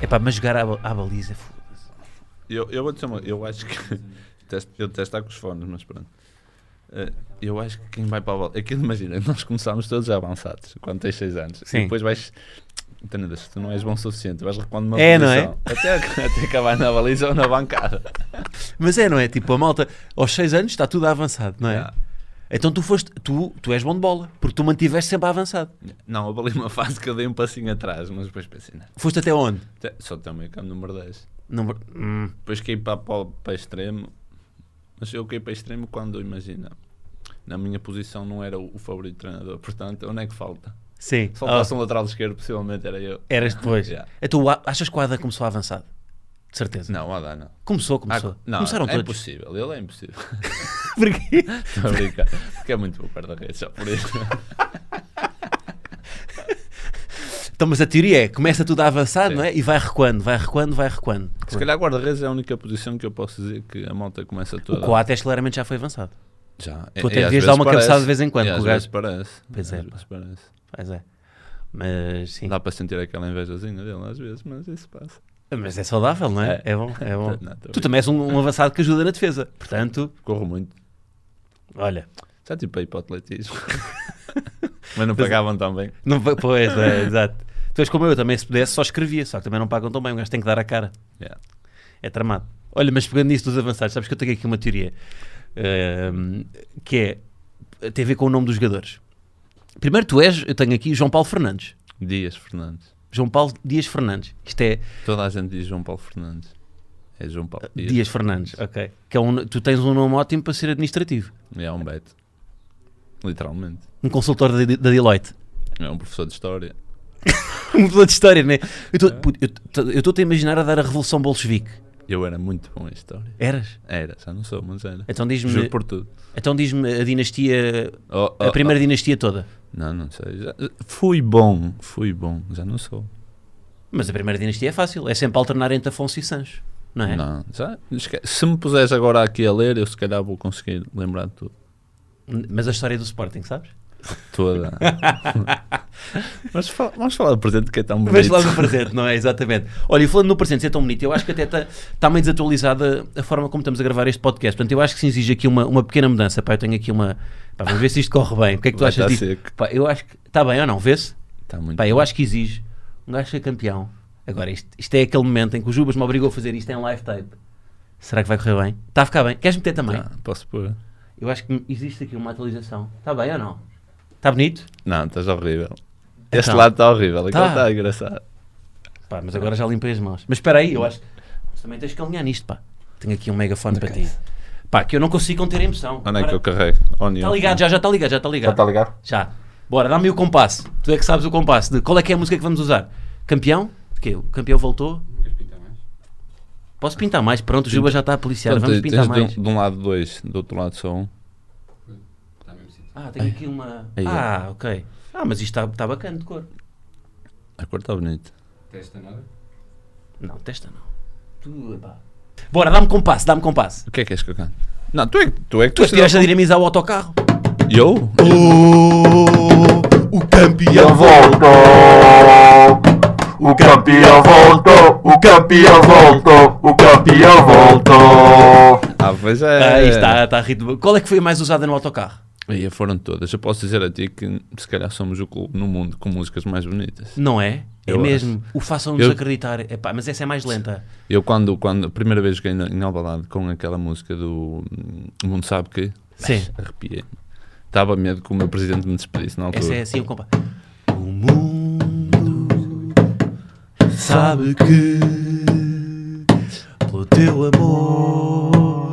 Epá, mas jogar à, ba- à é baliza, foda-se. Eu, eu vou dizer uma eu acho que. detesto- Eu detesto estar com os fones, mas pronto. Eh, Eu acho que quem vai para a bola. Aquilo, imagina, nós começámos todos avançados quando tens 6 anos. Sim. E depois vais. Entendeu? Tu não és bom o suficiente, vais repondo uma É, não é? posição. Até, até acabar na baliza ou na bancada. Mas é, não é? Tipo, a malta, aos 6 anos está tudo avançado, não é? Yeah. Então tu foste, tu, tu és bom de bola, porque tu mantiveste sempre avançado. Não, houve ali uma fase que eu dei um passinho atrás, mas depois pensei, não. Foste até onde? Até- Só também campo número 10. Não, hum, Depois caí para, para, para extremo. Mas eu caí para extremo quando, imagina, na minha posição não era o, o favorito treinador. Portanto, onde é que falta? sim. Ah, Se faltasse um lateral esquerdo, possivelmente era eu. eras depois. Yeah. Então a- achas que o Ada começou avançado? De certeza. Não, Adá não. Começou, Ah, começou. não, Começaram é todos. impossível, ele é impossível. Porquê? Estou a brincar. Porque é muito bom guarda-redes, só por isso. Então, mas a teoria é, começa tudo avançado, Sim. não é? E vai recuando, vai recuando, vai recuando. Se calhar guarda-redes é a única posição que eu posso dizer que a malta começa O toda. Coates claramente já foi avançado. Já. Tu E- até e devias dar às vezes uma parece. cabeçada de vez em quando, E que Às o gajo- vezes parece. Pois é, às pá. vezes parece. Pois é. Mas sim. Dá para sentir aquela invejazinha dele às vezes, mas isso passa. Mas é saudável, não é? É, É. bom, é bom. Não, tô a Tu brincar. também és um, um avançado que ajuda na defesa. Portanto, Corro muito. olha. Já tipo aí para o atletismo. mas é. não pagavam tão bem. Não, vai- pois, é, exato. Tu és como eu, também se pudesse só escrevia, só que também não pagam tão bem. O gajo tem que dar a cara. Yeah. É tramado. Olha, mas pegando nisso dos avançados, sabes que eu tenho aqui uma teoria ehm, que é tem a ver com o nome dos jogadores. Primeiro, tu és, eu tenho aqui João Paulo Fernandes. Dias Fernandes. João Paulo Dias Fernandes. Isto é Toda a gente diz João Paulo Fernandes. É João Paulo Dias. Dias Fernandes, ok. Que é um, tu tens um nome ótimo para ser administrativo. É um beto. Literalmente. Um consultor da, da Deloitte. É um professor de história. Um professor de história, não é? Eu tô- puto, Eu tô- eu estou-te a imaginar a dar a Revolução Bolchevique. Eu era muito bom em história. Eras? Era, já não sou, mas era. Então diz-me Juro por tudo. então diz a dinastia, Oh, a oh, primeira dinastia toda. oh. Não, não sei. Já- Fui bom, fui bom, já não sou. Mas a primeira dinastia é fácil, é sempre alternar entre Afonso e Sancho, não é? Não, já, esque- se me puseres agora aqui a ler, eu se calhar vou conseguir lembrar de tudo. Mas a história do Sporting, sabes? Toda. mas fa- vamos falar do presente que é tão bonito. Mas lá no presente, não é? Exatamente. Olha, e falando no presente, ser tão bonito, eu acho que até está tá meio desatualizada a forma como estamos a gravar este podcast. Portanto, eu acho que se exige aqui uma, uma pequena mudança. Pá, eu tenho aqui uma. Pá, vamos ver se isto corre bem. O que é que tu Vai achas tá disso? seco. Pá, eu acho que. Está bem ou não? Vê-se? Tá muito Pá, é eu bom. acho que exige um gajo ser campeão. Agora, isto, isto é aquele momento em que o Jubas me obrigou a fazer isto em live tape. Será que vai correr bem? Está a ficar bem? Queres meter também? Tá, posso pôr? Eu acho que existe aqui uma atualização. Está bem ou não? Está bonito? Não, estás horrível. Este Então. lado está horrível, aquele Tá. está engraçado. Pá, mas agora já limpei as mãos. Mas espera aí, eu acho que mas também tens que alinhar nisto, pá. Tenho aqui um megafone para ti. Pá, que eu não consigo conter a emoção. Onde é que eu Está carrego? Onde eu- Tá ligado, já já está ligado, já está ligado. tá ligado? Já. Bora, dá-me o compasso. Tu é que sabes o compasso. De qual é que é a música que vamos usar? Campeão? De quê? O campeão voltou? Queres pintar mais? Posso pintar mais? Pronto, o Juba já está a policiar. Pronto, Vamos tens pintar de um- mais. De, um lado dois, do outro lado só um. Está no mesmo sítio. Ah, tenho aqui uma. Aí, ó. Ah, ok. Ah, mas isto está está bacana de cor. A cor está bonita. Testa nada? Não, testa não. Tu, epá. Bora, dá-me compasso, dá-me compasso. O que é que és que eu canto? Não, tu é, que- tu é que Tu és que tiveste a dinamizar o autocarro. Eu? Oh, o campeão voltou, o campeão voltou, o campeão voltou, o campeão voltou. Ah, pois é. Aí está, está a ritmo. Qual é que foi a mais usada no autocarro? Aí foram todas. Eu posso dizer a ti que se calhar somos o clube no mundo com músicas mais bonitas. Não é? É Eu mesmo. O façam-nos Eu- acreditar. Epá, mas essa é mais lenta. Eu quando, quando a primeira vez que joguei em Albalade com aquela música do hum, O Mundo Sabe Que, Sim. arrepiei. Estava medo que o meu presidente me despedisse na altura. Essa é assim o compasso. O mundo sabe que pelo teu amor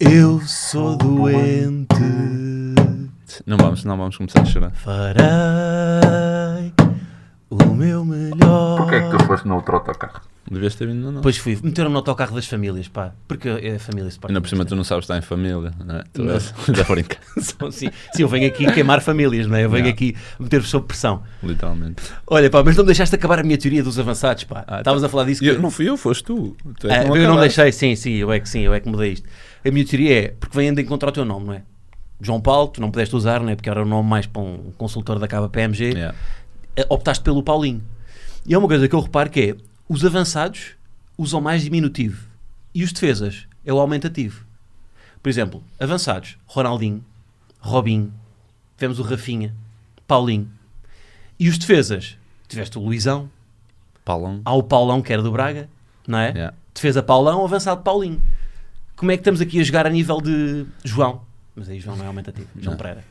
eu sou doente. Não vamos, não vamos começar a chorar. Farei o meu melhor. foste no outro autocarro? Devias ter vindo, não, não. Depois fui, meteram-me no autocarro das famílias, pá. Porque é a família Sporting. Ainda por cima tu não sabes estar em família, não é? Tu Não. és da brinca, São- sim, sim, eu venho aqui queimar famílias, não é? Eu venho Não. aqui meter-vos sob pressão. literalmente. Olha, pá, mas não me deixaste acabar a minha teoria dos avançados, pá. Ah, Estavas a falar disso. E que- eu, não fui eu, foste tu. Tu Ah, é que eu não acabaste. deixei, sim, sim, eu é que sim, eu é que mudei isto. A minha teoria é, porque vem ainda encontrar o teu nome, não é? João Paulo, tu não pudeste usar, não é? Porque era o nome mais para um consultor da KPMG. Yeah. eh, optaste pelo Paulinho. E é uma coisa que eu reparo que é, Os avançados usam mais diminutivo. E os defesas é o aumentativo. Por exemplo, avançados, Ronaldinho, Robinho, tivemos o Rafinha, Paulinho. E os defesas, tiveste o Luizão, Paulão. há o Paulão que era do Braga, não Ah, é? Yeah. Defesa Paulão, avançado Paulinho. Como é que estamos aqui a jogar a nível de João? Mas aí João não é aumentativo, João Não. Pereira.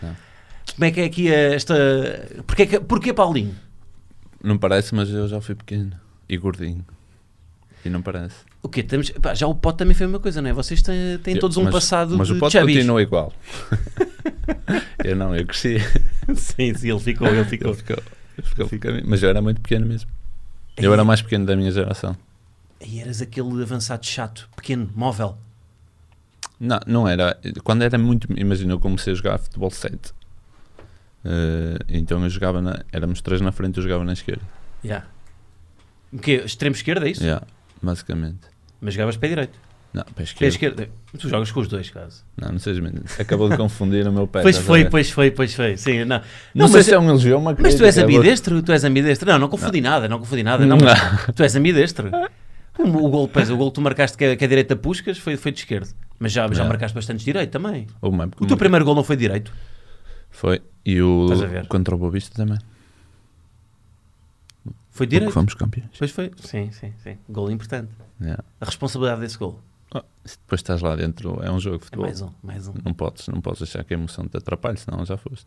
Não. Como é que é aqui esta. Porquê, que- porquê Paulinho? Não parece, mas eu já fui pequeno e gordinho. E não parece. O quê? Temos... pá, já o Pote também foi a mesma coisa, não é? Vocês têm, têm todos um Mas- passado Mas de o pote chubbies. continua igual. eu não, eu cresci. Sim, sim, ele ficou, ele ficou. Ele ficou, ele ficou pequeno, mas eu era muito pequeno mesmo. Eu É. era mais pequeno da minha geração. E eras aquele avançado chato, pequeno, móvel. Não, não era. Quando era muito. Imagina, eu comecei a jogar futebol 7. Eh, então eu jogava na. Éramos três na frente, eu jogava na esquerda. Yeah. O quê? Extremo esquerdo, é isso? Yeah, basicamente. Mas jogavas pé direito. Não, para a esquerda. Pé esquerdo. Tu jogas com os dois, quase. Não, não sejas mentira. Acabou de confundir o meu pé. Pois estás a foi, ver? pois foi, pois foi. Sim, não. Não, Não, sei mas- se é um elogio ou uma Mas tu crítica, és eu vou- ambidestro? Tu és ambidestro? Não, não confundi nada, não confundi nada. Não, Não. mas tu és ambidestro. O, o gol, pois, o gol que tu marcaste que é, que é direita puscas foi, foi de esquerdo. Mas já, já É. Hum. marcaste bastantes direito também. Houve uma época O teu muito- primeiro gol não foi direito? Foi. E o Estás a ver? contra o Boavista também. Foi Porque direito? fomos campeões. Pois foi. Sim, sim, sim. Gol importante. Yeah. A responsabilidade desse gol. É. Se Depois estás lá dentro, é um jogo de É futebol. mais um, mais um. Não podes, não podes deixar que a emoção te atrapalhe, senão já foste.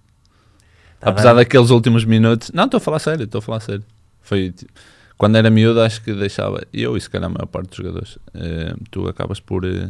Tá Apesar bem? daqueles últimos minutos. Não, estou a falar sério, estou a falar sério. Foi tipo, quando era miúdo, acho que deixava. Eu e se calhar a maior parte dos jogadores, eh, tu acabas por, eh,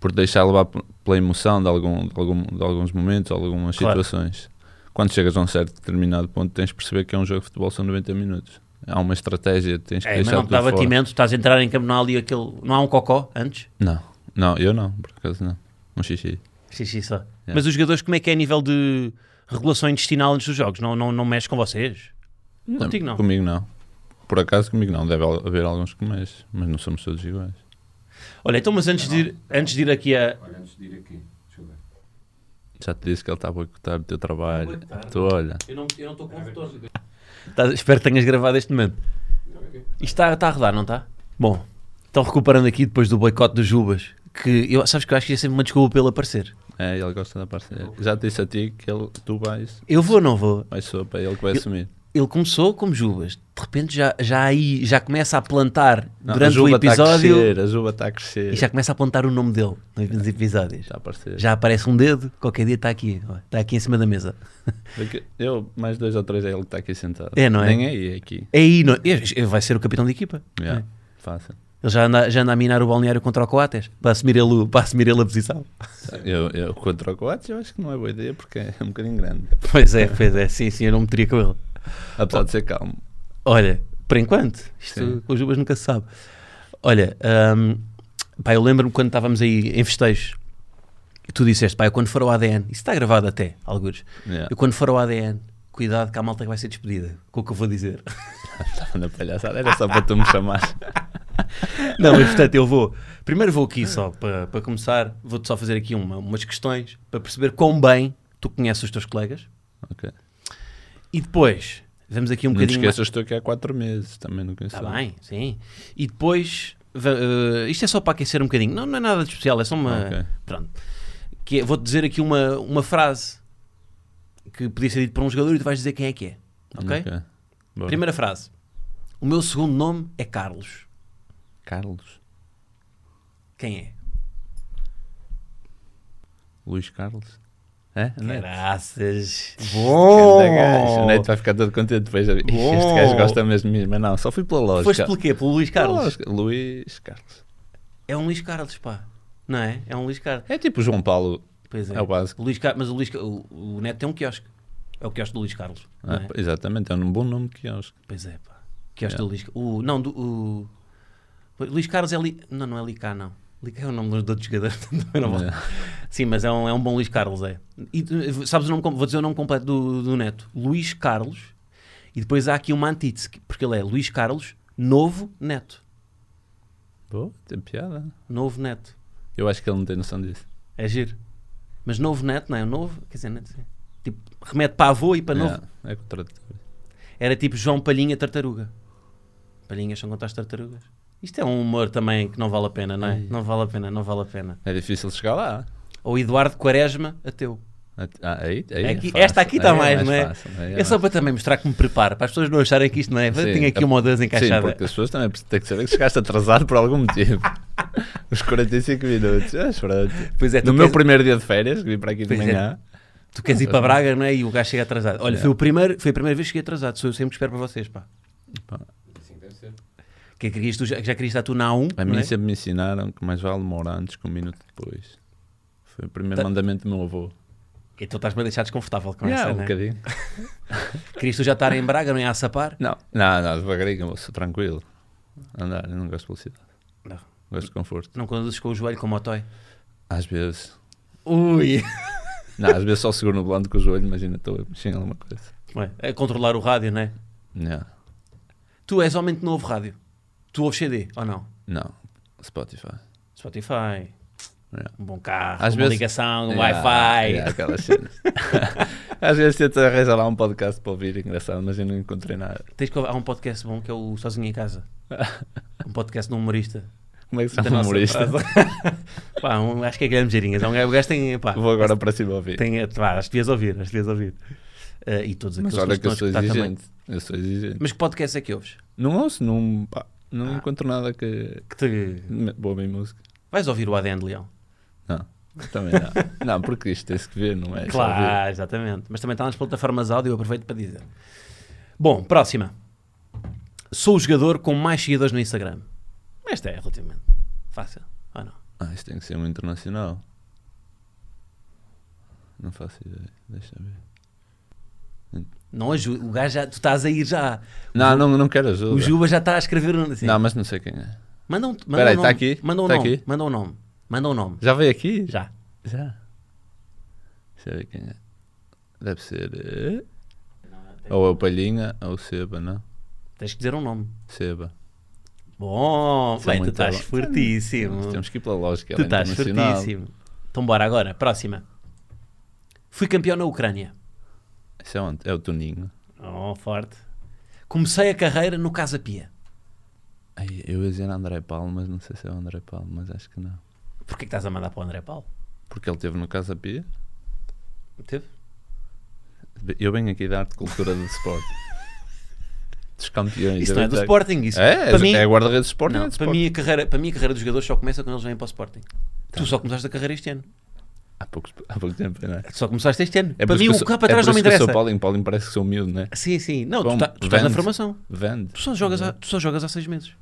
por deixar levar p- pela emoção de, algum, de, algum- de alguns momentos, algumas Claro. situações. Quando chegas a um certo determinado ponto, tens de perceber que é um jogo de futebol, são 90 minutos. Há uma estratégia, tens que É, mas deixar não te dá tudo fora. batimento, estás a entrar em caminhal e aquele. Não há um cocó antes? Não, não, eu não, por acaso não. Um xixi. Xixi só. É. Mas os jogadores, como é que é a nível de regulação intestinal antes dos jogos? Não, não, não mexe com vocês? Contigo não. Comigo não. Por acaso comigo não, deve al- haver alguns que mexem, mas não somos todos iguais. Olha, então, mas antes de ir, antes de ir aqui a, Olha, antes de ir aqui, deixa eu ver. Já te disse que ele está a boicotar o teu trabalho. Tu olha. Eu não estou É com o Tá, espero que tenhas gravado este momento. Isto está está a rodar, não está? Bom, estão recuperando aqui depois do boicote dos Jubas. Que eu, sabes que eu acho que é sempre uma desculpa pelo aparecer. É, ele gosta da parceria. Já te disse a ti que ele, tu vais, Eu vou ou não vou? vais só para ele que vai Eu- assumir. Ele começou como Jubas. De repente já, já aí, já começa a plantar Não, a durante o Juba Está a episódio. crescer, a Juba está a crescer. e já começa a plantar o nome dele nos episódios. Está a aparecer. Já aparece um dedo, qualquer dia está aqui. ó, Está aqui em cima da mesa. Daqui- Eu, mais dois ou três é ele que está aqui sentado. É, não é? Nem aí, é aqui. É aí, não, é- vai ser o capitão da equipa. Yeah, É. Fácil. Ele já anda, já anda a minar o balneário contra o Coates para assumir ele, o- para assumir ele a posição. Eu, eu contra o Coates, eu acho que não é boa ideia porque é um bocadinho grande. Pois é, pois é, sim, sim, eu não meteria com ele. Apesar de ser calmo. Olha, por enquanto, isto Sim. com os Jubas nunca se sabe. Olha, hum, pá, eu lembro-me quando estávamos aí em festejos, e tu disseste, pá, eu quando for ao ADN, isso está gravado até, alguns, Yeah. eu quando for ao ADN, cuidado que há malta que vai ser despedida, com o que eu vou dizer. Estava na palhaçada, era só para tu me chamar. Não, mas portanto eu vou. Primeiro vou aqui só para, para começar. Vou-te só fazer aqui uma- umas questões para perceber quão bem tu conheces os teus colegas. Ok. E depois, vamos aqui um não te bocadinho. esqueças, estou aqui há quatro meses, também não conheço. Está bem, sim. E depois, va- eh, isto é só para aquecer um bocadinho. Não, não é nada de especial, é só uma. Ok. Pronto. Que é- vou-te dizer aqui uma, uma frase que podia ser dita por um jogador e tu vais dizer quem é que é. Ok? Ok. Bora. Primeira frase. O meu segundo nome é Carlos. Carlos. Quem é? Luís Carlos. É? Neto. Graças. Ganda gajo. O Neto vai ficar todo contente depois. a ver. Ih, Este Bom. gajo gosta mesmo mesmo. Mas não, só fui pela lógica. Foste pelo quê? Pelo Luís Pela Carlos? lógica. Luís Carlos. É um Luís Carlos, pá. Não é? É um Luís Carlos. É tipo o João Paulo. Pois é. É o básico. O Luís Car- Mas o, Luís... Ca- o, o Neto tem um quiosque. É o quiosque do Luís Carlos. não Ah, é? Exatamente, é um bom nome que acho. Pois é, pá. Quiosque do Luís o... Não, do. O... o Luís Carlos é Li... Não, não é Licá, não. Licá é o nome do outro jogador. Também não vale. Sim, mas é um, é um bom Luís Carlos, é. E tu- sabes o nome? com- Vou dizer o nome completo do, do Neto: Luís Carlos. E depois há aqui uma antítese, que- porque ele é Luís Carlos, novo Neto. Boa, tem piada. Novo Neto. Eu acho que ele não tem noção disso. É giro. Mas novo neto, não é? Novo, quer dizer, neto, sim. tipo, remete para avô e para novo. É, é contraditório. Era tipo João Palhinha Tartaruga. Palhinhas são contra as tartarugas. Isto é um humor também que não vale a pena, não é? Ai. Não vale a pena, não vale a pena. É difícil chegar lá. Ou Eduardo Quaresma, ateu. Ah, aí, aí Aqui- é fácil. esta aqui está Aí mais, não é? fácil, aí É só mais- para também mostrar que me preparo, para as pessoas não acharem que isto não é. Sim, Tenho aqui é- uma ou duas Sim, encaixadas. porque as pessoas também têm que saber que chegaste atrasado por algum motivo. Os 45 minutos. É, pronto. Pois é, tu no meu queres- primeiro dia de férias, que vim para aqui de Pois é. manhã. Tu queres ir para Braga, não é? E o gajo chega atrasado. Olha, É. foi, o primeiro, foi a primeira vez que cheguei atrasado. Sou eu sempre que espero para vocês, pá. Assim deve ser. Que querias tu, já, já querias estar tu na A1, A não mim é? sempre me ensinaram que mais vale demorar antes que um minuto depois. Foi o primeiro Tá- mandamento do meu avô. Então estás-me a deixar desconfortável com Yeah, essa, um não é? bocadinho. Querias tu já estar em Braga, não é? A sapar? Não, não, não, devagarinho, eu sou tranquilo. Andar, eu não gosto de velocidade. Não. Gosto de conforto. Não conduzes com o joelho como o Toy? Às vezes. Ui! Não, às vezes só seguro no volante com o joelho, mas ainda estou a mexer em alguma coisa. Ué, a controlar o rádio, não é? Yeah. Tu és homem que não ouve rádio. Tu ouves CD, ou não? Não, Spotify. Spotify. Yeah. Um bom carro, É. Às uma vezes- ligação, um Yeah, Wi-Fi. yeah, aquelas cenas. Às vezes tento arranjar lá um podcast para ouvir, engraçado, mas eu não encontrei nada. Tens que ouvir- Há um podcast bom que é o Sozinho em Casa. Um podcast de um humorista. Como é que se Da chama o nossa- humorista? pá, um- acho que é Guilherme Geirinhas. É um gajo o gajo tem. Pá, Vou agora para cima ouvir. tem pá, acho que devias ouvir, acho que devias ouvir. Eh, e todos aqueles Mas olha que eu estão sou a escutar também. exigente. Eu sou exigente. tá Mas que podcast é que ouves? Não ouço, não, pá, não Ah. encontro nada que. Que te... me- Boa bem música. Vais ouvir o ADN de Leão? Também não. não, porque isto tem-se que ver, não é? só ouvir. claro, exatamente. Mas também está nas plataformas áudio, eu aproveito para dizer. Bom, próxima. Sou o jogador com mais seguidores no Instagram. Esta é relativamente fácil. Ou não? Ah, isto tem que ser um internacional. Não faço ideia, deixa eu ver. Não ajuda. O gajo já. Tu estás a ir já. Não, não, não quero ajuda. O Juba já está a escrever. um- Assim. Não, mas não sei quem é. Manda um, manda um Peraí, nome. tá aqui? Manda um Tá nome. aqui? Manda um nome. Manda um nome. Já veio aqui? Já. Já. Deixa eu ver quem é. Deve ser. eh, Ou é o Palhinha ou o Seba, não? é? Tens que dizer um nome. Seba. Bom, Isso é bem, tu muito estás bom. fortíssimo. Nós Temos que ir pela lógica. Tu ela é estás internacional. fortíssimo. Então bora agora, próxima. Fui campeão na Ucrânia. Isso é onde? É o Toninho. Oh, forte. Comecei a carreira no Casa Pia. Ai, eu ia dizer André Paulo, mas não sei se é o André Paulo, mas acho que não. Porquê que estás a mandar para o André Paulo? Porque ele teve no Casa Pia. Teve? Eu venho aqui dar-te cultura do Sport. Dos campeões. Isso da não é do Vitória. Sporting, isso. É, para mim, é guarda-redes do Sporting. não, é do para, Sporting. mim a carreira, para mim a carreira dos jogadores só começa quando eles vêm para o Sporting. Tu só começaste a carreira este ano. Há, poucos, há pouco tempo, não é? Tu só começaste este ano. É por para isso mim que eu o sou- campo é por atrás não isso me que eu sou interessa. Paulinho, Paulinho parece que sou humilde, não é? Sim, sim. Não, tu, Bom, tá- tu estás na vende. formação. Vende. Tu só jogas, há, tu só jogas há seis meses.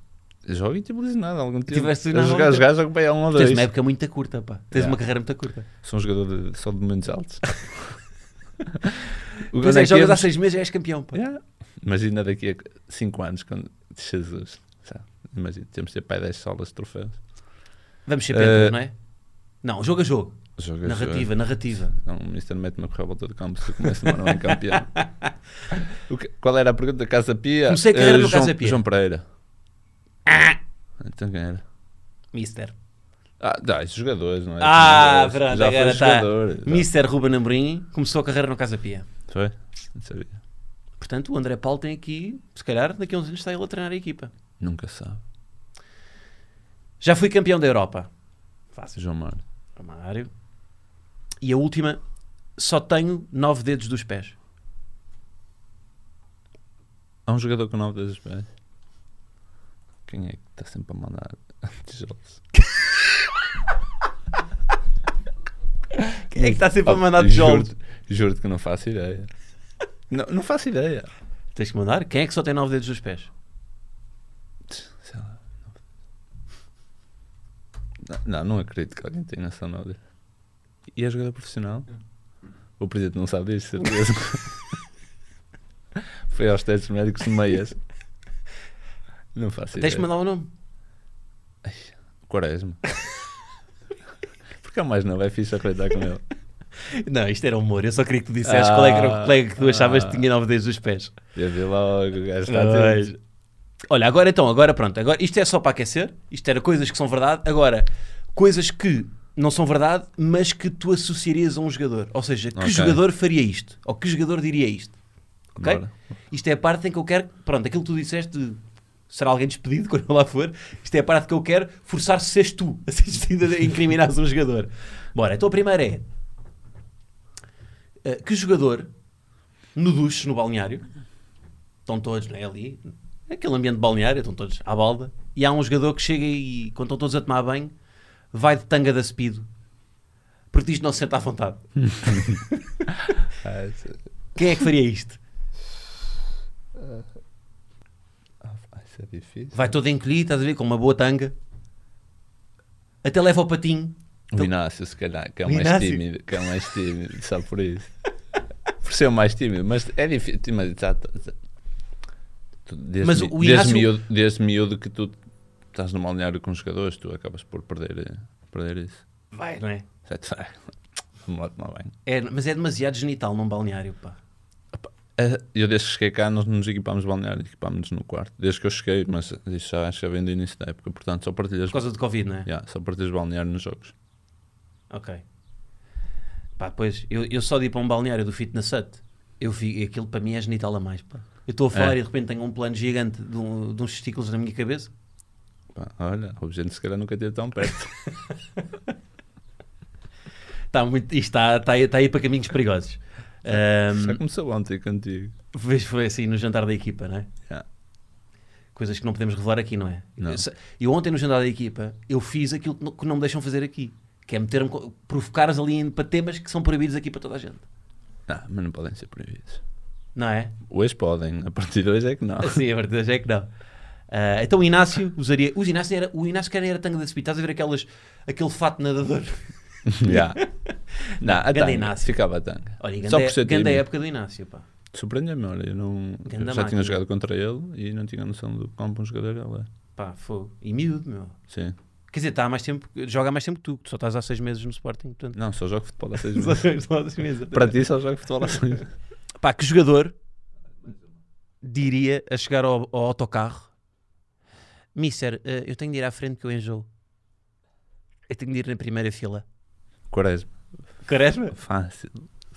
Joga e tipo lesionado há algum tempo. Tiveste Eu lesionado há jogar, algum jogar, jogo bem há um ou Tens dois. uma época muito curta, pá. Tens Yeah. uma carreira muito curta. Sou um jogador de- só de momentos altos. o Pois grande é, que jogas há íamos- seis meses e és campeão, pá. Yeah. Imagina daqui a 5 anos, quando Jesus, sabe? imagina, temos de ter pai 10 solas de troféus. Vamos ser pentas, Eh, não é? Não, jogo a jogo. Joga, narrativa, narrativa. joga. Não, o Mr. mete-me a correr à volta do campo se eu começo a tomar um campeão. O que- qual era a pergunta da Casa Pia? Comecei a carreira Eh, no João, Casa Pia. Ah! João Pereira. Então quem era? Mister. Ah, dá, esses jogadores, não é? Ah, Esses pronto, jogadores. Já agora foi está. jogador. já. Mister Ruben Amorim começou a carreira no Casa Pia. Foi? Não sabia. Portanto, o André Paulo tem aqui, se calhar, daqui a uns anos está ele a treinar a equipa. Nunca sabe. Já fui campeão da Europa. Fácil. João Mário. Mário. E a última, só tenho nove dedos dos pés. Há um jogador com 9 dedos pés. Quem é que está sempre a mandar tijolos? Quem é que está sempre a Oh, mandar tijolos? juro-te- Juro-te que não faço ideia. Não, não faço ideia. Tens que mandar? Quem é que só tem nove dedos dos pés? Sei lá. Não, não, não acredito que alguém tenha noção de nada. E é jogador profissional? É. O presidente não sabe disso, certeza. Foi aos testes médicos de meias. Não faço Tens ideia. que mandar o nome. Quaresma. Porque é o mais novo, é fixe acreditar com ele. Não, isto era humor. Eu só queria que tu dissesse qual é que era o Ah, colega que tu achavas ah. que tinha nove dedos dos pés. Eu vi logo, o gajo está Pois. atento. Olha, agora então, agora pronto, agora, isto é só para aquecer, isto era coisas que são verdade, agora, coisas que não são verdade, mas que tu associarias a um jogador. Ou seja, que Ok. jogador faria isto? Ou que jogador diria isto? Ok? Bora. Isto é a parte em que eu quero, pronto, aquilo que tu disseste de será alguém despedido quando eu lá for. Isto é a parte que eu quero, forçar se seres tu a ser despedido, a incriminares um jogador. Bora, então a primeira é: eh, que jogador no duche, no balneário, estão todos, não é ali, aquele ambiente de balneário, estão todos à balda, e há um jogador que chega e, quando estão todos a tomar banho, vai de tanga da Speedo. Porque diz que não se sente à vontade. Ah, Quem é que faria isto? Isso é difícil. Vai todo encolhido, estás a ver, com uma boa tanga. Até leva o patinho. O Inácio, se calhar, que é o Então, O mais Inácio. tímido, que é o mais tímido, só por isso. Por ser o mais tímido, mas é difícil. Mas, já, já- tu, desde, Mas mi- o desde Inácio- miúdo, desde miúdo que tu estás no balneário com os jogadores, tu acabas por perder, eh, perder isso. Vai, não é? Já tu- ah, Vamos lá tomar bem. É, mas é demasiado genital num balneário, pá. É. Eu desde que cheguei cá, nós não nos equipámos de balneário, equipámos-nos no quarto. Desde que eu cheguei, mas isso já acho que já vem do início da época, portanto só partilhas, Por causa de Covid, não é? yeah, só partilhas balneário nos jogos. Ok. Pá, pois, eu, eu só de ir para um balneário do Fitness Hut, eu vi, aquilo para mim é genital a mais, pá. Eu estou a falar É. e de repente tenho um plano gigante de, um- de uns testículos na minha cabeça. Pá, olha, o gente se calhar nunca esteve tão perto. Está Tá muito, isto está, está, aí- está aí para caminhos perigosos. Ahm, Já começou ontem contigo. Vês, foi assim no jantar da equipa, não é? Yeah. Coisas que não podemos revelar aqui, não é? Não. Eu, se- eu ontem no jantar da equipa, eu fiz aquilo que não, que não me deixam fazer aqui. Que é meter-me, co- provocar-os ali em- para temas que são proibidos aqui para toda a gente. Não, mas não podem ser proibidos. Não é? Hoje podem, a partir de hoje é que não. Sim, a verdade é que não. Ah, então o Inácio usaria... Os Inácio era, o Inácio que era tanga da speed. Estás a ver aquelas, aquele fato nadador? Já. Não, a Ganda tanga, Inácio. ficava a tanga. Olha, e é, Só ganda, por ser ganda tímido. época do Inácio, pá. Surpreendeu-me, olha, eu não, eu já Ganda tinha máquina. jogado contra ele e não tinha noção do campo um jogador ela. Pá, fogo. E miúdo, meu. Sim. Quer dizer, está há mais tempo, joga há mais tempo que tu. que Tu só estás há seis meses no Sporting, portanto... Não, só jogo futebol há seis Só meses. seis só seis meses. Para ti só jogo futebol há seis meses. Pá, que jogador diria a chegar ao, ao autocarro? Mister, eh, eu tenho de ir à frente que eu enjoo. Eu tenho de ir na primeira fila. Quaresma. Quaresma? Fácil.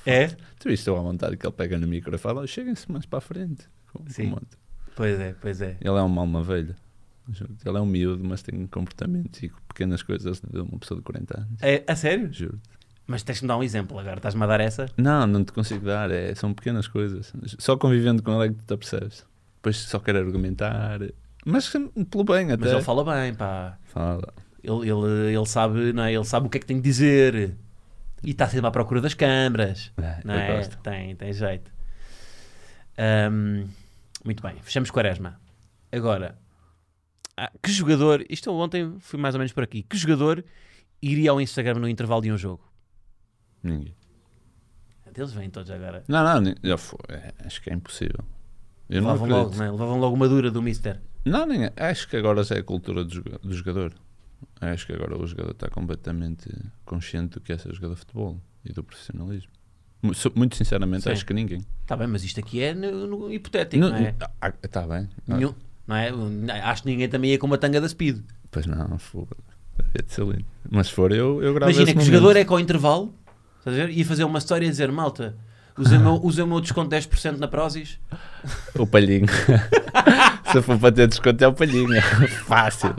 É? Tu viste eu à vontade que ele pega no micro e fala, "Oh, cheguem-se mais para a frente. Com- com Sim. um monte. Pois é, pois é. Ele é um alma velha. Juro-te, Ele é um miúdo, mas tem comportamentos e pequenas coisas de uma pessoa de 40 anos. É, A sério? Juro. Mas tens de me dar um exemplo agora. Estás-me a dar essa? Não, não te consigo dar, é- são pequenas coisas. Só convivendo com ele é que tu te apercebes. Depois só quer argumentar, mas pelo bem até. Mas ele fala bem, pá. Fala. Ele, ele, ele sabe, não é? Ele sabe o que é que tem de dizer. E está sempre à procura das câmaras. É, Não eu é? gosto. Tem, tem jeito. Ahm, muito bem, fechamos Quaresma. Agora, ah, que jogador, isto eu ontem fui mais ou menos por aqui, que jogador iria ao Instagram no intervalo de um jogo? Ninguém. Eles vêm todos agora. Não, não, ni- já foi. É, acho que é impossível. Eu não Levavam logo, né? acredito. não é? Levavam logo uma dura do Mister. Não, nem é. acho que agora já é a cultura do, joga- do jogador. Acho que agora o jogador está completamente consciente do que é ser jogador de futebol e do profissionalismo. Mu- su- Muito sinceramente, Sim. acho que ninguém. Está bem, mas isto aqui é no- no hipotético, não, é? Está bem. Ah, Nenhum- não é? Acho que ninguém também ia com uma tanga da Speed. Pois não, foda. Deve de ser lindo. Mas se for eu, eu gravo Imagina esse que o momento. jogador é com o intervalo estás a ver? ia fazer uma história e dizer: Malta, usei o meu, usei o meu desconto de 10% na Prozis. é- O palhinho. Se for para ter desconto, é o palhinho. Fácil.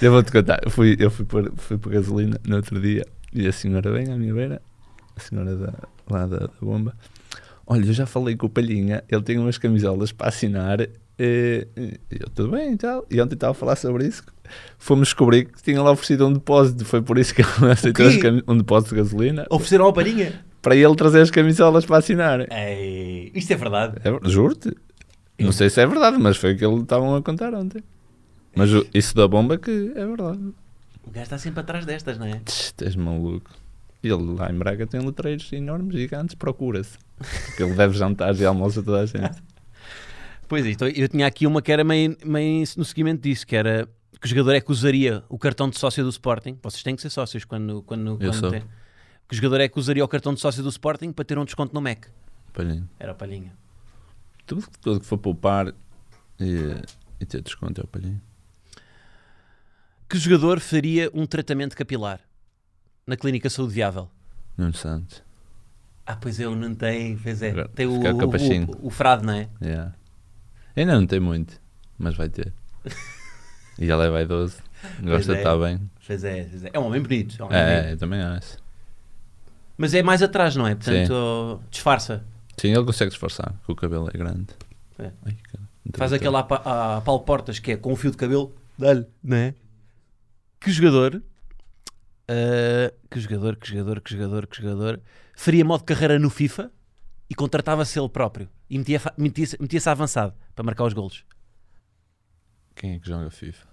Eu vou-te contar. Eu fui, eu fui pôr, fui pôr gasolina no outro dia e a senhora vem à minha beira, a senhora da, lá da, da bomba. Olha, eu já falei com o Palhinha, ele tem umas camisolas para assinar. eh, eh, e eu, tudo bem e tal. E ontem estava a falar sobre isso. Fomos descobrir que tinha lá oferecido um depósito. Foi por isso que ele aceitou quê? as cami- um depósito de gasolina Ofereceram ao Palhinha? para ele trazer as camisolas para assinar. Ei, isto é verdade. É ver- Juro-te. Não sei se é verdade, mas foi o que eles estavam a contar ontem. Mas o- isso da bomba que é verdade. O gajo está sempre atrás destas, não é? Tch, Estás maluco. E ele lá em Braga tem letreiros enormes, gigantes, procura-se. Porque ele deve jantar e almoço a toda a gente. Pois é, então eu tinha aqui uma que era meio, meio no seguimento disso: que era que o jogador é que usaria o cartão de sócio do Sporting. Vocês têm que ser sócios quando, quando, quando sou. têm. Que o jogador é que usaria o cartão de sócio do Sporting para ter um desconto no Mac. Palhinho. Era o Palhinha. Tudo, tudo que for poupar e, e ter desconto é o palhinho. Que jogador faria um tratamento capilar na clínica saúde viável? Nuno Santos. Ah, pois é, o Nuno tem, pois é. Agora, Tem o, fica com o o, capachinho. o, o frade, não é? Yeah. Ainda não tem muito. mas vai ter. E ela é vaidoso, Pois gosta é. de estar bem. Pois é, pois é. É um homem bonito. É um homem É, bonito. eu também acho. Mas é mais atrás, não é? Portanto, disfarça. Sim, ele consegue esforçar, porque o cabelo é grande. É. Ai, cara, não Faz tem aquele apa- a, a Paulo Portas que é com um fio de cabelo, dá-lhe, não é? Que jogador, ah, que jogador, que jogador, que jogador, que jogador, faria modo carreira no FIFA e contratava-se ele próprio e metia- fa- metia-se metia avançado para marcar os golos. Quem é que joga FIFA?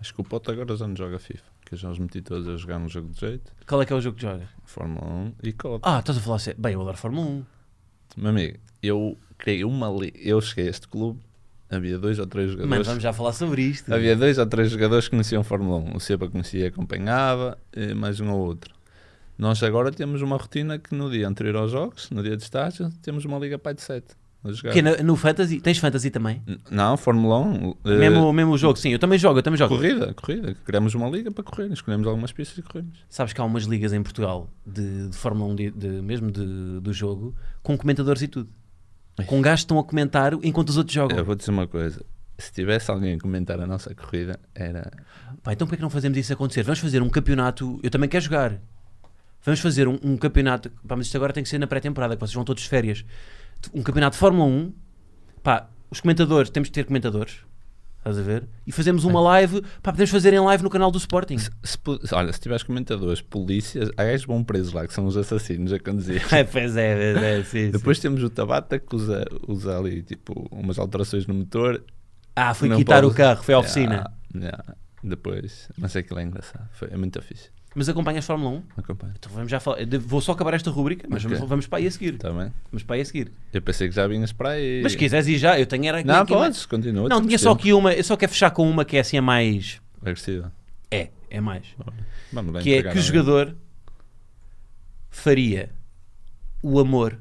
Acho que o Pote agora já não joga FIFA, que eu já os meti todos a jogar num jogo de jeito, Qual é que é o jogo que joga? Fórmula 1 e Copa. Ah, estás a falar sério. Bem, eu adoro Fórmula 1. Meu amigo, eu criei uma liga, eu cheguei a este clube, havia dois ou três Mano, jogadores. vamos já falar sobre isto. Havia dois ou três jogadores que conheciam Fórmula 1. O Seba conhecia e acompanhava, eh, mais um ou outro. Nós agora temos uma rotina que no dia anterior aos jogos, no dia de estágio, temos uma Liga Pai de 7. Que é no, no Fantasy, tens Fantasy também? Não, Fórmula 1. eh, mesmo, mesmo jogo, sim, eu também jogo, eu também jogo. Corrida, corrida. Criamos uma liga para correr. Escolhemos algumas pistas e corremos. Sabes que há umas ligas em Portugal de, de Fórmula 1, de, de- mesmo de, do jogo, com comentadores e tudo. Com gajos que estão a comentar enquanto os outros jogam. Eu vou dizer uma coisa. Se tivesse alguém a comentar a nossa corrida, era. Pá, então porquê que não fazemos isso acontecer? Vamos fazer um campeonato. Eu também quero jogar. Vamos fazer um, um campeonato. Pá, mas isto agora tem que ser na pré-temporada, que vocês vão todos de férias. Um campeonato de Fórmula 1. Pá, os comentadores, temos de ter comentadores. Estás a ver? E fazemos uma live. Pá, podemos fazer em live no canal do Sporting. Se pu- olha, se tivesse comentadores, polícias, há gajos bom presos lá, que são os assassinos a conduzir. É, pois é, pois é, sim, sim. Depois temos o Tabata que usa, usa ali tipo umas alterações no motor. Ah, fui Não quitar pode- o carro, foi à oficina. Yeah, yeah. Depois, mas aquilo é engraçado. Foi, é muito fixe. Mas acompanhas Fórmula 1? Acompanho. Então vamos já falar. eu devo- Vou só acabar esta rubrica, mas Ok. Tá. vamos, vamos para aí a seguir. Está bem? Vamos para aí a seguir. Eu pensei que já vinhas para aí. Mas se quiseres ir já, eu tenho era aqui. Não, aqui mais- podes, continua. Não, temos tinha só tempo. aqui uma. Eu só quero fechar com uma que é assim a mais. Agressiva. É, é mais. Vamos lá que é entregar que alguém. jogador faria o amor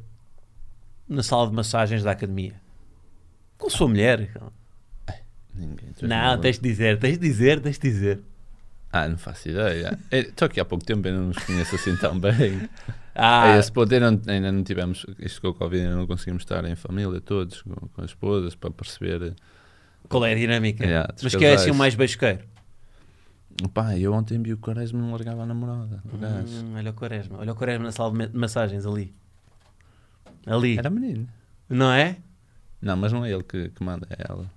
na sala de massagens da academia? Com Ah, sua mulher? Ninguém, tu és Não, maluco. tens de dizer, tens de dizer, tens de dizer. Ah, não faço ideia. Estou aqui há pouco tempo, ainda não nos conheço assim tão bem. Ah, A É esse ponto ainda não, ainda não tivemos, isto com o Covid, ainda não conseguimos estar em família todos, com, com as esposas, para perceber. qual é a dinâmica? Yeah, dos mas que é assim o casais. mais basqueiro. Pá, eu ontem vi o Quaresma e não largava a namorada. o gajo. Hum, olha o Quaresma, olha o Quaresma na sala de ma- de massagens ali. Ali, Era menino. não é? Não, mas não é ele que, que manda, é ela.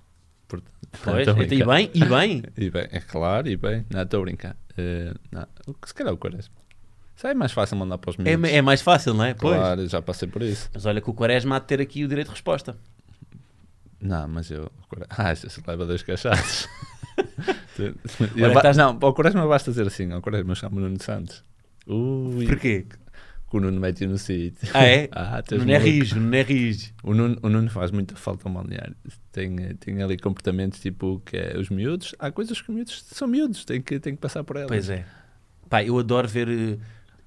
Portanto, Pois, tô a e brincar. bem, e bem. E bem, é claro, e bem. Não, estou a brincar. Eh, não, o que- se calhar o Quaresma. Isso aí é mais fácil mandar para os É, meninos. ma- é mais fácil, não é? Pois. claro, já passei por isso. Mas olha que o Quaresma há de ter aqui o direito de resposta. Não, mas eu. o Quare- Ah, já se leva dois cachaços. Eu Olha, ba- estás- Não, para o Quaresma basta dizer assim: ao Quaresma eu chamo o Nuno Santos. Ui, Porquê? que o Nuno mete no sítio. Ah, é? Ah, tu és Não é maluco. rijo, não é rijo. O Nuno, o Nuno faz muita falta ao balneário. Tem, eh, tem ali comportamentos tipo que é os miúdos. Há coisas que os miúdos são miúdos, tem que, tem que passar por elas. Pois é. Pá, eu adoro ver. eh,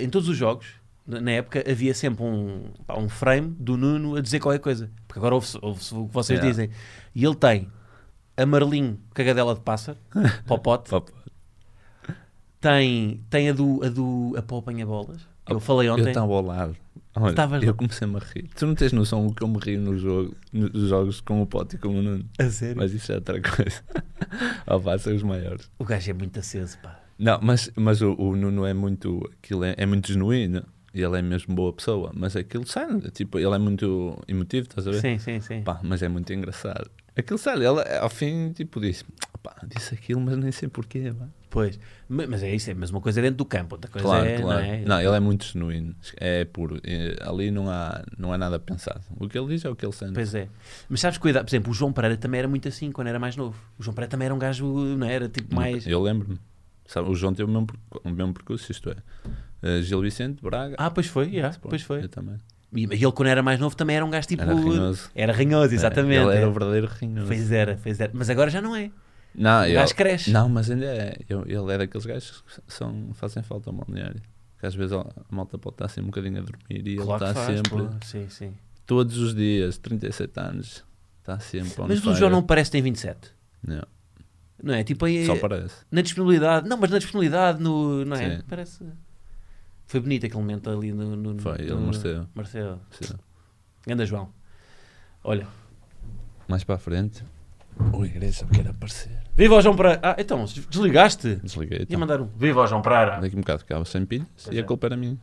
Em todos os jogos, na na época, havia sempre um, pá, um frame do Nuno a dizer qualquer coisa. Porque agora ouve-se ouve-se o que vocês Yeah. dizem. E ele tem a Marlim, cagadela de pássaro, popote. Pá, pá, tem, tem a do, a do a pau apanha bolas. que Eu falei Eu ontem. estava ao lado. Olha, Estavas eu lá. comecei-me a rir. Tu não tens noção o que eu me rio no jogo, nos jogos com o Pote e com o Nuno. A sério? Mas isso é outra coisa. Ao oh, são os maiores. O gajo é muito aceso, pá. Não, mas, mas o, o Nuno é muito. Aquilo é, é muito genuíno. E ele é mesmo boa pessoa. Mas aquilo sai. Tipo, ele é muito emotivo, estás a ver? Sim, sim, sim. Pá, mas é muito engraçado. Aquilo sai. Ele ao fim, tipo, disse: pá, disse aquilo, mas nem sei porquê. pá." Pois. Ma- Mas é isso, é, mas uma coisa é dentro do campo, outra coisa Claro, é, claro. não é? ele é muito genuíno. É puro. É, ali não há, não há nada pensado. O que ele diz é o que ele sente. Pois é. Mas sabes, cuidado, por exemplo, o João Pereira também era muito assim quando era mais novo. O João Pereira também era um gajo, não é? era? Tipo mais. Eu lembro-me. Sabe, o João teve o mesmo, percu- o mesmo percurso, isto é. eh, Gil Vicente, Braga. Ah, pois foi, yeah, Sporting. pois foi. Eu também. E e ele quando era mais novo também era um gajo tipo. Era ranhoso. Era ranhoso, exatamente. Ele é. era o verdadeiro ranhoso. Pois era, pois era. Mas agora já não é. Não, O gajo cresce. Ah, Não, mas ainda é. Eu- ele é daqueles gajos que são, fazem falta ao balneário. Que às vezes a a malta pode estar assim um bocadinho a dormir e Claro ele que está faz, sempre, pô. Sim, sim. todos os dias, 37 anos, está sempre on Mas o fire. João não parece que tem 27. Não, Não é? Tipo aí. Só parece. Na disponibilidade. Não, mas na disponibilidade, no. Não é? Sim. Parece. Foi bonito aquele momento ali no. no Foi, ele no- mereceu. Marcelo. Sim. Anda, João. Olha, Mais para a frente, O igreja quer aparecer. Viva o João Pereira! Ah, então, desligaste? Desliguei. Ia Então. mandar um. Viva o João Pereira! Daqui um bocado ficava sem pilhas é. e a culpa era minha.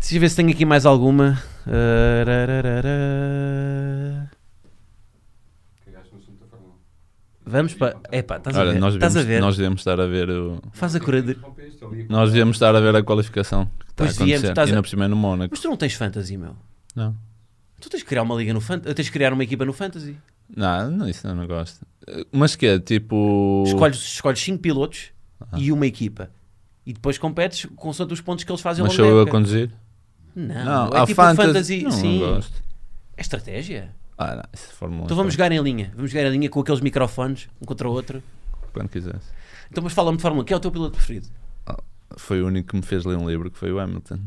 Deixa eu ver se tenho aqui mais alguma. Ah, Arararara. Cagaste no assunto da Fórmula 1. Vamos para. Epá, estás a Olha, ver? nós estás a devíamos, ver? nós devíamos estar a ver o. Faz a Ah, curadoria. Interrompeste ali. Nós devíamos estar a ver a qualificação que está a Pois devíamos, acontecer. estás a- Ainda por cima é no Mónaco. Mas tu não tens fantasy, meu. Não. Tu tens que criar uma liga no fantasy. Tens que criar uma equipa no fantasy. Não, não, isso eu não gosto. Eh, Mas que é tipo. Escolhes 5 pilotos Ah. e uma equipa. E depois competes com os pontos que eles fazem ao Mas longo sou da eu a época. conduzir? Não, não, é há tipo fantasy. fantasy. Não, sim, não gosto. é estratégia. Ah, não, isso é Fórmula Então 1, vamos jogar em linha. Vamos jogar em linha com aqueles microfones, um contra o outro. Quando quisesse. Então, mas fala-me de Fórmula 1. Quem é o teu piloto preferido? Foi o único que me fez ler um livro que foi o Hamilton.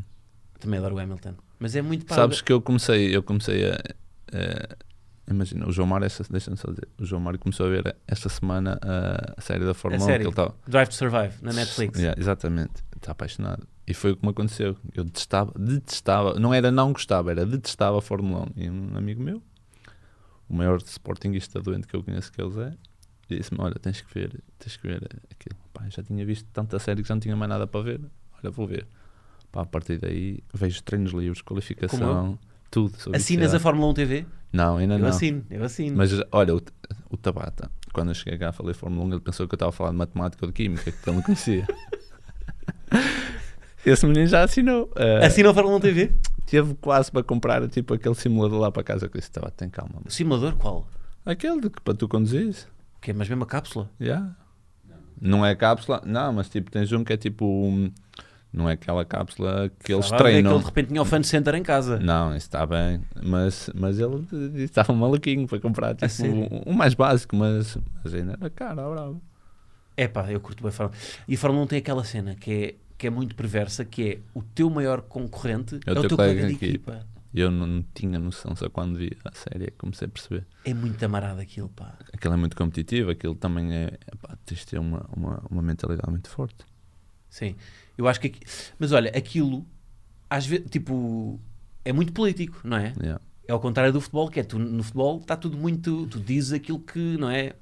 Também adoro o Hamilton. Mas é muito pá, Sabes que eu comecei, eu comecei a. a- imagina, o João Mário, essa- deixa-me só dizer, o João Mário começou a ver esta semana a, a série da Fórmula 1 que série? ele estava. Drive to Survive na Netflix. Yeah, exatamente, está apaixonado. E foi o que me aconteceu. Eu detestava, detestava, não era não gostava, era detestava a Fórmula 1. E um amigo meu, o maior sportinguista doente que eu conheço que ele é, disse-me: Olha, tens que ver, tens que ver aquilo. Pá, já tinha visto tanta série que já não tinha mais nada para ver. Olha, vou ver. Pá, a partir daí vejo treinos livres, qualificação, tudo. sou Assinas a viciado. Fórmula 1 TV? Não, ainda eu não. assino, eu assino. Mas olha, o, o Tabata, quando eu cheguei cá falei Fórmula 1, ele pensou que eu estava a falar de matemática ou de química, que ele não conhecia. Esse menino já assinou. eh, Assina a Fórmula 1 TV? Teve quase para comprar tipo, aquele simulador lá para casa. Que eu disse: Tabata, tem calma. mano." Simulador qual? Aquele de que para tu conduzires. O quê? Mas mesmo a cápsula? já Não é cápsula, não, mas tipo, tens um que é tipo. um- não é aquela cápsula que eles Estava a ver que treinam. ele é de repente tinha o fan center em casa. Não, isso está bem, mas, mas ele disse, estava maluquinho para comprar tipo, Ah, sério? um, um mais básico, mas, mas ainda era caro, à brava. É pá, eu curto bem a Fórmula 1. E a Fórmula 1 tem aquela cena que é, que é muito perversa, que é o teu maior concorrente é o teu, colega, de equipa. E Eu não tinha noção, só quando vi a série é que comecei a perceber. É muito amarado aquilo, pá. Aquilo é muito competitivo, aquilo também é. Pá, tens de ter uma, uma, uma mentalidade muito forte. Sim. Eu acho que... aqui- Mas olha, aquilo, às vezes, tipo... É muito político, não é? Yeah. É ao contrário do futebol, que é tu, no futebol está tudo muito. Tu dizes aquilo que não é.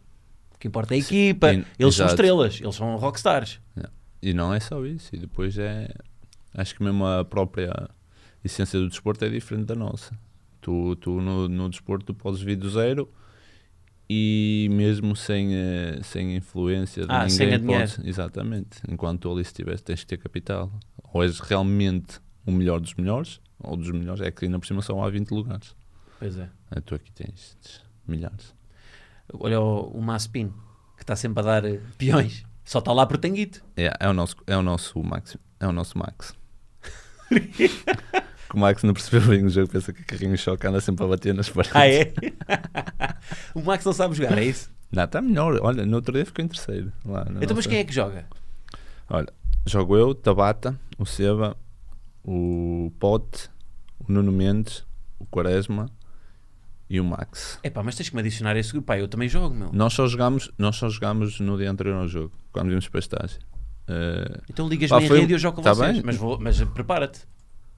O que importa é a Sim, equipa. in- eles são exato. estrelas, eles são rockstars. E não é só isso, e depois é. Acho que mesmo a própria essência do desporto é diferente da nossa. Tu, tu no, no desporto tu podes vir do zero e mesmo sem, eh, sem influência de Ah, ninguém sem a podes- Exatamente. Enquanto tu ali estiveres tens que ter capital. Ou és realmente o melhor dos melhores, ou dos melhores, é que ainda por cima só há 20 lugares. Pois é. Ah, tu aqui tens milhares. Olha o, o Maspin, que está sempre a dar eh, peões. Só está lá por tanguito. É, é o nosso, é o nosso Max. É o nosso Max. Que o Max não percebeu bem o jogo, pensa que carrinho choque anda sempre a bater nas paredes. Ah, é? o Max não sabe jogar, é isso? Não, está melhor. Olha, no outro dia ficou em terceiro. Lá, na então, mas nossa- quem é que joga? Jogo eu, Tabata, o Seba, o Pote, o Nuno Mendes, o Quaresma e o Max. É pá, mas tens que me adicionar esse grupo. Pá, eu também jogo, meu. Nós só jogámos, nós só jogámos no dia anterior ao jogo, quando vimos para a estágio. Eh, Então Pá, ligas-me em foi- rede e eu jogo com tá vocês. bem. Mas, vou- mas prepara-te.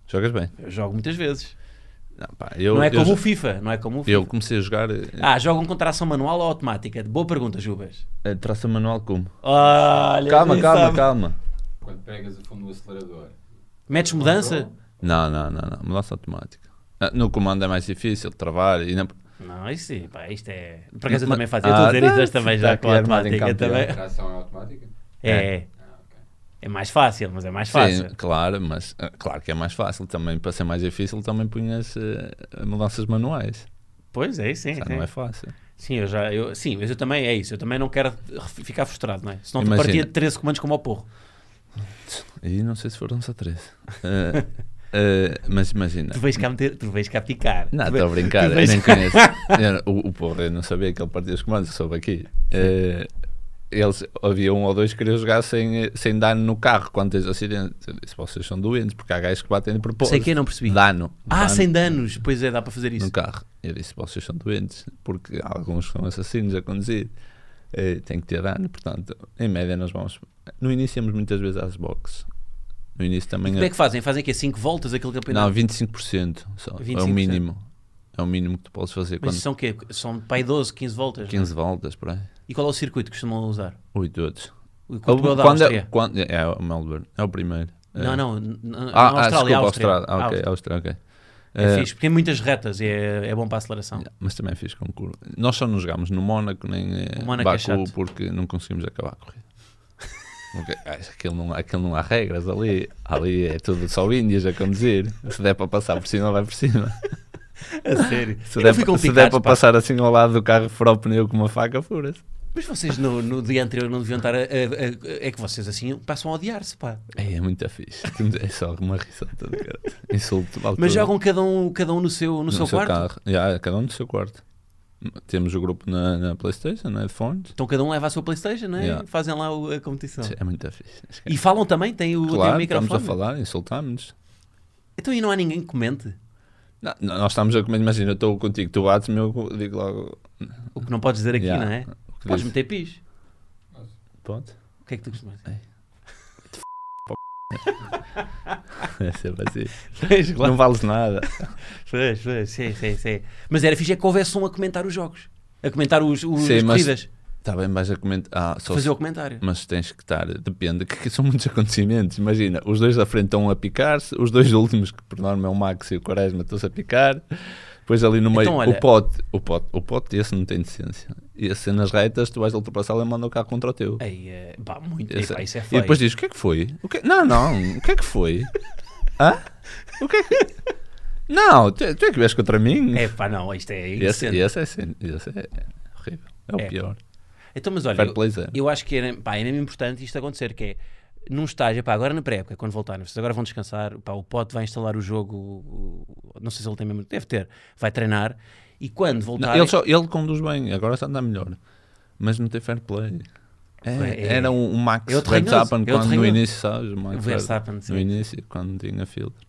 jogas bem? Eu jogo muitas vezes. Não, pá, eu, não é eu, como o FIFA. Não é como o FIFA. eu comecei a jogar eh, Ah, jogam com tração manual ou automática? Boa pergunta, Jubas. eh, tração manual como? Olha, Calma, nem calma, sabe. calma. Quando pegas a fundo no acelerador. Metes mudança? Não, não, não, não. Mudança automática. Ah, No comando é mais difícil de travar e não... Não, isso sim, pá, isto é. Por acaso eu Mas- também fazia. Eu estou a dizer Ah, isso, mas também já está com a aqui armado em automática campeão. A também. tração é automática? É, é. Ah, ok. É mais fácil, mas é mais Sim, fácil. claro, mas ah, claro que é mais fácil também. Para ser mais difícil também punhas eh, mudanças manuais. Pois é, isso sim. Já sim. não é fácil. Sim, eu já. Eu, sim, mas eu também é isso. Eu também não quero ref- ficar frustrado, não é? Senão tu Imagina. partia de 13 comandos como ao porro. E não sei se foram só três. Ah, ah, mas imagina. Tu vais cá meter, tu vais cá picar. Não, Tu vais- estou a tu brincar, eu vais- nem conheço. Eu- o, o povo, eu não sabia que ele partia os comandos, eu soube aqui. Eh, eles, havia um ou dois que queriam jogar sem, eh, sem dano no carro quando tens acidente. Eu disse, vocês são doentes, porque há gajos que batem de propósito. Sei que não percebi. Dano. Ah, dano sem danos. Pois é, dá para fazer isso. No carro. Eu disse, vocês são doentes, porque há alguns que são assassinos a conduzir. Eh, tem que ter dano, portanto, em média nós vamos... No início íamos muitas vezes às boxes. No início E é também... é como é que fazem? Fazem aqui 5 voltas aquele campeonato? Não, 25% só, é o 25%. mínimo. É o mínimo que tu podes fazer Mas quando isso são o quê? São pai 12, 15 voltas? 15 voltas, por aí. E qual é o circuito que costumam usar? Ui, todos. O Portugal da Quando é, Áustria? quando, é, o Melbourne, é o primeiro. É. Não, não, n- n- Ah, ah, na Austrália, desculpa, Áustria. Austrália. Ah, ok, Áustria. Austrália, ok. É Eh, fixe, porque tem muitas retas e é, é bom para a aceleração. Mas também fiz com curva. Nós só não jogámos no Mónaco nem O em Mónaco é Baku chato. porque não conseguimos acabar a corrida. Porque, ah, aquilo, não, aquilo não há regras ali. Ali é tudo só índias a conduzir. Se der para passar por cima, vai por cima. A sério. Se Eu der, fui pa- com se der picados, para pá. passar assim ao lado do carro, furar o pneu com uma faca, fura-se. Mas vocês no, no dia anterior não deviam estar a, a- a- É que vocês assim passam a odiar-se, pá. Ei, É muito fixe. É só uma risada de cara. Insulto. vale Mas tudo. jogam cada um, cada um no seu, no seu quarto? Carro. Já, cada um no seu quarto. Temos o grupo na, na Playstation, né, na headphones. Então cada um leva a sua Playstation, não é? Yeah. Fazem lá o- a competição. É muito fixe. E falam também? Tem o, tem o Claro, microfone? estamos a falar, insultámos-nos. Então e não há ninguém que comente? Não, não, nós estamos a comer, imagina, eu estou contigo, tu bates-me, eu digo logo. O que não podes dizer aqui, Yeah. não é? O que Podes dizes? meter pis. Pode? O que é que tu costumas dizer? É sempre assim. Pois, Não vales nada. Pois, pois, sim, sim, sim. Mas era fixe é que houvesse um a comentar os jogos. A comentar os, os Sim, as mas- corridas. Está bem, vais a comentar. Ah, só Fazer se- o comentário. Mas tens que estar, depende, que, que são muitos acontecimentos. Imagina, os dois da frente estão a picar-se, os dois últimos, que por norma é o Max e o Quaresma, estão-se a picar. Depois ali no meio, Então, olha- o pote, o pote, o pote, esse não tem decência. Esse nas retas, tu vais ultrapassá-lo e manda o carro contra o teu. Ei, eh, pá, muito. Esse- epá, isso é feio. E depois diz: O que é que foi? O que... Não, não, o que é que foi? Hã? O que é que. Não, tu, tu é que vês contra mim? É pá, não, isto é esse, indecente. esse, é, sen- esse é horrível. É o É. pior. Então, mas olha, Fair eu, play zero. eu acho que era, pá, é mesmo importante isto acontecer, que é num estágio, pá, agora na pré-época, quando voltarem, vocês agora vão descansar, pá, o Pote vai instalar o jogo, o- o- não sei se ele tem mesmo, deve ter, vai treinar, e quando Não, voltar... ele, só- ele conduz bem, agora já anda melhor. Mas não tem fair play. É, É, é. Era um, um Max É outro ranhoso, Verstappen é outro quando no ranhoso. início, sabes? O Max Verstappen, Verstappen, sim. no início, quando tinha filtro.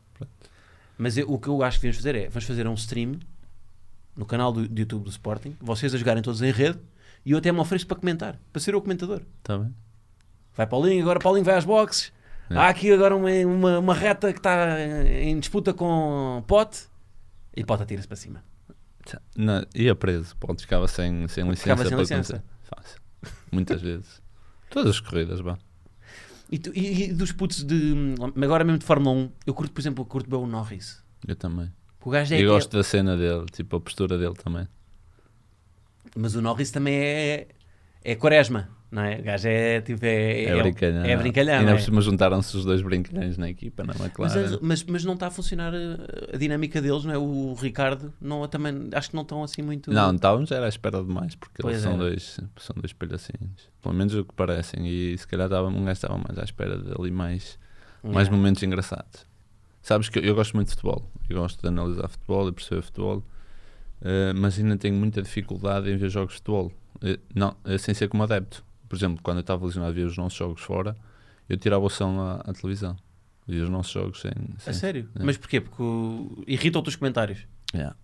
Mas eu- o que eu acho que devíamos fazer é, vamos fazer um stream no canal do, do YouTube do Sporting, vocês a jogarem todos em rede, e eu até me ofereço para comentar, para ser o comentador. Está tá bem? Vai Paulinho, agora Paulinho vai às boxes. É. Há aqui agora uma, uma, uma reta que está em disputa com Pote, e Pote atira-se para cima. Tá. Não, ia preso, pode ficava sem, sem licença Ficava sem para licença. acontecer. Fácil. Muitas vezes. Todas as corridas, vá. E, tu- e- e dos putos de. hum, Agora mesmo de Fórmula 1, eu curto, por exemplo, eu curto bem o Norris. Eu também. O gajo é E aquele- gosto da cena dele, tipo a postura dele também. Mas o Norris também é. É Quaresma, não é? O gajo é tipo. É, É, brincalhão. É brincalhão. Ainda é. por cima juntaram-se os dois brincalhões na equipa, é? na Mas, McLaren. mas, mas não está a funcionar a, a dinâmica deles, não é? O Ricardo, não, eu também acho que não estão assim muito. Não, estávamos era à espera demais, porque Pois eles são era. dois, são dois palhacinhos. Pelo menos o que parecem. E se calhar estava, um gajo estava mais à espera dali mais, Yeah. mais momentos engraçados. Sabes que eu, eu gosto muito de futebol. Eu gosto de analisar futebol e perceber futebol. eh, mas ainda tenho muita dificuldade em ver jogos de futebol. Eh, não, eh, sem ser como adepto. Por exemplo, quando eu estava lesionado a ver os nossos jogos fora, eu tirava o som à, à televisão. Via os nossos jogos sem. A sem- sério? É. Mas porquê? Porque o- irritam-te os comentários. Yeah.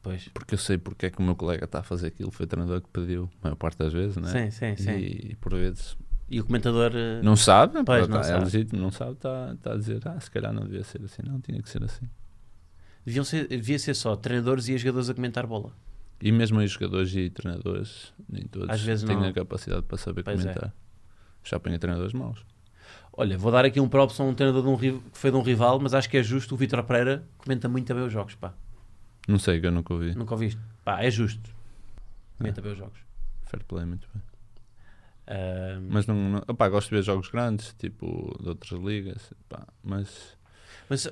Pois. Porque eu sei porque é que o meu colega está a fazer aquilo. Foi o treinador que pediu, a maior parte das vezes, né? Sim, sim, sim. E, E, e por vezes o comentador. eh, não sabe, Pois, pá, não tá- é sabe. legítimo, não sabe, está tá a dizer, ah, se calhar não devia ser assim, não, tinha que ser assim. Deviam ser, devia ser só treinadores e jogadores a comentar bola. E mesmo os jogadores e treinadores, nem todos Às vezes têm não. a capacidade para saber Pois é. comentar. Já apanha treinadores maus. Olha, vou dar aqui um props a um treinador de um ri- que foi de um rival, mas acho que é justo. O Vitor Pereira comenta muito bem os jogos, pá. Não sei, que eu nunca ouvi. Nunca ouviste? Pá, é justo. É. Comenta bem os jogos. Fair play, muito bem. Ahm, mas, Mas não, não- opá, gosto de ver jogos grandes, tipo de outras ligas, pá, mas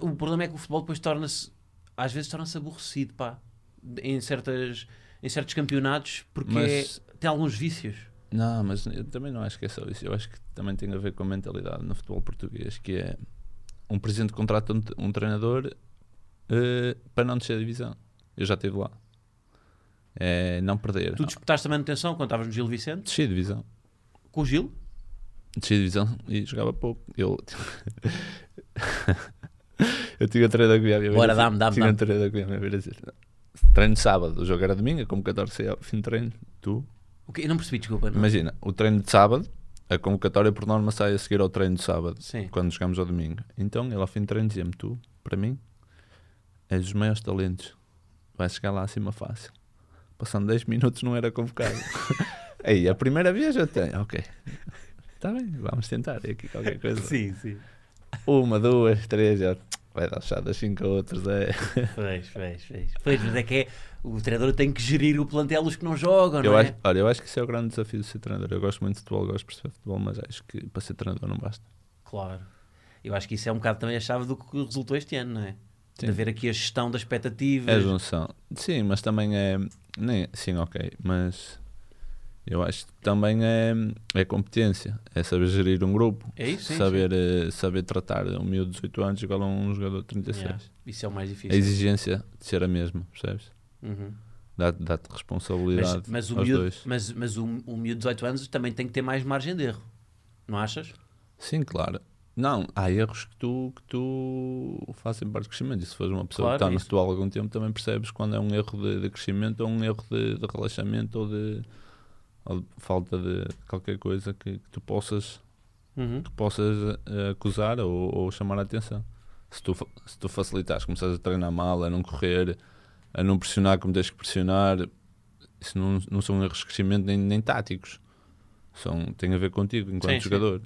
o problema é que o futebol depois torna-se, às vezes torna-se aborrecido, pá. de- Em, certas, em certos campeonatos, porque Mas- é- tem alguns vícios. Não, mas eu também não acho que é só isso. Eu acho que também tem a ver com a mentalidade no futebol português, que é um presidente contrata um, t- um treinador eh, para não descer a divisão. Eu já estive lá. É não perder. Tu disputaste a manutenção quando estavas no Gil Vicente, Desci a divisão. com o Gil, Desci a divisão e jogava pouco. Eu, eu tinha um treinador que vinha a minha Bora, beira dizer- dá-me, dá-me, Tinha um dá-me. treinador que vinha a minha beira dizer, Treino sábado, o jogo era domingo, é como 14 ao fim de treino. Tu o quê? eu não percebi, desculpa. Não. Imagina, o treino de sábado, a convocatória por norma sai a seguir ao treino de sábado, Sim. quando chegamos ao domingo. Então ele ao fim de treino dizia-me: Tu, para mim, és os maiores talentos. Vai vai chegar lá acima fácil. Passando 10 minutos não era convocado. Aí, a primeira vez eu tenho, ok. Está bem, vamos tentar aqui qualquer coisa. Sim, sim. Uma, duas, três, eu, vai dar chá das 5 a outros. É. Pois, pois, pois. Pois, mas é que é, o treinador tem que gerir o plantel os que não jogam, Eu não acho, é? olha, eu acho que isso é o grande desafio de ser treinador. Eu gosto muito de futebol, gosto de perceber futebol, mas acho que para ser treinador não basta. Claro. Eu acho que isso é um bocado também a chave do que resultou este ano, não é? Sim. De haver aqui a gestão das expectativas. É a junção. Sim, mas também é. Nem, sim, ok. Mas eu acho que também é, é competência. É saber gerir um grupo. É isso, sim, saber, eh, saber tratar um miúdo de 18 anos igual a um jogador de 36. Yeah. Isso é o mais A difícil. exigência de ser a mesma, percebes? Uhum. Dá-te dá-te Mas, responsabilidade mas, o aos miúdo, dois. mas, mas o, o miúdo de 18 anos também tem que ter mais margem de erro, não achas? Sim, claro. Não, há erros que tu, que tu fazem parte do crescimento. E se fores uma pessoa Claro, é que está no isso. futebol há algum tempo, também percebes quando é um erro de, de crescimento ou um erro de, de relaxamento ou de, ou de falta de qualquer coisa que, que tu possas, que possas eh, acusar ou, ou chamar a atenção. Se tu, fa- se tu facilitas, começares a treinar mal, a não correr, a não pressionar como tens que pressionar, isso não, não são erros de crescimento nem, nem táticos. São, tem a ver contigo enquanto Sim, sim. jogador.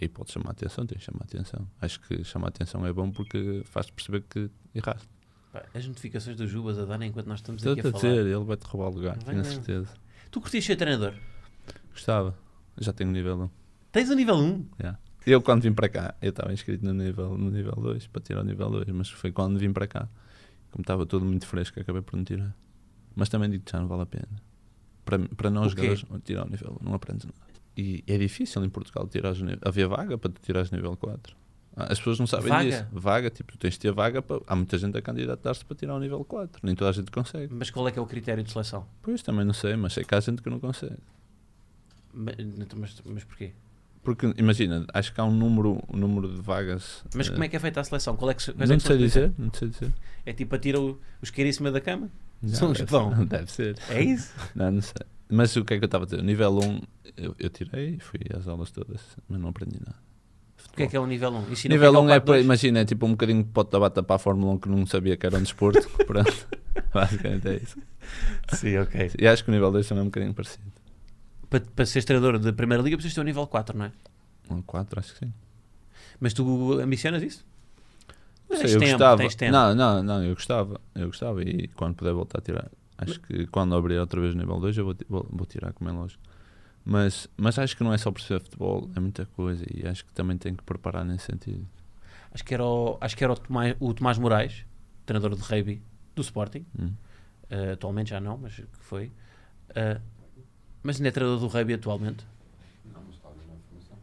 Aí pode chamar a atenção, tem que chamar a atenção. Acho que chamar a atenção é bom porque faz-te perceber que erraste. Pá, As notificações do Jubas a dar enquanto nós estamos aqui Estou-te a a é falar. dizer, ele vai-te roubar o lugar, Não tenho a venha. certeza. Tu curtias ser treinador? Gostava, já tenho um nível 1. Tens o nível 1? já. Eu quando vim para cá, eu estava inscrito no nível, no nível 2, para tirar o nível 2, mas foi quando vim para cá. Como estava tudo muito fresco, acabei por não tirar. Mas também digo que já não vale a pena. Para, para O nós quê? jogadores, tirar o nível, não aprendes nada. E é difícil em Portugal tirar o nível. Havia vaga para tu tirares nível 4. Ah, As pessoas não sabem Vaga? disso. Vaga, tipo, tu tens de ter vaga para. Há muita gente a candidatar-se para tirar o nível 4. Nem toda a gente consegue. Mas qual é que é o critério de seleção? Pois também não sei, mas sei que há gente que não consegue. Ma- Mas, mas porquê? Porque imagina, acho que há um número, um número de vagas. Mas eh, como é que é feita a seleção? Qual é que, se- quais é Não que são sei os critérios? dizer, não sei dizer. É tipo atira o- os que ir em cima da cama? Não, São os deve que vão. ser- Deve ser. É isso? Não, não sei. Mas o que é que eu estava a dizer? O nível 1 eu, eu tirei, fui às aulas todas, mas não aprendi nada. O que é que é o nível 1? Ensina nível 1 um é, para, imagina, é tipo um bocadinho de pote da bata para a Fórmula 1 que não sabia que era um desporto. Pronto. Basicamente é isso. Sim, ok. E acho que o nível 2 também é um bocadinho parecido. Para, para seres treinador da Primeira Liga precisas ter o nível 4, não é? Um 4, acho que sim. Mas tu ambicionas isso? Não Tens sei, eu tempo, gostava. tens tempo. Não, não, não, eu gostava. Eu gostava e quando puder voltar a tirar. Acho que quando abrir outra vez o nível 2 eu vou, ti- vou, vou tirar, como é lógico. Mas, mas acho que não é só perceber futebol, é muita coisa e acho que também tem que preparar nesse sentido. Acho que era o, acho que era o, Tomás, o Tomás Moraes, treinador de rugby do Sporting. Hum. Eh, atualmente já não, mas que foi. Eh, mas ainda é treinador do rugby atualmente. Não, mas está ali na informação.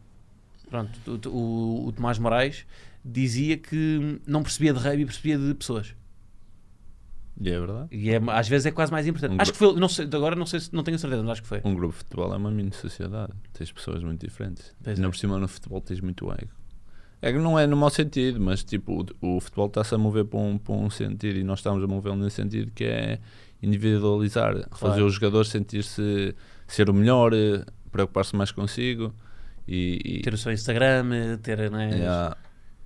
Pronto, o, o- o Tomás Moraes dizia que não percebia de rugby, percebia de pessoas. E é verdade. E é- às vezes é quase mais importante. Um acho que foi, não sei, de agora não sei, se- não tenho certeza, mas acho que foi. Um grupo de futebol é uma mini sociedade, tens pessoas muito diferentes. Pois Ainda é. por cima no futebol tens muito ego. Ego não é no mau sentido, mas tipo, o, o futebol está-se a mover para um, para um sentido e nós estamos a mover nesse sentido que é individualizar, fazer o jogador sentir-se ser o melhor, eh, preocupar-se mais consigo e, e- Ter o seu Instagram, eh, ter. Né, é, há-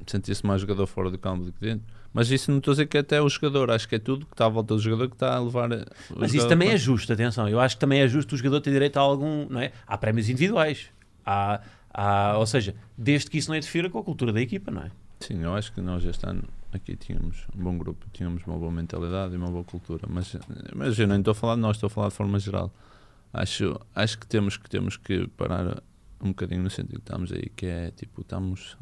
sentir-se mais jogador fora do campo do que dentro. Mas isso não estou a dizer que é até o jogador, acho que é tudo que está à volta do jogador que está a levar. eh, o Mas isso jogador também para- é justo, atenção. Eu acho que também é justo o jogador ter direito a algum. Não é? Há prémios individuais. Há, há, ou seja, desde que isso não interfira com a cultura da equipa, não é? Sim, eu acho que nós este ano aqui tínhamos um bom grupo, tínhamos uma boa mentalidade e uma boa cultura, mas, mas eu nem estou a falar de nós, estou a falar de forma geral. Acho, acho que temos que temos que parar um bocadinho no sentido que estamos aí, que é tipo, estamos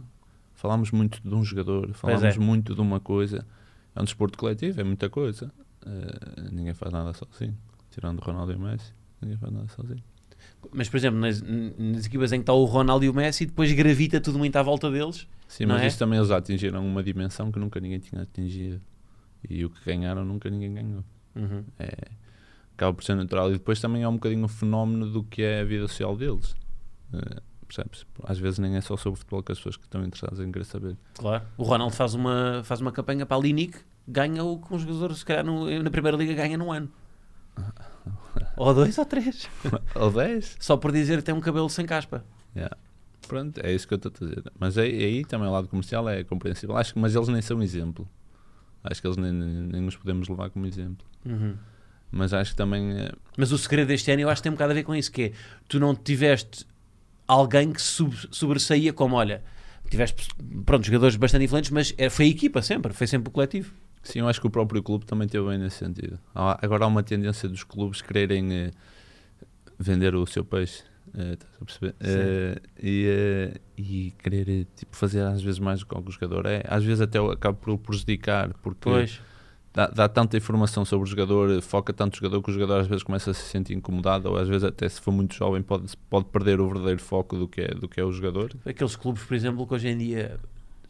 falamos muito de um jogador, falamos é. muito de uma coisa. É um desporto coletivo, é muita coisa. Eh, ninguém faz nada sozinho, tirando Ronaldo e Messi, ninguém faz nada sozinho. Mas, por exemplo, nas, nas equipas em que está o Ronaldo e o Messi, depois gravita tudo muito à volta deles. Sim, Não mas é? isso também eles já atingiram uma dimensão que nunca ninguém tinha atingido. E o que ganharam nunca ninguém ganhou. Uhum, é, acaba por ser natural. E depois também é um bocadinho o fenómeno do que é a vida social deles. Eh, percebes? Às vezes nem é só sobre futebol que as pessoas que estão interessadas em querer saber. Claro. O Ronaldo faz uma, faz uma campanha para a Linic, ganha o que um jogador, se calhar, no- na Primeira Liga ganha num ano. ou dois ou três. Ou 10? Só por dizer que tem um cabelo sem caspa. Pronto, é isso que eu estou a dizer. Mas aí, aí também o lado comercial é compreensível. Acho que, mas eles nem são exemplo. Acho que eles nem, nem, nem os podemos levar como exemplo. Uhum. Mas acho que também. eh, Mas o segredo deste ano eu acho que tem um bocado a ver com isso, que é, tu não tiveste alguém que sub- sobressaía como, olha, tiveste, pronto, jogadores bastante influentes, mas é- foi a equipa sempre, foi sempre o coletivo. Sim, eu acho que o próprio clube também teve bem nesse sentido. Há- agora há uma tendência dos clubes quererem eh, vender o seu peixe. eh, estás a perceber? Eh, e, eh, e querer eh, tipo, fazer às vezes mais do que o jogador é. Às vezes até o- acaba por o prejudicar, porque dá, dá tanta informação sobre o jogador, eh, foca tanto o jogador que o jogador às vezes começa a se sentir incomodado, ou às vezes até se for muito jovem pode, pode perder o verdadeiro foco do que é, do que é o jogador. Aqueles clubes, por exemplo, que hoje em dia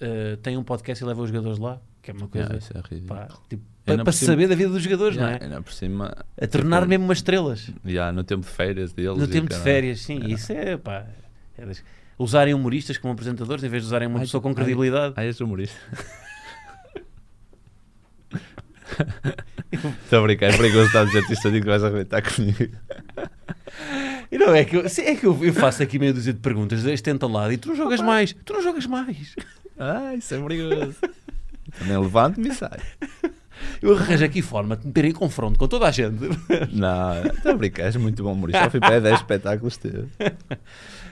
eh, têm um podcast e levam os jogadores lá, que é uma coisa, Ah, isso é ridículo. pá, tipo, Ainda para por cima- saber da vida dos jogadores, Yeah, não é? ainda por cima, A tornar tipo, mesmo umas estrelas. yeah, no tempo de férias deles. no e tempo de caralho. férias, sim. É. Isso é, pá. é das- Usarem humoristas como apresentadores em vez de usarem uma Ai, pessoa com ai, credibilidade. Ah, és humorista. Estou a brincar, é perigoso estar a dizer isto, eu digo que vais arrebentar comigo. E não é que, eu, se é que eu, eu faço aqui meia dúzia de perguntas, deste tenta lado e tu não jogas mais, tu não jogas mais. Ah, isso é perigoso. Também levanto-me e sai. Eu arranjo aqui forma de me ter em confronto com toda a gente. Não, estou a brincar, és muito bom humorista. Já fui para aí 10 espetáculos teus.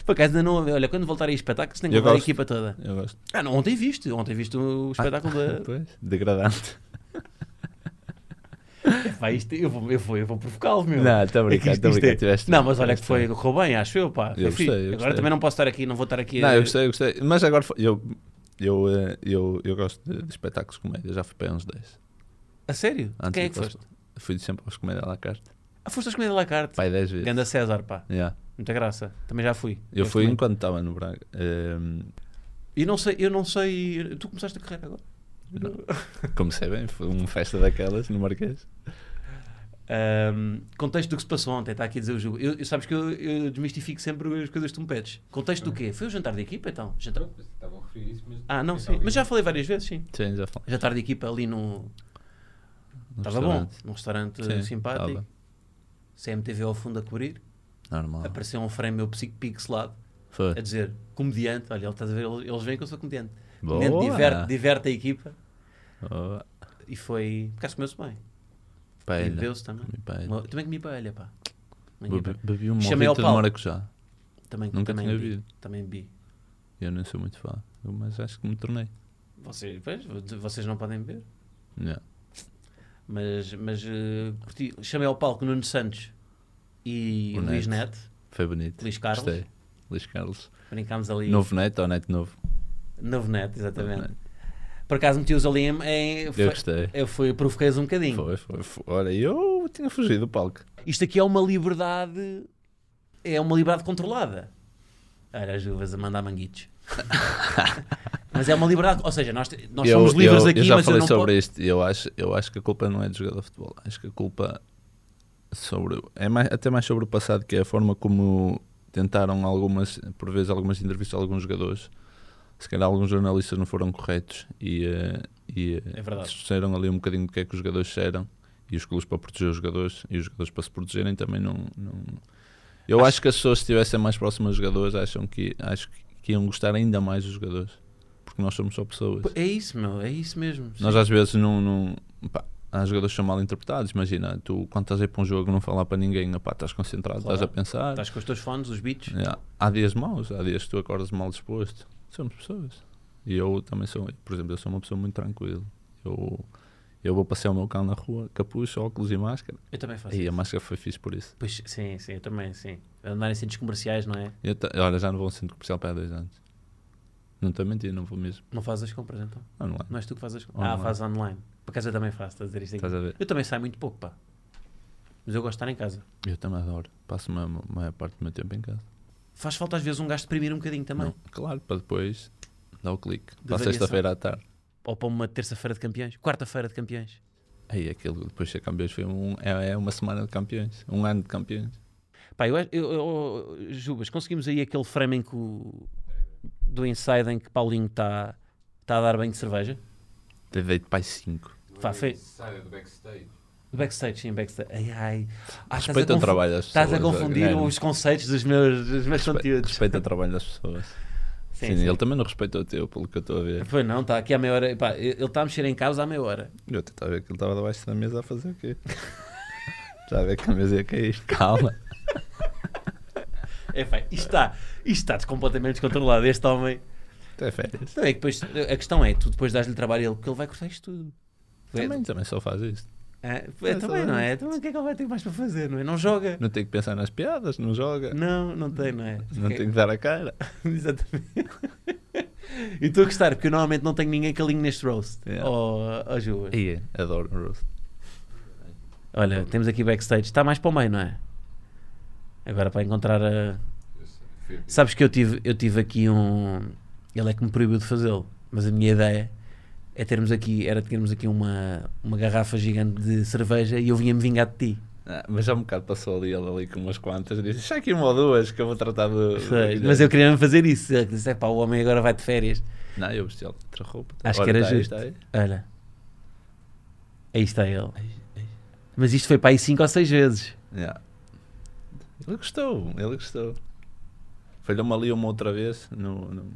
Por acaso ainda não. Olha, quando voltar a espetáculos, tenho que Eu levar a gosto. equipa toda. Eu gosto. Ah, não, ontem viste, ontem viste o espetáculo Ah, da. Pois, degradante. Pá, isto, eu vou, eu vou, eu vou provocá-lo, meu. Não, estou a É que brincar, isto- estou a isto brincar. é- tiveste- Não, mas olha que tiveste foi, correu bem, acho eu, pá. Eu Foi gostei, eu fixe. Agora gostei. também não posso estar aqui, não vou estar aqui. a- Não, eu gostei, eu gostei. Mas agora foi. Eu, eu, eh, eu, eu gosto de, de espetáculos de comédia, já fui para aí uns 10. A sério? Antes Quem é de que fosse- foste? Fui sempre aos comédia à la carte. Ah, foste a escolher la carte. Pai 10 vezes. Ganda César, pá. Yeah. Muita graça. Também já fui. Eu Gosto fui muito. enquanto estava no Braga. Ehm, E não sei, eu não sei. Tu começaste a correr agora? Não. comecei bem, foi uma festa daquelas no Marquês. Ahm, contexto do que se passou ontem, está aqui a dizer o jogo. Eu, eu- sabes que eu, eu desmistifico sempre as coisas que tu me pedes. Contexto do quê? Foi o jantar de equipa então? Jantar... Pronto, estava a referir isso, mas. Ah, não, Então, sim. e- Mas já falei várias vezes, sim. Sim, já falei. Jantar de equipa ali no. No Estava bom. Um restaurante. Num restaurante Sim, simpático. estava. CMTV ao fundo a cobrir. Normal. Apareceu um frame meu psic- pixelado Foi. a dizer comediante. Olha, ele estás a ver, ele- eles veem que eu sou comediante. Boa. Comediante, Diverte, diverte a equipa. Boa. E foi. Por acaso comeu-se bem. E Paella. bebeu-se também. Comi paella. Uma- Também comi paella, pá. Também comi Be- paella. Bebi um Chamei ao morrito de Paulo. maracujá. Também, Nunca também tinha bi. bebido. Também bi. Eu não sou muito fã, eu- mas acho que me tornei. Vocês, pois, vocês não podem beber. Yeah. Mas, mas eh, curti. chamei ao palco Nuno Santos e O Luís Neto. Neto. Foi bonito. Luís Carlos. Gostei. Luís Carlos. Brincámos ali. Novo neto ou neto novo? Novo Neto, exatamente. Novo neto. Por acaso meti-os ali em. em- foi- Eu gostei. eu fui, provoquei-os um bocadinho. Foi, foi, foi. Olha, eu tinha fugido do palco. Isto aqui é uma liberdade. É uma liberdade controlada. Olha as luvas a mandar manguitos. mas é uma liberdade. Ou seja, nós, te- nós Eu- somos livres eu, aqui, eu já mas falei eu não sobre posso. isto e eu acho, eu acho que a culpa não é do jogador de futebol. Acho que a culpa sobre, é mais, até mais sobre o passado, que é a forma como tentaram algumas, por vezes, algumas entrevistas a alguns jogadores. Se calhar alguns jornalistas não foram corretos e, eh, e eh, É verdade. distorceram ali um bocadinho do que é que os jogadores eram e os clubes para proteger os jogadores e os jogadores para se protegerem também não. não- Eu acho, que as pessoas, se estivessem mais próximas dos jogadores, acham que, acho que, que iam gostar ainda mais dos jogadores porque nós somos só pessoas. É isso, meu. É isso mesmo. Nós às vezes não. não pá, há jogadores que são mal interpretados. Imagina, tu quando estás aí para um jogo não falar para ninguém, opá, estás concentrado, Claro. estás a pensar. Estás com os teus fones, os beats. Yeah. Há dias maus, há dias que tu acordas mal disposto. Somos pessoas. E eu também sou, por exemplo, eu sou uma pessoa muito tranquila. Eu, eu vou passear o meu carro na rua, capucho, óculos e máscara. Eu também faço. E a isso. máscara foi fixe por isso. Pois, sim, sim, eu também, sim. Andar em centros comerciais, não é? Eu ta- olha, já não vou ao centro comercial para há dois anos. Não estou a mentir, não vou mesmo. Não fazes as compras então? Não, não Não é. és tu que fazes as compras? Online. Ah, fazes online. Por acaso eu também faço, estás a dizer isto aqui. Estás a ver? Eu também saio muito pouco, pá. Mas eu gosto de estar em casa. Eu também adoro. Passo a ma- maior parte do meu tempo em casa. Faz falta às vezes um gajo deprimir um bocadinho também. Não, claro, para depois dar o clique. Para variação. sexta-feira à tarde. Ou para uma terça-feira de campeões, quarta-feira de campeões. Aí aquilo depois de ser campeões foi um, é, é uma semana de campeões, um ano de campeões. Pá, eu, acho- eu, eu- Jubas, conseguimos aí aquele frame em que o, do inside em que Paulinho está está a dar bem de cerveja? Teve de pai 5. não Pá, é foi- Saia do backstage. Backstage, sim, backstage. Ai, ai. Ah, estás a Respeita o confu- trabalho das pessoas. Estás a confundir Guilherme. os conceitos dos meus, dos meus Respe- conteúdos. Respeita o trabalho das pessoas. Sim, Sim, sim. ele também não respeitou o teu, pelo que eu estou a ver. Foi não, está aqui à meia hora. Pá, ele está a mexer em casa à meia hora. Eu estava a ver que ele estava debaixo da mesa a fazer o quê? Já a ver que a mesa ia cair. Calma. É, pá, isto está, isto está completamente descontrolado. Este homem. Até férias. Não, é que depois, a questão é, tu depois dás-lhe trabalho a ele, porque ele vai cortar isto tudo. É, Também, também só faz isto. é, é, também, não é? Também, o que é que ele vai ter mais para fazer, não é? Não joga. Não tem que pensar nas piadas, não joga. Não, não tem, não é? Não tem que dar a cara. Exatamente. E estou a gostar, porque eu normalmente não tenho ninguém que alinhe neste roast. Yeah. Ou oh, Juas. E adoro o roast. Olha, temos aqui backstage. Está mais para o meio, não é? Agora para encontrar a. Eu sei, fui- Sabes que eu tive, eu tive aqui um. Ele é que me proibiu de fazê-lo, mas a minha ideia é termos aqui, era termos aqui uma, uma garrafa gigante de cerveja e eu vinha-me vingar de ti. Ah, mas já um bocado passou ali ele ali com umas quantas e disse: Deixa aqui uma ou duas que eu vou tratar do. Sei, do- é- mas eu queria mesmo fazer isso. Ele disse: pá, o homem agora vai de férias. Não, eu vesti outra roupa. Acho Olha, que era tá aí, justo. tá aí. Olha, aí está ele. Mas isto foi para aí 5 ou 6 vezes. Yeah. Ele gostou, ele gostou. Falhou-me ali uma outra vez. No, no...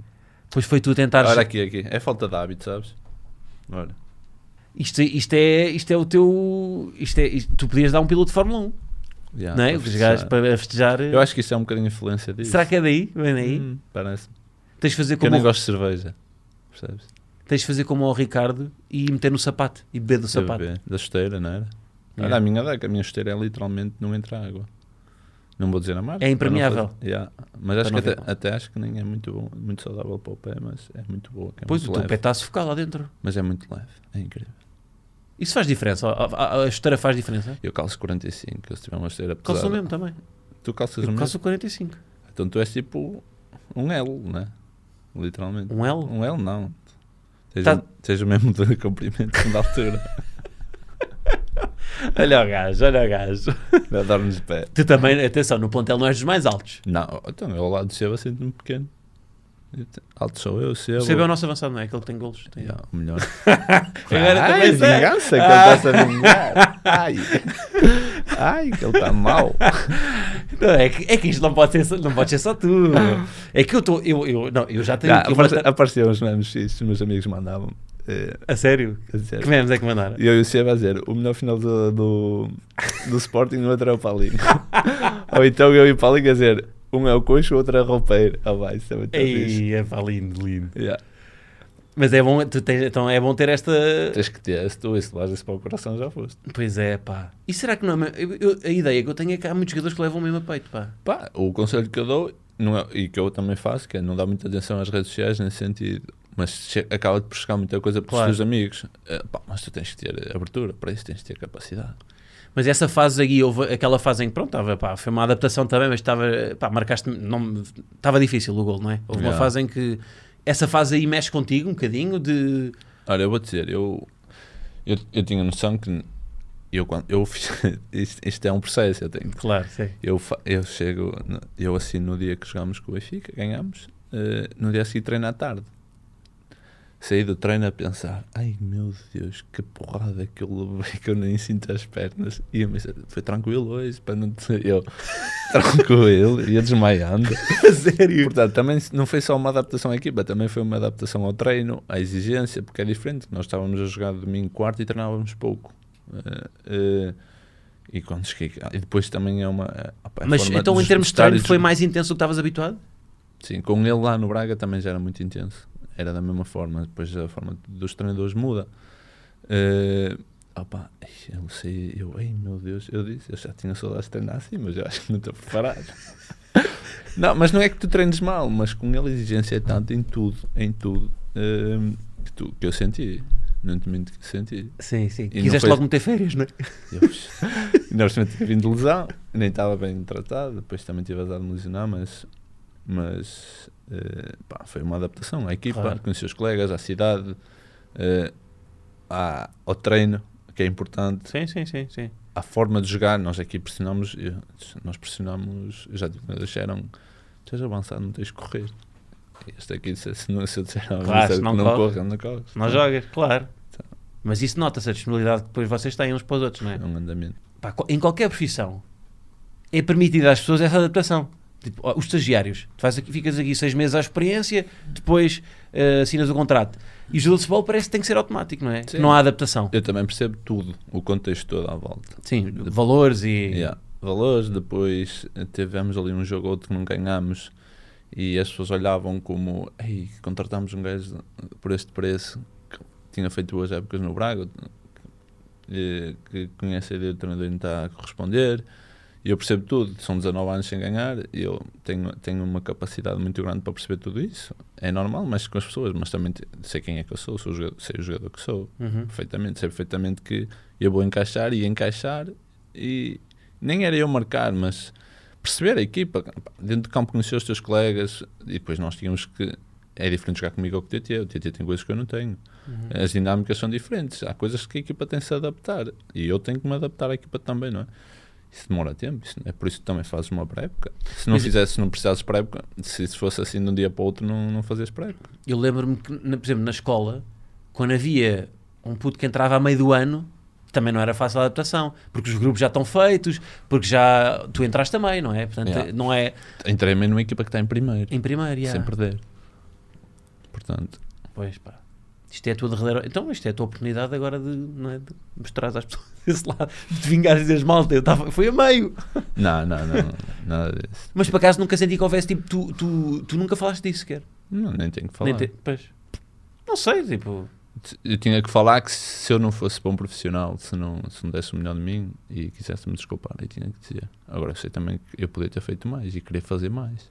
Depois foi tu tentar. Olha aqui, aqui. É falta de hábito, sabes? Olha. Isto, isto, é, isto é o teu. Isto é, isto- tu podias dar um piloto de Fórmula 1, Yeah, não é? Ah, para Os festejar. gajos para festejar. Eu acho que isso é um bocadinho influência disso. Será que é daí? Vem daí? Hum, parece. Tens de fazer Porque eu como nem o, gosto de cerveja. Percebes? tens de fazer como ao Ricardo e meter no sapato e beber do Deve sapato. ver. Da esteira, não era? Yeah. Olha, a minha deca, a minha esteira é literalmente não entra água. Não vou dizer a marca. É para não impermeável. fazer- Yeah. Mas acho que não até, ficar. até acho que nem é muito bom, muito saudável para o pé, mas é muito boa. que É Pois o muito teu leve. pé está a sufocar lá dentro. Mas é muito leve, é incrível. Isso faz diferença. A, a, a esteira faz diferença. Eu calço 45, se tiver uma esteira pesada. Calço o mesmo também. Tu calças o Eu mesmo? calço 45. Então tu és tipo um L, né? Literalmente. Um L? Um L não. Tens, Tá- o, tens o mesmo de comprimento da altura. Olha o gajo, olha o gajo. Dá dar-nos de pé. Tu também, atenção, no pontel não és dos mais altos. Não, então eu ao lado do Seba sinto-me pequeno. Eu te- Alto sou eu, Seba. O CB é o nosso avançado, não é? Aquele que tem golos. Tem- Yeah, o melhor. Agora também tá- ai, Ah. sei. vingança que ele está a vingar. Ai, ai, que ele tá está mal. Não, é, que, é que isto não pode ser, só- não pode ser só tu. É que eu estou. Eu, eu, não, eu já tenho Já, aqui uma. aparece- apareciam os memes que os meus amigos mandavam. eh, A sério? a dizer- Que memes é que mandaram? E eu e o Seba a dizer, o melhor final do, do, do Sporting não era o Paulinho. Ou então eu e o Paulinho a dizer, um é o coxo, o outro é o roupeiro. Ah, vai, isso é muito fixe. Ei, é pá, lindo, lindo. Yeah. Mas é bom, tu tens- então é bom ter esta. Tens que ter, se tu isso levas isso para o coração já foste. Pois é, pá. E será que não é. me- eu- eu- a ideia que eu tenho é que há muitos jogadores que levam mesmo a peito, pá. Pá, o conselho que eu dou, não é- e que eu também faço, que é não dar muita atenção às redes sociais nesse sentido, mas che- acaba de buscar muita coisa para os Claro. teus amigos. Eh, pá, mas tu tens que ter abertura para isso, tens que ter capacidade. Mas essa fase aí, houve aquela fase em que, pronto, estava, pá, foi uma adaptação também, mas estava, pá, marcaste, não, estava difícil o gol, não é? Houve uma Yeah. fase em que, essa fase aí mexe contigo um bocadinho de, Olha, eu vou dizer, eu, eu, eu tinha noção que eu, quando, eu fiz, isto, isto é um processo, eu tenho. claro, sei. Eu, fa- eu chego, no- eu assim no dia que jogámos com o Benfica, ganhámos, eh, no dia a seguir treino à tarde. Saí do treino a pensar, ai meu Deus, que porrada que eu levei que eu nem sinto as pernas. E eu pensei, foi tranquilo hoje, para não te... eu tranquilo, ia desmaiando. Sério? Portanto, também se- não foi só uma adaptação à equipa, também foi uma adaptação ao treino, à exigência, porque é diferente. Nós estávamos a jogar domingo quarto e treinávamos pouco. Eh, eh, e quando cheguei cá- e depois também é uma. eh, opa, é Mas forma então de em termos de estar treino e foi de- mais intenso do que estavas habituado? Sim, com ele lá no Braga também já era muito intenso. Era da mesma forma. Depois a forma dos treinadores muda. Eh, opa, ei, eu não sei, eu, ei meu Deus, eu disse, eu já tinha saudades de treinar assim, mas eu acho que não estou preparado. não, mas não é que tu treines mal, mas com ele a exigência é tanto em tudo, em tudo, eh, que, tu- que eu senti. Não te minto que senti. Sim, sim. não Quiseste foi- logo meter férias, não é? Eu, nós também tinha vindo de lesão, nem estava bem tratado, depois também tive azar de me lesionar, mas, mas eh, pá, foi uma adaptação à equipa, Claro. conheci os colegas, à cidade, eh, à- ao treino, que é importante, Sim, sim, sim, sim. à forma de jogar, nós aqui pressionamos, eu- nós pressionamos, eu já tive que deixaram, estás avançado, não tens de correr. Este aqui, se, se, não, se eu disser ao Claro, avançado se que não não corre. corre, não corre. Não jogas, claro. Tá. Mas isso nota-se a disponibilidade que depois vocês têm uns para os outros, não é? É um andamento. Pá, co- em qualquer profissão é permitida às pessoas essa adaptação. Tipo, ó, os estagiários. Tu fazes aqui, ficas aqui seis meses à experiência, depois eh, assinas o contrato. E o futebol parece que tem que ser automático, não é? Que Sim. Não há adaptação. Eu também percebo tudo, o contexto todo à volta. Sim, valores e... Yeah. Valores, depois eh, tivemos ali um jogo ou outro que não ganhámos e as pessoas olhavam como Ei, contratámos um gajo por este preço que tinha feito boas épocas no Braga, eh, que conhece a ideia do treinador e não está a corresponder. E eu percebo tudo, são 19 anos sem ganhar, e eu tenho, tenho uma capacidade muito grande para perceber tudo isso. É normal, mas com as pessoas, mas também te- sei quem é que eu sou, sou o jogador- sei o jogador que sou Uhum. perfeitamente, sei perfeitamente que eu vou encaixar e encaixar e nem era eu marcar, mas perceber a equipa, Pá, dentro do campo conhecer os teus colegas e depois nós tínhamos que é diferente jogar comigo ou com o TT, o TT tem coisas que eu não tenho. Uhum. As dinâmicas são diferentes, há coisas que a equipa tem que se adaptar e eu tenho que me adaptar à equipa também, não é? Isso demora tempo, isso- é por isso que também fazes uma pré-época. Se não Mas- fizesse, não precisasses pré-época, se isso fosse assim de um dia para o outro, não, não fazias pré-época. Eu lembro-me que, na- por exemplo, na escola, quando havia um puto que entrava a meio do ano, também não era fácil a adaptação, porque os grupos já estão feitos, porque já tu entraste também, não é? Portanto, Yeah. não é Entrei mesmo numa equipa que está em primeiro, em primeiro, yeah. sem perder. Portanto, Pois pá. Isto é a tua derradeira. Então, isto é a tua oportunidade agora de, não é, de mostrar às pessoas desse lado, de te vingares e dizeres malta. Eu estava, foi a meio. Não, não, não, não, nada disso. Mas por acaso nunca senti que houvesse tipo, tu, tu, tu nunca falaste disso sequer. Não, nem tenho que Nem falar. te- pois. Não sei, tipo. Eu tinha que falar que se eu não fosse bom profissional, se não, se não desse o melhor de mim e quisesse me desculpar, eu tinha que dizer. Agora eu sei também que eu podia ter feito mais e queria fazer mais.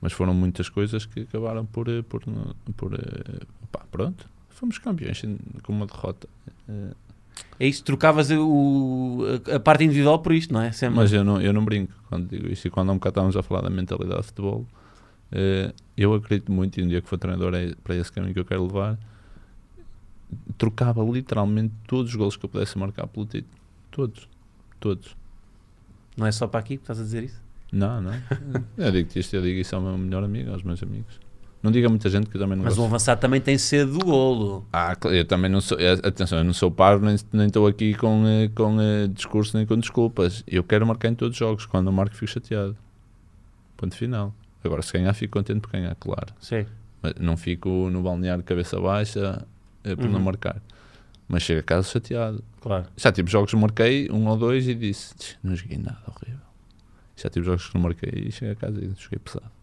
Mas foram muitas coisas que acabaram por. eh, por, não- por eh, pá, pronto. Fomos campeões sem- com uma derrota. Eh, É isso, trocavas o, a, a parte individual por isto, não é? Sempre. Mas eu não, eu não brinco quando digo isto. E quando há um bocado estávamos a falar da mentalidade de futebol, eh, eu acredito muito, e um dia que for treinador é para esse caminho que eu quero levar, trocava literalmente todos os golos que eu pudesse marcar pelo título. Todos. Todos. Não é só para aqui que estás a dizer isso? Não, não. eu digo isto, eu digo isso ao meu melhor amigo, aos meus amigos. Não diga a muita gente que eu também não Mas um o gosto. avançado também tem sede do golo. Ah, cl- eu também não sou, eh, atenção, eu não sou parvo, nem nem estou aqui com, eh, com eh, discurso nem com desculpas. Eu quero marcar em todos os jogos. Quando eu marco, fico chateado. Ponto final. Agora, se ganhar, fico contente por ganhar, claro. Sim. Mas não fico no balneário de cabeça baixa eh, por não Uhum. marcar. Mas chego a casa chateado. Claro. Já tive jogos que marquei um ou dois e disse: "Tch, não joguei nada, horrível. Já tive jogos que não marquei e cheguei a casa e joguei pesado.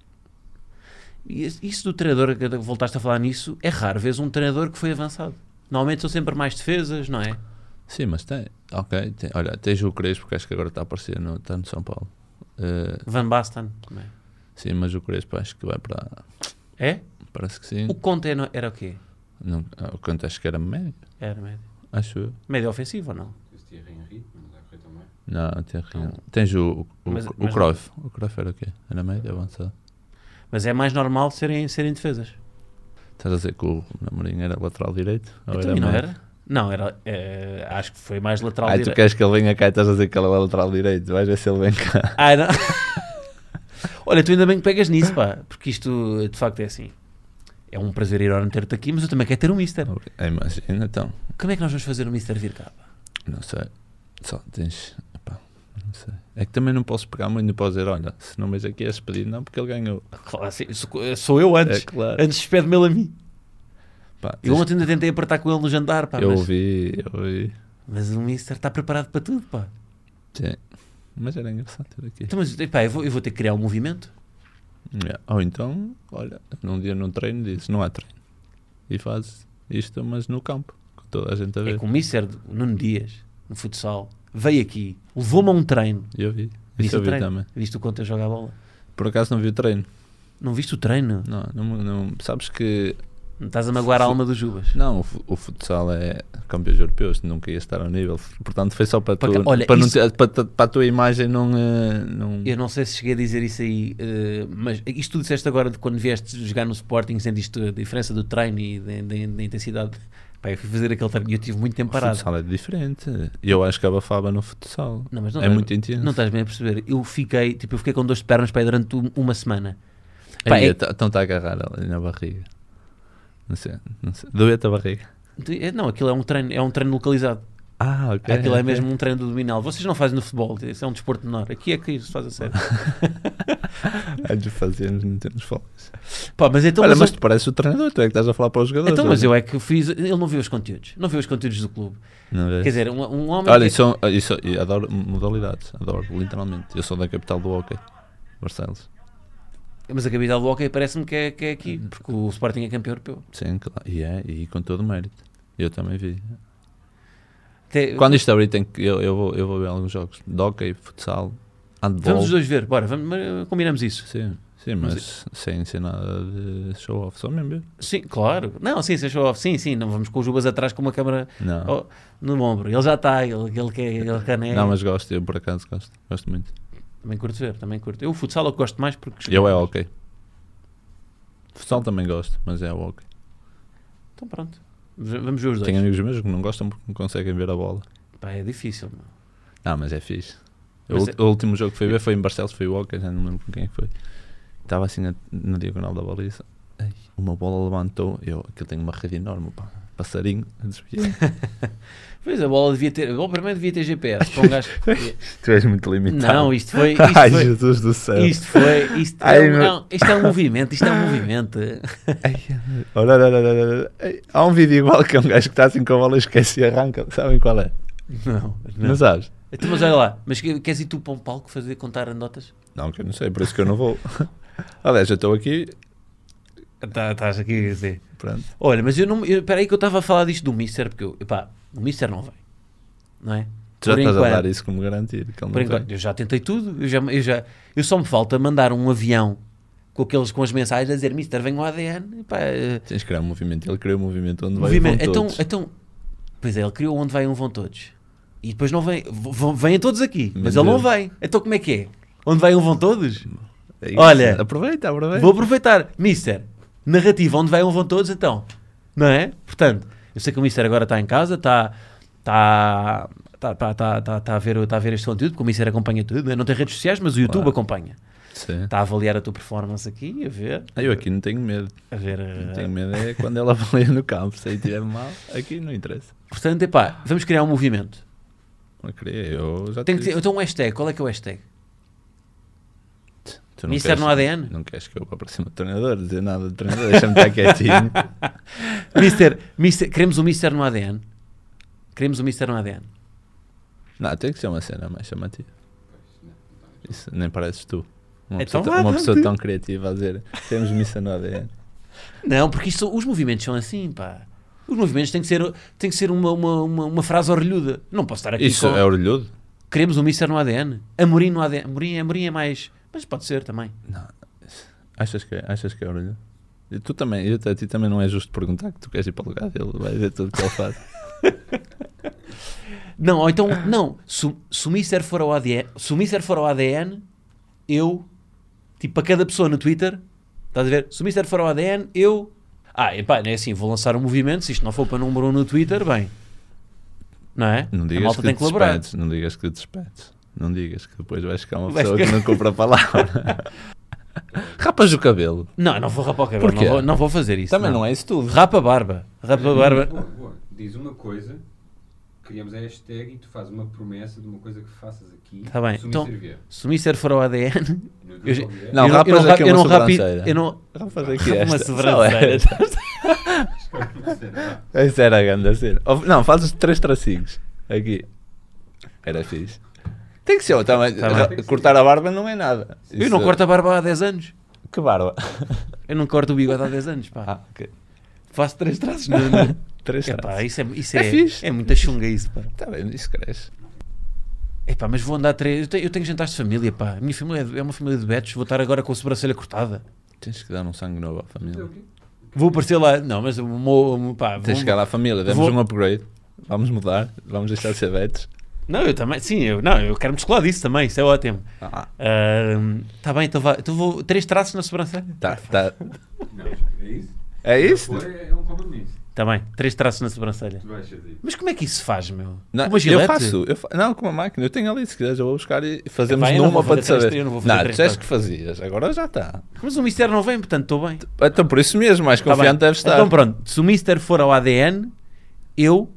E esse- isso do treinador, que voltaste a falar nisso, é raro. Vês um treinador que foi avançado. Normalmente são sempre mais defesas, não é? Sim, mas tem. Ok, tem. Olha, tens o Crespo, que acho que agora está a aparecer no, está no São Paulo. Eh, Van Basten. não é? Sim, mas o Crespo acho que vai para. É? Parece que sim. O Conte era era o quê? Não, ah, o Kanté acho que era médio. Era médio. Acho eu. Médio ofensivo ou não? Esse Thierry Henry, mas é correr também. Não, tem que- Não. Tens o, o, Mas- o mas- Cruyff. O Cruyff era o quê? Era médio avançado. Mas é mais normal serem, serem defesas. Estás a dizer que o Namorim era lateral direito? Ou Então, e não médio? era? Não, era. eh, acho que foi mais lateral. Ai, tu direito. queres que ele venha cá e estás a dizer que ele é lateral direito? Vais ver se ele vem cá. Ah, era- Olha, tu ainda bem que pegas nisso, pá, porque isto de facto é assim. É um prazer enorme ter-te aqui, mas eu também quero ter um Mister. Ah, Imagina então. Como é que nós vamos fazer o Mister vir cá? pá? Não sei. Só tens. epá, não sei. É que também não posso pegar muito, não posso dizer, olha, se não vês aqui és pedido, não, porque ele ganhou. Claro, assim, sou, sou eu É antes. claro. Antes despede-me ele a mim. Pá, Eu tens- ontem ainda tentei apertar com ele no jantar, pá, eu mas, ouvi, eu ouvi. mas o Mister está preparado para tudo, pá. Sim. Mas era engraçado ter aqui. Então, mas, pá, eu vou, eu vou ter que criar um movimento. Yeah. Ou então, olha, num dia num treino dizes, não há treino. E fazes isto, mas no campo, com toda a gente a É ver. que o Mister do- Nuno Dias, no futsal, veio aqui, levou-me a um treino. E eu vi. Viste Isso o eu vi treino? também. Viste o quanto eu jogo a bola? Por acaso não vi o treino. Não viste o treino? Não, não, não- sabes que. Estás a magoar a Fu- alma do Jubas. Não, o, fu- o futsal é campeões europeus, nunca ia estar ao nível. Portanto, foi só para, Para tu, cá- olha, para, não isso- ter- para, tu- para a tua imagem não. eh, não... Eu não sei se cheguei a dizer isso aí, eh, mas isto tu disseste agora de quando vieste jogar no Sporting, sentiste a diferença do treino e da- da da intensidade. Pá, eu fui fazer aquele treino e eu tive muito tempo o parado. futsal é diferente. Eu acho que abafava no futsal. Não, mas não é estás- muito intenso. Não estás bem a perceber. Eu fiquei, tipo, eu fiquei com dores de pernas para durante um- uma semana. Pá, Aí, é- então está a agarrar ali na barriga. Não sei, não sei. Doeu-te a barriga. É, Não, aquilo é um treino, é um treino localizado. Ah, ok. aquilo é ok. mesmo um treino do dominal. Vocês não fazem no futebol, isso é um desporto menor. Aqui é que isso se faz a sério. Antes fazíamos, metemos faltas. Pá, mas então. Olha, mas mas eu- tu pareces o treinador, tu é que estás a falar para os jogadores. então, mas olha. eu é que fiz. Ele não viu os conteúdos. Não viu os conteúdos do clube. Não vês? Quer dizer, um, um homem. É. Olha, que- isso, isso, eu adoro modalidades, adoro, literalmente. Eu sou da capital do hockey, Barcelos. Mas a capital do hockey parece-me que é, que é aqui, Hum. porque o Sporting é campeão europeu. Sim, claro. E é, e com todo o mérito. Eu também vi. Até- Quando isto abrir, tem que, eu, eu, vou, eu vou ver alguns jogos de hockey, futsal, handball. Vamos os dois ver, bora, vamos, mas, uh, combinamos isso. Sim, sim, mas sem ser nada de show off, só mesmo ver. Sim, claro. Não, sim, seja off. Sim, sim, não vamos com os Jubas atrás com uma câmara oh, Não, no ombro. Ele já está, ele, ele quer, ele quer né? não, mas gosto, eu por acaso gosto, gosto muito. Também curto ver, também curto. Eu o futsal eu gosto mais porque. Eu é hockey. Futsal também gosto, mas é hockey. Então pronto, V- vamos ver os dois. Tenho amigos meus que não gostam porque não conseguem ver a bola. Pá, é difícil, meu. Ah, mas é fixe. Mas o, é- o último jogo que fui ver foi em Barcelos, foi o Walker, já não lembro com quem é que foi. Estava assim na, na diagonal da baliza. Ei, uma bola levantou, eu, aquilo tem uma rede enorme, pá. Passarinho, a desviar. Pois a bola devia ter. A bola primeiro devia ter GPS. Para um gajo. tu és muito limitado. não, isto foi. Isto Ai, foi. Jesus do céu. Isto foi. Isto, é. Ai, é um, meu- não, isto é um movimento, isto é um movimento. Ai, olha, olha, olha, olha, olha. Ei, Há um vídeo igual que é um gajo que está assim com a bola, esquece e arranca. Sabem qual é? Não, Não, não. sabes? Então, mas olha lá, mas que- queres ir tu para um palco fazer contar anedotas? Não, que eu não sei, por isso que eu não vou. Aliás, eu estou aqui, Tá- Estás aqui a dizer. pronto. Olha, mas eu não. eu- Espera aí que eu estava a falar disto do Mister, porque eu, epá, o Mister não vem. Não é? Tu já Por estás enquanto. a dar isso como garantia. Que ele Por não enquanto, tem. eu já tentei tudo. Eu, já, eu, já, eu só me falta mandar um avião com aqueles com as mensagens a dizer Mister, vem o ADN. Epá, eh, Tens que criar um movimento. Ele criou um movimento onde movimento- vai então, então, todos. então, pois é, ele criou onde vai um vão todos. E depois não vem. v- v- Vêm todos aqui, mas Meu ele não Deus. vem. Então como é que é? Onde vai um vão todos? É isso. olha, aproveita, aproveita. Vou aproveitar. Mister, narrativa, onde vai um vão todos então? Não é? Portanto, eu sei que o Mister agora está em casa, está está está está está está- está a, ver, está a ver este conteúdo, porque o Mister acompanha tudo. né? Não tem redes sociais, mas o YouTube Claro. acompanha. Sim. Está a avaliar a tua performance aqui, a ver. Ah, eu aqui não tenho medo. A ver. Não eh, tenho medo é quando ela avalia no campo. Se aí tiver mal, aqui não interessa. Portanto, epá, vamos criar um movimento. Não queria, eu já Tem te que ter, disse. então um hashtag, qual é que é o hashtag? Tu Mister queres- no ADN? Não queres que eu vá para cima do treinador, dizer nada do treinador, deixa-me estar quietinho. Mister, Mister, queremos o Mister no ADN. Queremos o Mister no ADN. não, tem que ser uma cena mais chamativa. Isso nem pareces tu. Uma, Então pessoa, vá, tão, uma vamos pessoa tu. tão criativa a dizer temos missa no ADN. Não, porque isto, os movimentos são assim, pá. Os movimentos têm que ser, têm que ser uma, uma, uma, uma frase orelhuda. Não posso estar aqui Isso com... é orelhudo? Queremos o Mister no ADN. Amorim no ADN. Amorim, Amorim é mais... Mas pode ser também. Achas que, é- achas que é orelhudo? E Tu também, eu, a ti também não é justo perguntar que tu queres ir para o lugar dele, vai ver tudo o que ele faz. Não, ou então... Não. Se, se o Mister for ao ADN... Se o Mister for ao ADN, eu... Tipo, para cada pessoa no Twitter... Estás a ver? Se o Mister for ao ADN, eu... Ah, epá, não é assim. Vou lançar um movimento. Se isto não for para número um no Twitter, bem... Não é? Não a digas malta que tem que colaborar. despedes, não digas que despedes. Não digas que depois vais ficar uma Vais pessoa que ficar- não compra a palavra. Rapas o cabelo. Não, não vou rapar o cabelo. Não Porquê? vou, não vou fazer isso. Também não é isso tudo. Rapa a barba. Rapa a Boa, barba. boa. Diz uma coisa, criamos a hashtag e tu fazes uma promessa de uma coisa que faças aqui. Tá bem, se o então- Mr. vier. Se o Mister for ao ADN. No Eu já- Google vier, Não, eu rapas eu não, aqui eu é uma não rapi- sobrancelha. Eu não. Rapas aqui Rapa uma esta. sobrancelha. Só esta. Essa era a grande cena. Ou- Não, fazes três tracinhos. Aqui. Era fixe. Tem que ser. eu Também, Tá bem. ra- cortar a barba não é nada. Eu não Isso- corto a barba há 10 anos. Que barba? Eu não corto o bigode há 10 anos, pá. Ah, ok. Faço três traços. No, no... Três Epá, traços. isso é, isso É é, fixe. é, muita chunga isso, pá. Tá bem, isso cresce. Epá, mas vou andar três. Eu tenho, eu tenho jantares de família, pá. A minha família é, de- é uma família de betos. Vou estar agora com a sobrancelha cortada. Tens que dar um sangue novo à Então, família. Vou aparecer lá. Não, mas o meu. Pá, vou... Tens que chegar lá à família. Demos Vou- um upgrade. Vamos mudar. Vamos deixar de ser betos. Não, eu também. Sim, eu, não, eu quero me descolar disso também. Isso é ótimo. Ah, Está bem, então vá. Então vou. Três traços na sobrancelha. tá, tá. Não, é isso? É isso? Foi, é um compromisso. Está Tá bem, três traços na sobrancelha. Tu vais tipo, fazer. Mas como é que isso se faz, meu? Não, com uma eu gilete? faço, eu fa- não, com uma máquina, eu tenho ali, se quiseres eu vou buscar e fazemos Epá, eu não numa vou fazer para te três, saber. eu não vou fazer não, três, disseste pá. que fazias, agora já está. Mas o Mister não vem, portanto estou bem. Então por isso mesmo, mais Tá confiante bem. deve estar. Então pronto, se o Mister for ao ADN, eu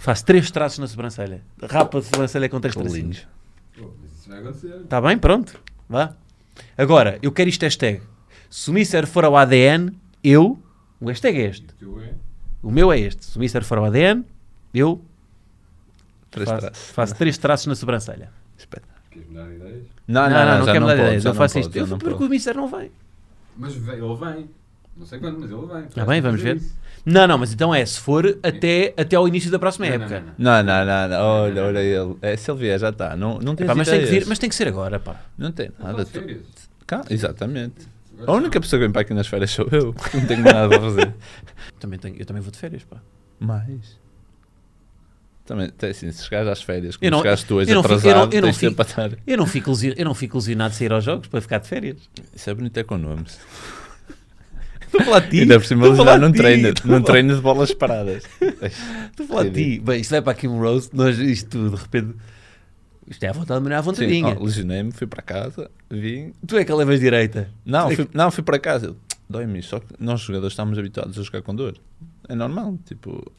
faço três traços na sobrancelha. Rapa a sobrancelha com três Que lindo. tracinhos. Tá. Pô, mas isso vai acontecer. Está bem, pronto. Vá. Agora, eu quero isto hashtag. Se o Mister for ao ADN, eu. O hashtag é este. O teu é? O meu é este. Se o Mister for ao ADN, eu Três faço, traços. faço três traços na sobrancelha. Espetáculo. Queres mudar ideias? Não, não, não, Ah, já quero mudar de pode, ideia. já Eu faço pode, isto. já Eu não porque o pode. Mister não vem. Mas vem, ele vem. Não sei quando, mas ele vem. Ah, bem, vamos Fazer ver. isso. Não, não, mas então é se for até, até ao início da próxima Não, não, é época. não, não. Não, não, não, não. Olha, olha ele. É, se ele vier, já está. Não, não tem Epá, mas, tem que vir, ideias. mas tem que ser agora, pá. Não tem Não nada. faz tu- férias. Cá, exatamente. Agora A única pessoa que vem para aqui nas férias sou eu. que Não tenho mais nada a fazer. Também tenho- eu também vou de férias, pá. Mais. Também, tem assim, se chegares às férias, Eu como não- chegaste tu és eu não fico- eu atrasado, não- eu não tens fico- sempre a estar. Eu não fico, ilusi- eu não fico ilusionado de sair aos jogos para ficar de férias. Isso é bonito é com nomes. Estou a falar de ti. Ainda por cima Estou a eles falar já não de ti, treino, estou a não falar- treino de bolas paradas. Estou a falar de ti. Bem, isto vai para aqui um roast, nós, isto tudo, de repente. Isto é à vontade, mas não é à Sim, vontadinha. ó, lesionei-me, fui para casa, vim. Tu é que levas direita. Não, Tu é fui, não, fui para casa. Eu, Dói-me, isto, só que nós jogadores estamos habituados a jogar com dor. É normal, tipo,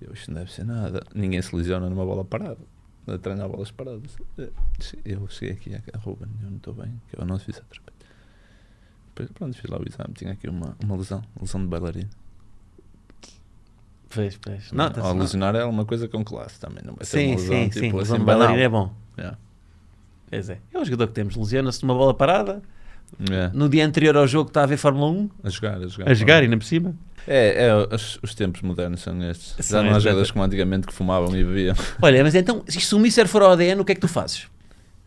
eu, isto não deve ser nada. Ninguém se lesiona numa bola parada, a treinar bolas paradas. Eh, Eu cheguei aqui a Ruben, eu não estou bem, que eu não fiz a terapia. Depois, pronto, fiz lá o exame, tinha aqui uma, uma lesão, lesão de bailarina. Pois, pois. Não, Nota-se, ó, não. tá lesionar é uma coisa com classe também, não vai ser Sim, uma lesão, sim, tipo, sim. assim, Lesão de banal. bailarina é bom. Yeah. Pois é. É um jogador que temos. Lesiona-se numa bola parada. Yeah. No dia anterior ao jogo está a ver Fórmula 1. É. A jogar, a jogar. A jogar, ainda por cima. É, é os, os tempos modernos são estes. São Já não há estes, jogadores é. como antigamente que fumavam e bebiam. Olha, mas então, se se o Mister for ao ADN, o que é que tu fazes?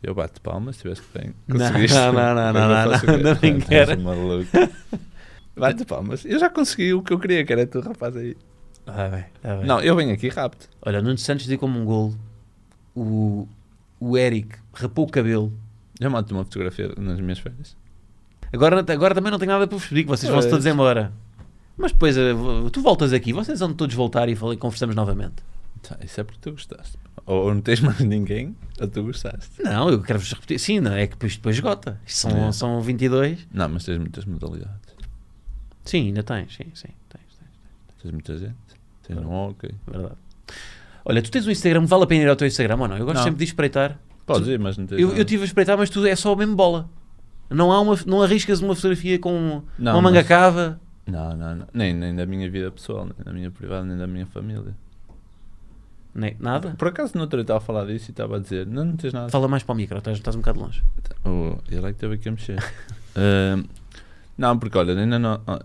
Eu bato palmas, se tivesse que bem. Não, Conseguiste. não, não, não, Eu não, faço não, o quê? não, Ah, nem tens quero. um maluco. Bato palmas. Eu já consegui o que eu queria, que era tu, rapaz, aí. Ah, bem, ah, bem. Não, eu venho aqui rápido. Olha, Nuno Santos deu como um golo. O, o Eric rapou o cabelo. Já mando uma fotografia nas minhas férias. Agora, agora também não tenho nada para vos pedir, que vocês vão-se Pois. todos embora. Mas depois eh, vo- tu voltas aqui, vocês vão todos voltar e falei, conversamos novamente. Tá, isso é porque tu gostaste. Ou, ou não tens mais ninguém, ou tu gostaste. Não, eu quero-vos repetir. Sim, não, é que depois, depois esgota. Isto São, É. são 22. Não, mas tens muitas modalidades. Sim, ainda tens. Sim, sim, tens, tens. Tens muita gente. Tens um no hockey. Verdade. Olha, tu tens um Instagram, vale a pena ir ao teu Instagram ou não? Eu gosto Não. sempre de espreitar. Podes ir, mas não tens. Eu, nada. eu tive a espreitar, mas tu é só mesmo bola. Não, há uma, não arriscas uma fotografia com Não, uma manga mas- cava. Não, não, não. Nem, nem da minha vida pessoal, nem da minha privada, nem da minha família. Nem, nada. Por acaso, no outro dia estava a falar disso e estava a dizer: Não, não tens nada. Ah, Fala mais para o micro, estás, estás um bocado longe. Oh, ele é que teve aqui a mexer. Ahm, não, porque olha, ainda não. ah,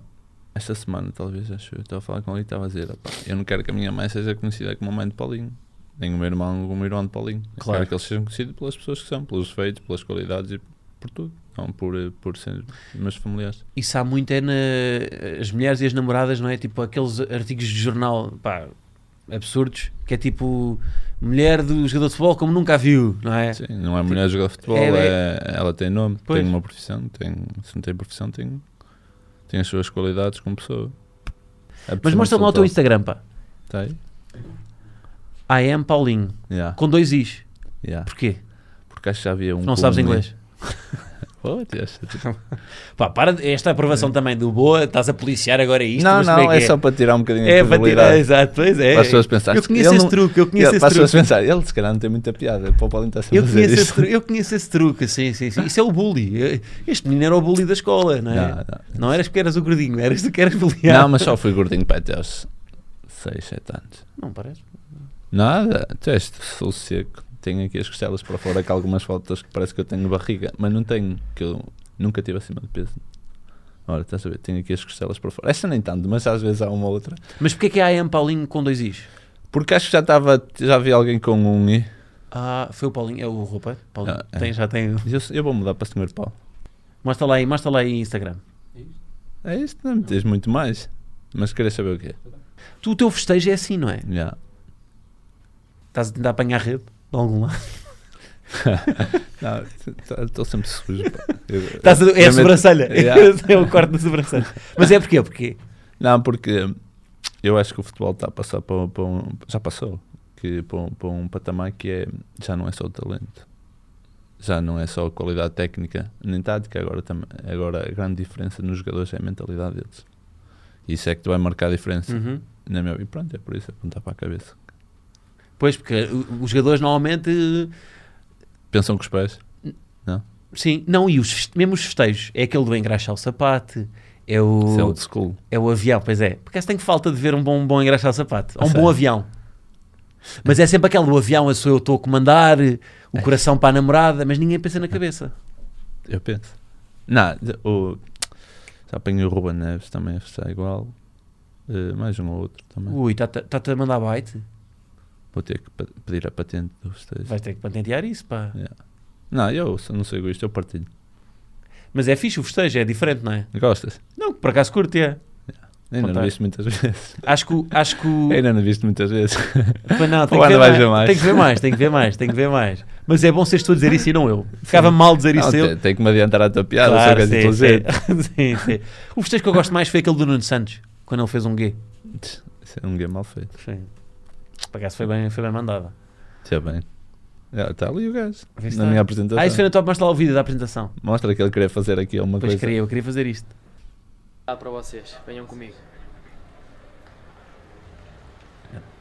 Esta semana, talvez, acho eu, estava a falar com ele e estava a dizer: "Opá, Eu não quero que a minha mãe seja conhecida como a mãe de Paulinho. Nem o meu irmão como o irmão de Paulinho. Eu Claro. Quero que eles sejam conhecidos pelas pessoas que são, pelos defeitos, pelas qualidades e por tudo. Não por, eh, por serem meus familiares. Isso há muito é na, as mulheres e as namoradas, não é? Tipo aqueles artigos de jornal, pá, absurdos, que é tipo mulher do jogador de futebol como nunca a viu, não é? Sim, não é mulher a jogar futebol, É, é- ela tem nome, Pois. tem uma profissão, tem, se não tem profissão, tem, tem as suas qualidades como pessoa. É Mas pessoa mostra-me lá o teu muito Instagram, pá. saudável. Tem? I am Paulinho, Yeah, com dois Is. yeah. Porquê? Porque acho que já havia um. Não com sabes um- inglês. Oh, Deus. Pá, para de- esta aprovação também do Boa, estás a policiar agora isto. não, mas como não, é, é, que só para tirar um bocadinho É a para tirar, credibilidade. exato, pois é. Para as pessoas pensarem, Eu conheço ele esse não- truque, eu Ele- conheço Para esse as pessoas truque. pensarem, ele se calhar não tem muita piada. é Para o Paulinho está sempre Eu a fazer conheço, esse isto. truque, eu conheço esse truque, sim, sim, sim. Isso é o bully. Este menino era o bully da escola, não é? Não, Não, não. eras porque eras o gordinho, eras tu que eras bullyado. Não, mas só fui gordinho para até aos 6, 7 anos. Não parece. Nada, tu és sou seco. Tenho aqui as costelas para fora com algumas fotos que parece que eu tenho barriga, mas não tenho, que eu nunca tive acima de peso. Ora, estás a ver? Tenho aqui as costelas para fora. Esta nem tanto, mas às vezes há uma outra. Mas porquê é que é a AM Paulinho com dois Is? Porque acho que já estava, já vi alguém com um i. Ah, foi o Paulinho, é o roupa. Paulinho. Ah, é. Tem, já tem. Eu, eu vou mudar para senhor pau. Mostra lá aí, mostra lá aí Instagram. É isto? É isto, não me tens muito mais. Mas queres saber o quê? Tu, o teu festejo é assim, não é? Já. Estás a tentar apanhar rede de algum lado. Não, t- t- estou sempre sujo. pá. Eu- Estás a- é a eu meto- sobrancelha. Yeah. É o corte da sobrancelha. Mas é porquê? Porquê? Não, porque eu acho que o futebol está a passar para, um- para um. Já passou. Que para, um, para um patamar que é. Já não é só o talento. Já não é só a qualidade técnica, nem tática. Agora, tam- agora a grande diferença nos jogadores é a mentalidade deles. Isso é que vai marcar a diferença. Uhum. Na minha... E pronto, é por isso apontar para a cabeça. Pois, porque o- os jogadores normalmente. Pensam com os pés. Sim, não, e os, feste- mesmo os festejos. É aquele do engraxar o sapato, é Isso é o, old school. é o avião, pois é. Porque tenho falta de ver um bom, bom engraxar o sapato. Há A um bom sério? avião. Mas é sempre aquele do avião, eu sou eu estou a comandar, o coração para a namorada, mas ninguém pensa na cabeça. Eu penso. Não, de- o, já apanhei o Ruben Neves também a fechar igual. Eh, mais um ou outro também. Ui, está-te a mandar bite? Vou ter que pa- pedir a patente do festejo. Vais ter que patentear isso, pá. Não, eu sou- não sei isto, eu partilho. Mas é fixe o festejo, é diferente, não é? Gostas? Não, por acaso curto, é. Ainda não Fantástico. viste muitas vezes. Acho que, o- acho que o- Ainda não viste muitas vezes. Pois É, não, tem Ou que, ver ainda vais ver mais, mais? tem que ver mais, tem que ver mais, tem que ver mais. Mas é bom seres tu a dizer isso e não eu. Ficava mal dizer Não, isso eu. tem, tem que me adiantar a tua piada, um Claro, só que sim, estou a dizer. sim. Sim, sim. O festejo que eu gosto mais foi aquele do Nuno Santos, quando ele fez um gay. Isso é um game mal feito. Sim. Por acaso foi bem, foi bem mandada. Está é bem. Está ali o gajo. Viste na lá? minha apresentação. Ah, isso foi na tua mostra lá o vídeo da apresentação. Mostra que ele queria fazer aqui alguma Pois coisa. queria, eu queria fazer isto. Ah, para vocês, venham comigo.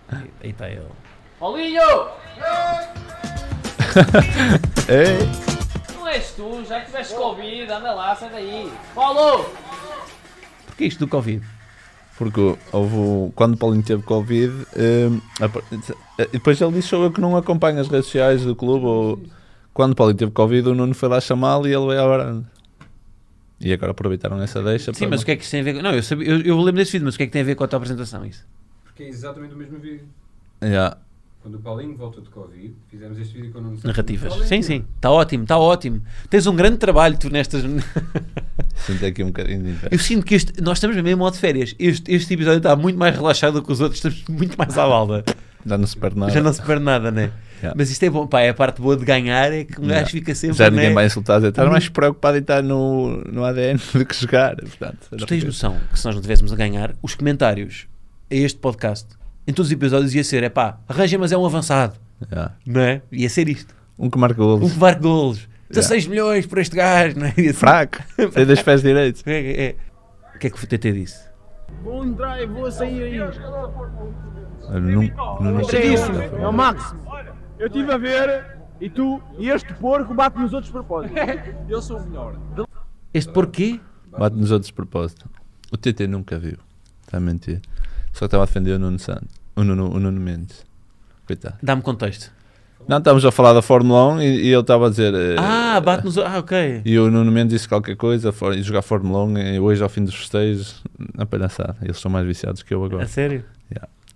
Aí está ele. Olinho! Ei! Não és tu, já tiveste Covid, anda lá, sai daí. Paulo! Porquê isto do Covid? Porque houve, o- quando o Paulinho teve Covid, hum, a par- e depois ele disse: "Sou eu que não acompanho as redes sociais do clube. Ou, quando o Paulinho teve Covid, o Nuno foi lá chamá-lo e ele veio à varanda. E agora aproveitaram essa deixa Sim, mas o que é que isto tem a ver com... Não, eu, sabia, eu, eu lembro desse vídeo, mas o que é que tem a ver com a tua apresentação isso? Porque é exatamente o mesmo vídeo. Yeah. Quando o Paulinho voltou de Covid, fizemos este vídeo com o Nuno Santos. Narrativas. Paulinho. Sim, sim. Está ótimo, está ótimo. Tens um grande trabalho tu nestas... Sinto aqui um bocadinho de inveja. Eu sinto que este, nós estamos mesmo em modo de férias. Este, este episódio está muito mais relaxado do que os outros, estamos muito mais à balda. Já não se perde nada. Já não se perde nada, né? Yeah. Mas isto é bom, pá. É a parte boa de ganhar, é que um Yeah. gajo fica sempre. Já ninguém né? vai insultar. dizer, Estás mais preocupado em estar no, no ADN do que jogar. Portanto, Tu tens noção que se nós não tivéssemos a ganhar, os comentários a este podcast, em todos os episódios, ia ser: é pá, arranja, mas é um avançado, Yeah. não é? Ia ser isto. Um que marca Um golos. que marca golos, 16 milhões por este gajo, não é? Ia ser- Fraco. Tem dois pés direitos. É, é, é. O que é que o TT disse? Bom Um drive, vou sair aí. Eu não, não, não sei. Tristíssimo, é o máximo. Eu estive a ver e tu, e este porco bate nos outros propósitos. Eu sou o melhor. Este porquê? Bate nos outros propósitos. O TT nunca viu. Está a mentir. Só que estava a defender o Nuno Santos. O Nuno, o Nuno Mendes. Coitado. Dá-me contexto. Não, estávamos a falar da Fórmula 1 e, e ele estava a dizer. eh, Ah, bate-nos. Ah, ok. E o Nuno Mendes disse qualquer coisa, for, e jogar Fórmula 1 e hoje ao fim dos festejos, na palhaçada. Eles são mais viciados que eu A agora. sério?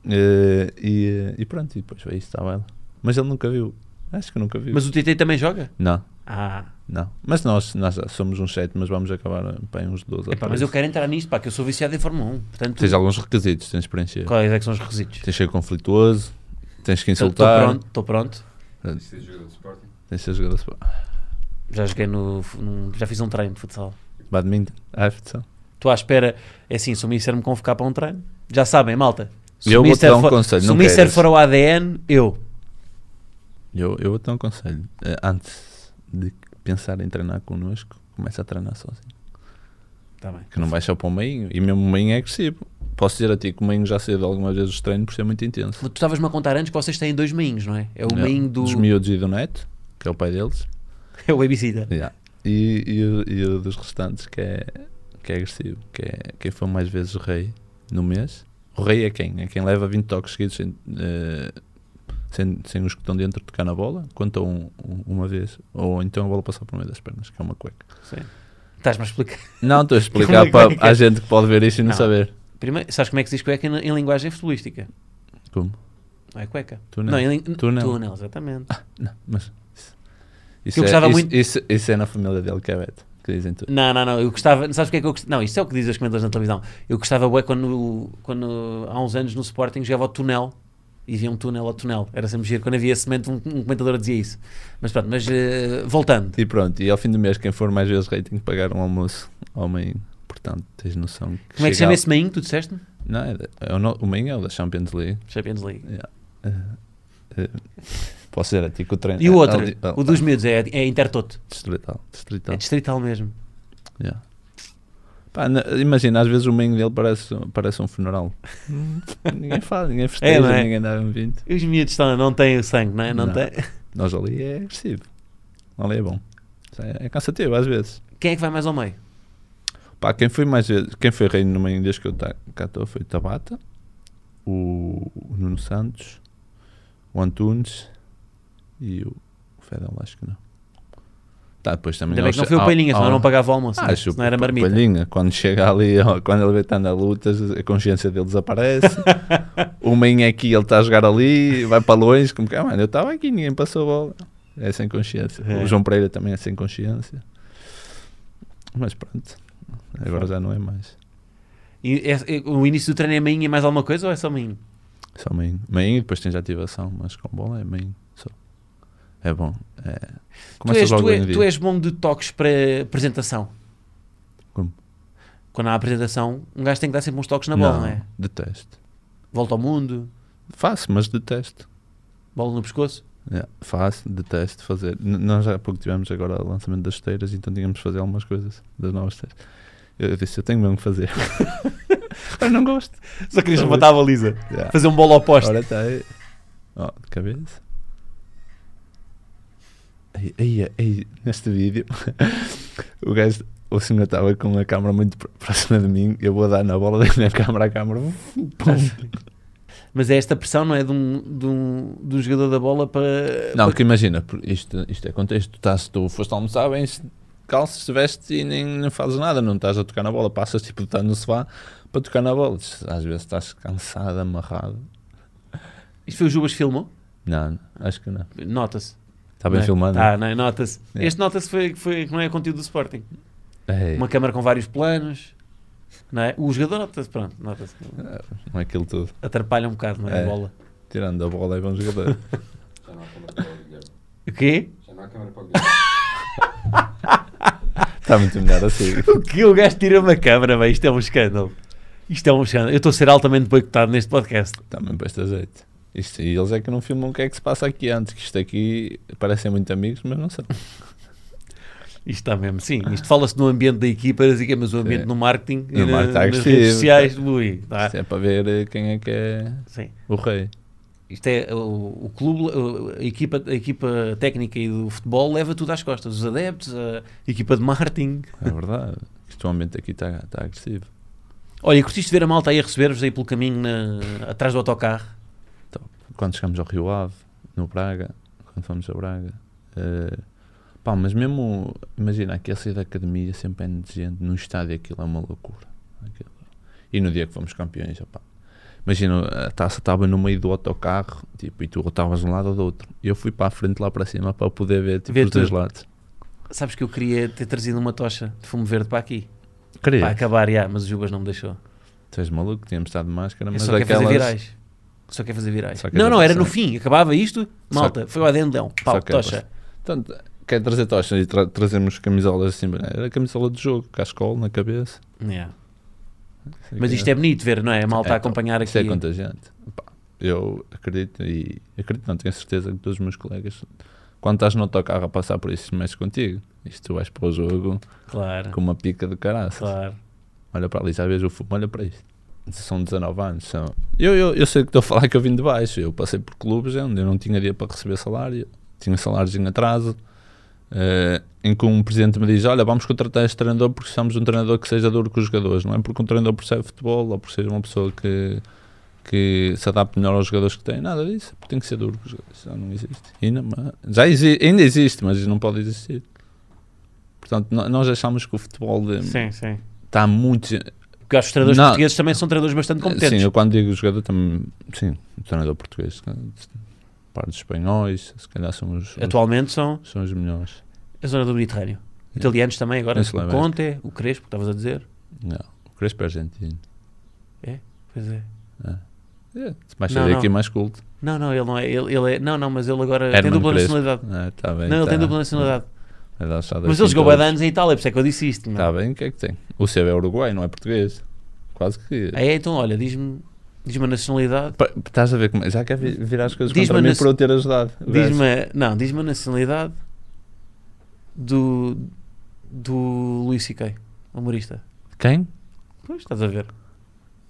Eh, e, eh, e pronto, e depois foi isso, estava ela. Mas ele nunca viu. Acho que nunca viu. Mas o TT também joga? Não, Ah, não. Mas nós, nós já somos uns 7, mas vamos acabar eh, pá, em uns 12 ou epá, mas eu 13. quero entrar nisto, pá, que eu sou viciado em Fórmula 1. Portanto, Tens alguns requisitos, tens de preencher. quais é que são os requisitos? Tens de ser conflituoso, tens que Estou insultar. pronto, estou pronto. Este é jogador de Sporting. Tens de ser jogador de spo- Já joguei no, num- Já fiz um treino de futsal. badminton. Ah, é futsal. Estou à espera. É assim, se o Mister me convocar para um treino, já sabem, malta. Se Eu o vou-te Mister dar um for- conselho, Se não o Mister queiras. for ao ADN, eu. Eu, eu vou te dar um conselho. Eh, Antes de pensar em treinar connosco, começa a treinar sozinho. Está Tá bem. Que não vais só para o meio. E mesmo o meio é agressivo. Posso dizer a ti que o meio já saiu algumas vezes os treinos por ser muito intenso. Tu estavas-me a contar antes que vocês têm dois meinhos, não é? É o É, meinho do. Dos miúdos e do neto, que é o pai deles. É o babysitter. Yeah. E, e, o- e o dos restantes, que é, que é agressivo, que é quem foi mais vezes o rei no mês. O rei é quem? É quem leva 20 toques seguidos sem, eh, sem, sem os que estão dentro tocar na bola, conta um, um- uma vez, ou então a bola passar por meio das pernas, que é uma cueca. Sim. Estás-me a explicar. Não, estou a Uma explicar para cueca. a gente que é? pode ver isto e não, Não. saber. Primeiro, sabes como é que se diz cueca em, em linguagem futebolística? Como? Não é cueca. Túnel. Não, em, Túnel. Túnel, exatamente. Não, mas isso, isso, Eu é, gostava isso- muito- isso- isso é na família dele que é Beto, que dizem tudo. Não, não, não. Eu gostava. Sabes o que é que eu gostava? Não, isto é o que dizem os comentadores na televisão. Eu gostava, bué, quando, quando há uns anos no Sporting jogava ao túnel e via um túnel ao túnel. Era sempre giro. Quando havia esse momento, um, um comentador dizia isso. Mas pronto, mas eh, voltando. E pronto, e ao fim do mês, quem for mais vezes rei tem que pagar um almoço ao meio. Portanto, tens noção. Que Como é que se chega chama a- esse meinho? que Tu disseste? Não, é, da- é o, no- o meio é o da Champions League. Champions League. Posso dizer a ti que o treino. E o é- Então. outro? ali- O dos miúdos é, é intertoto. Distrital. distrital. É distrital mesmo. yeah. Pá, na- imagina, às vezes o meio dele parece, parece um funeral. ninguém fala, ninguém festeja, não é? ninguém dá um vinho. Os miúdos estão, não têm o sangue, não é? Não, Não. têm. Nós ali é agressivo. Ali é bom. É, é cansativo às vezes. Quem é que vai mais ao meio? Pá, quem foi mais vezes, quem foi rei no meio desde que eu ta- cá estou foi o Tabata, o o Nuno Santos, o Antunes e o Fedel, acho que não. Tá, depois também Ainda bem que não aos- foi o ao- Palhinha, senão ao- não pagava o almoço. Ah, né? acho Senão era o marmita. Palhinha, quando chega ali, ó, quando ele vê que está na luta, a consciência dele desaparece. o main é aqui, ele está a jogar ali, vai para longe, como que, ah, mano, eu estava aqui, ninguém passou a bola. É sem consciência. É. O João Pereira também é sem consciência. Mas pronto, agora já não é mais. E é- é- o início do treino é meinha e mais alguma coisa ou é só meinha? Só main. Main e depois tens ativação, mas com bola é main só. É bom. É. Tu Começas és, logo tu, bem é- o dia. tu és bom de toques para apresentação. Como? Quando há apresentação, um gajo tem que dar sempre uns toques na bola, não, é? Detesto. Volta ao mundo, Faço, mas detesto. bola no pescoço. Yeah, faço, É, detesto fazer. N- nós já há pouco tivemos agora o lançamento das esteiras, então tínhamos de fazer algumas coisas das novas esteiras. Eu, eu disse, eu tenho mesmo que fazer. Mas não gosto. Só querias Talvez. matar a baliza. Yeah. Fazer um bolo oposto. Ora está tá aí. Ó, de cabeça. Aí, aí, aí, neste vídeo, o gajo, o senhor estava com a câmera muito pró- próxima de mim. Eu vou dar na bola, dei na câmera, a câmera. pum, pum. Mas é esta pressão, não é? De um, de um, de um jogador da bola para. Não, para- porque imagina, por- isto, isto é contexto. Tu, estás, tu foste almoçar, bem calças, veste e nem, nem fazes nada, não estás a tocar na bola. Passas tipo de estar no sofá para tocar na bola. Às vezes estás cansado, amarrado. Isto foi o Jubas que filmou? Não, acho que não. Nota-se. Está bem não é? filmado. Ah, não é? Nota-se. É. Este nota-se foi, foi, que não é conteúdo do Sporting. Ei, tá Uma câmara com vários planos. Não é? O jogador nota-se, pronto, nota-se. não é aquilo tudo. Atrapalha um bocado, não é? A É. bola. Tirando a bola é bom jogador. Já não há câmara para o Guilherme. O quê? Já não há câmara para o Guilherme. Está muito melhor assim. O que o gajo tira uma câmara, bem, isto é um escândalo. Isto é um escândalo. Eu estou a ser altamente boicotado neste podcast. Também Tá para este jeito. Isto, e eles é que não filmam o que é que se passa aqui antes, que isto aqui parecem muito amigos, mas não são. Isto está mesmo, sim. Isto fala-se no ambiente da equipa, assim, que é, mas o ambiente Sim. no marketing e No na- marketing está nas agressivo, redes sociais, ui, tá. Isto é para ver eh, quem é que é Sim. o rei. Isto é o, o clube, o- a equipa, a equipa técnica e do futebol leva tudo às costas. Os adeptos, a equipa de marketing. É verdade. Isto o ambiente aqui está está agressivo. Olha, e curtiste ver a malta aí a receber-vos aí pelo caminho na- atrás do autocarro? Quando chegamos ao Rio Ave, no Braga, quando fomos a Braga. eh, pá, mas mesmo, imagina, aqui a sair da academia sempre é de gente, no estádio aquilo é uma loucura. Aquilo- E no dia que fomos campeões, opá, imagina, a taça estava no meio do autocarro, tipo, e tu estavas de um lado ou do outro. E eu fui para a frente lá para cima para poder ver, tipo, Ver os dois tudo. lados. Sabes que eu queria ter trazido uma tocha de fumo verde para aqui. Para Queria, acabar, já, mas o Jubas não me deixou. tu és maluco, tínhamos estado de máscara, Eu mas só quer fazer aquelas... virais. Só quer fazer virais. Só quer Não, não, fazer- era no só- fim. Acabava isto, malta, foi ao adendão. Pau, quer- tocha. Portanto, quer trazer tochas e tra trazemos camisolas assim, era camisola de jogo, cascol na cabeça. Yeah. Mas isto é bonito ver, não é? A malta a acompanhar aqui. Isto é contagiante. Pá, eu acredito e acredito, não tenho certeza que todos os meus colegas, quando estás no autocarro a passar por isso, mexe contigo. Isto tu vais para o jogo Claro, com uma pica de caraças. claro. Olha para ali, já vês o fumo, olha para isto. São 19 anos. São... Eu, eu, eu sei que estou a falar que eu vim de baixo. Eu passei por clubes onde eu não tinha dia para receber salário, tinha salários em atraso. eh, em que um presidente me diz: Olha, vamos contratar este treinador porque precisamos de um treinador que seja duro com os jogadores, não é porque um treinador percebe futebol ou porque seja uma pessoa que, que se adapte melhor aos jogadores que tem, nada disso, porque tem que ser duro com os jogadores. Já não existe. Ainda, ma- já exi- ainda existe, mas não pode existir. Portanto, no- nós achamos que o futebol eh, Sim, sim. está muito Porque acho que os treinadores Não. portugueses também são treinadores bastante competentes. Sim, eu quando digo jogador também. Sim, um treinador português. Par dos espanhóis, se calhar são os, os- Atualmente são são os melhores. a zona do Mediterrâneo. Italianos também agora. Esse lá O vai. Conte, o Crespo, que estavas a dizer. Não, o Crespo é argentino. Pois é. É, se mais Não, saber não. aqui, mais culto. Não, não, ele não é. Ele, ele é não, não, mas ele agora tem Herman dupla Crespo. nacionalidade. Ah, tá bem, Não, ele tá. tem dupla nacionalidade. É da alçada Mas assim ele jogou todos. há anos em Itália, por isso é que eu disse isto. meu. Tá bem, o que é que tem? O seu é uruguai, não é português. Quase que. Ah, é, então olha, diz-me diz a nacionalidade. Pa- Estás a ver como. Já quer vi- virar as coisas Diz-me contra mim nas- por eu ter ajudado. o gajo. Diz-me, a- não, diz-me a nacionalidade do, do Luís C.K., humorista. Quem? Pois, estás a ver.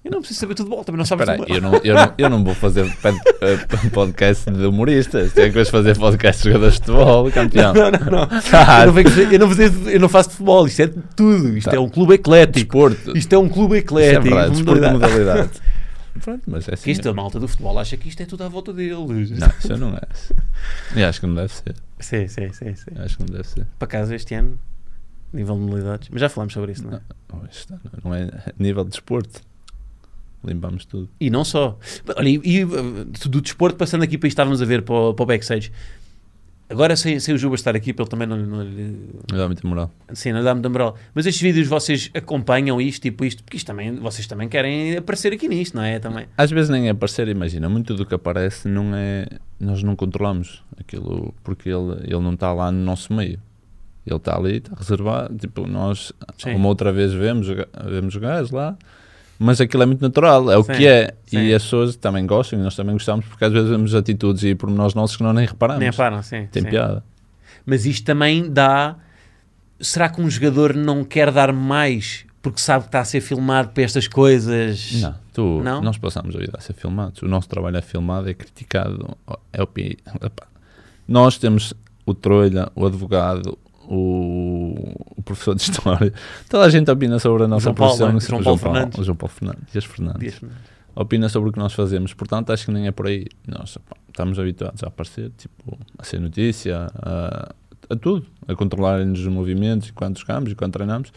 Eu não preciso saber tudo de bola, também não sabes Espera tudo aí, de eu bola. não, eu, não, eu não vou fazer pad- eh, podcast de humoristas. Tenho que vais fazer podcast de jogadores de futebol, campeão. Ah, Não, não, não. Eu não, venho fazer- eu não fazer- eu não faço futebol, isto é tudo. Isto Tá. é um clube eclético. Desporto. Isto é um clube é eclético. verdade, desporto de modalidade. modalidade. Pronto, mas é assim. Que isto, a malta do futebol acha que isto é tudo à volta deles. Não, isso não é. E acho que não deve ser. Sim, sim, sim, sim. Acho que não deve ser. Para casa este ano, nível de modalidades. Mas já falámos sobre isso, não é? Não, isto não- não é nível de desporto. Limpamos tudo. E não só. Olha, e, e, uh, do desporto, passando aqui para isto, estávamos a ver para o, para o backstage. Agora, sem, sem o Juba estar aqui, para ele também não, não, lhe- Não dá muita moral. Sim, não dá-me de moral. Mas estes vídeos vocês acompanham isto, tipo isto, porque isto também, vocês também querem aparecer aqui nisto, não é? Também. Às vezes nem é aparecer, imagina, muito do que aparece não é. Nós não controlamos aquilo porque ele, ele não está lá no nosso meio. Ele está ali, está reservado. Tipo, nós Sim. uma outra vez vemos, o ga- vemos o gajo lá, mas aquilo é muito natural, é o Sim, que é. sim. E as pessoas também gostam e nós também gostamos porque às vezes vemos atitudes e pormenores nossos que nós nem reparamos. Nem é? param, sim. Tem sim. piada. Mas isto também dá. Será que um jogador não quer dar mais porque sabe que está a ser filmado para estas coisas? Não, tu, Não? nós passamos a vida a ser filmados. O nosso trabalho é filmado, é criticado. É o pi- Epá. Nós temos o trolha, o advogado, o, o professor de história. Toda a gente opina sobre a nossa João Paulo, profissão. não é? sobre- João o Paulo Fernandes. o João Paulo Fernandes. Dias Fernandes. Dias, não. Opina sobre o que nós fazemos. Portanto, acho que nem é por aí. Nós epá, estamos habituados a aparecer, tipo, a ser notícia, a, a tudo. A controlarem-nos os movimentos, quando jogamos e quando treinamos.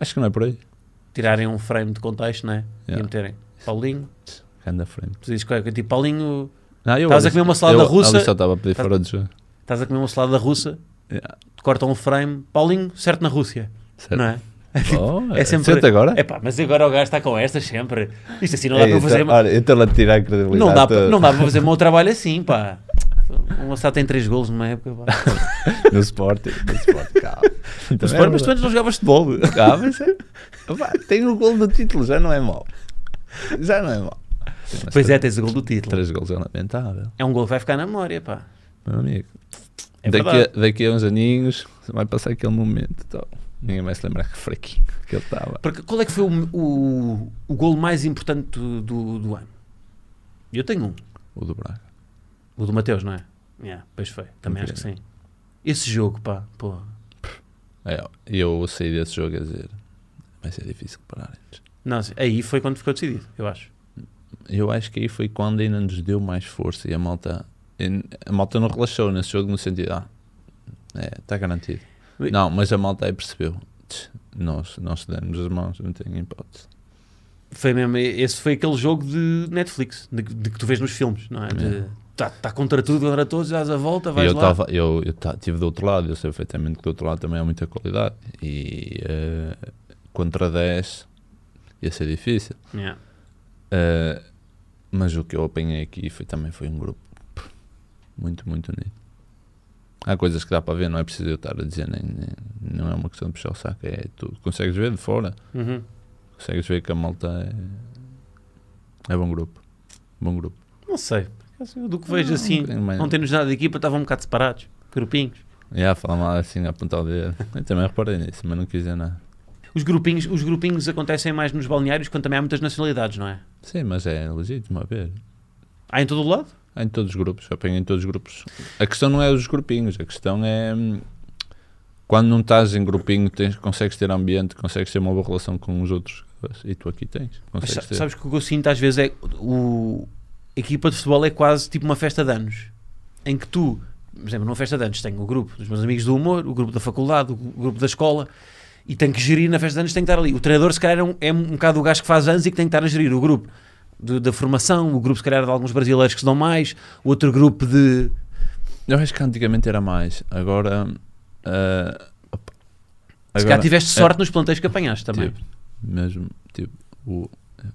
Acho que não é por aí. Tirarem um frame de contexto, não é? E Yeah. meterem Paulinho, Anda à frente. tu dizes qualquer coisa, tipo Paulinho, Não, eu Estavas a Alisson- comer uma salada eu- russa. Alisson estava a pedir Estás- fora de jogo. estás a comer uma salada russa, Yeah. cortam um frame, Paulinho, certo na Rússia, Certo. não é? Oh, É sempre- sente agora? É, É pá, mas agora o gajo está com estas sempre. Isto assim não dá para eu fazer. então, Olha, eu estou a tirar a credibilidade. Não dá, toda. para- não dá para fazer o meu trabalho assim, pá. O Moçada tem 3 golos numa época. Pá. No Sporting. No Sporting, calma. Mas, Também pá, mas é tu verdade. antes não jogavas futebol. Calma, mas é- Vá, Tem o gol do título, já não é mau. Já não é mau. Mas Pois é, três- tens o gol do título. Três gols é lamentável, É um gol que vai ficar na memória, pá. meu amigo. É daqui, a, verdade. daqui a uns aninhos vai passar aquele momento. tal. Ninguém vai se lembrar que fraquinho que ele estava. Porque qual é que foi o, o, o gol mais importante do, do, do ano? Eu tenho um. O do Braga. O do Mateus, não é? Yeah, pois foi. Também Ok. acho que sim. Esse jogo, pá. Pô. É, eu saí desse jogo a dizer vai ser difícil pararem-nos. Não, assim, aí foi quando ficou decidido, eu acho. Eu acho que aí foi quando ainda nos deu mais força e a malta, a malta não relaxou nesse jogo no sentido, ah, está garantido. Ui. Não, mas a malta aí percebeu, "Tch, nós, nós se dermos as mãos, não tem hipótese. Foi mesmo, esse foi aquele jogo de Netflix, de, de que tu vês nos filmes, não é? Yeah. Está contra tudo, contra todos, dás a volta, E vais eu lá. estava, eu estive do outro lado, eu sei perfeitamente que do outro lado também há muita qualidade e eh, contra 10 ia ser difícil. Yeah. Uh, mas o que eu apanhei aqui foi, também foi um grupo pff, muito, muito unido. Há coisas que dá para ver, não é preciso eu estar a dizer, nem, nem- não é uma questão de puxar o saco, é tu consegues ver de fora, Uhum. consegues ver que a malta é, é bom grupo. Bom grupo. Não sei, Eu do que vejo assim, não tem Ah, um mais- não temos nada de equipa, estavam um bocado separados, grupinhos. E a falar mal assim, a apontar o dedo. Eu também reparei nisso, mas não quis dizer nada. Os grupinhos, os grupinhos acontecem mais nos balneários quando também há muitas nacionalidades, não é? Sim, mas é legítimo a ver. Há em todo o lado? Há Em todos os grupos, eu apanho em todos os grupos. A questão não é os grupinhos, a questão é hum, quando não estás em grupinho, tens, consegues ter ambiente, consegues ter uma boa relação com os outros jogadores. e tu aqui tens. Mas Consegues sa- ter. sabes que o que eu sinto às vezes é o, a equipa de futebol é quase tipo uma festa de anos em que tu, por exemplo, numa festa de anos tenho o grupo dos meus amigos do humor, o grupo da faculdade, o grupo da escola e tenho que gerir na festa de anos, tenho que estar ali. O treinador, se calhar, é um, é um bocado o gajo que faz anos e que tem que estar a gerir o grupo de- da formação, o grupo, se calhar, de alguns brasileiros que se dão mais, o outro grupo de. Eu acho que antigamente era mais, agora. ah, se opa. Agora- é- Tipo, calhar tiveste sorte nos planteios que apanhaste também. Tive, mesmo, tive, o,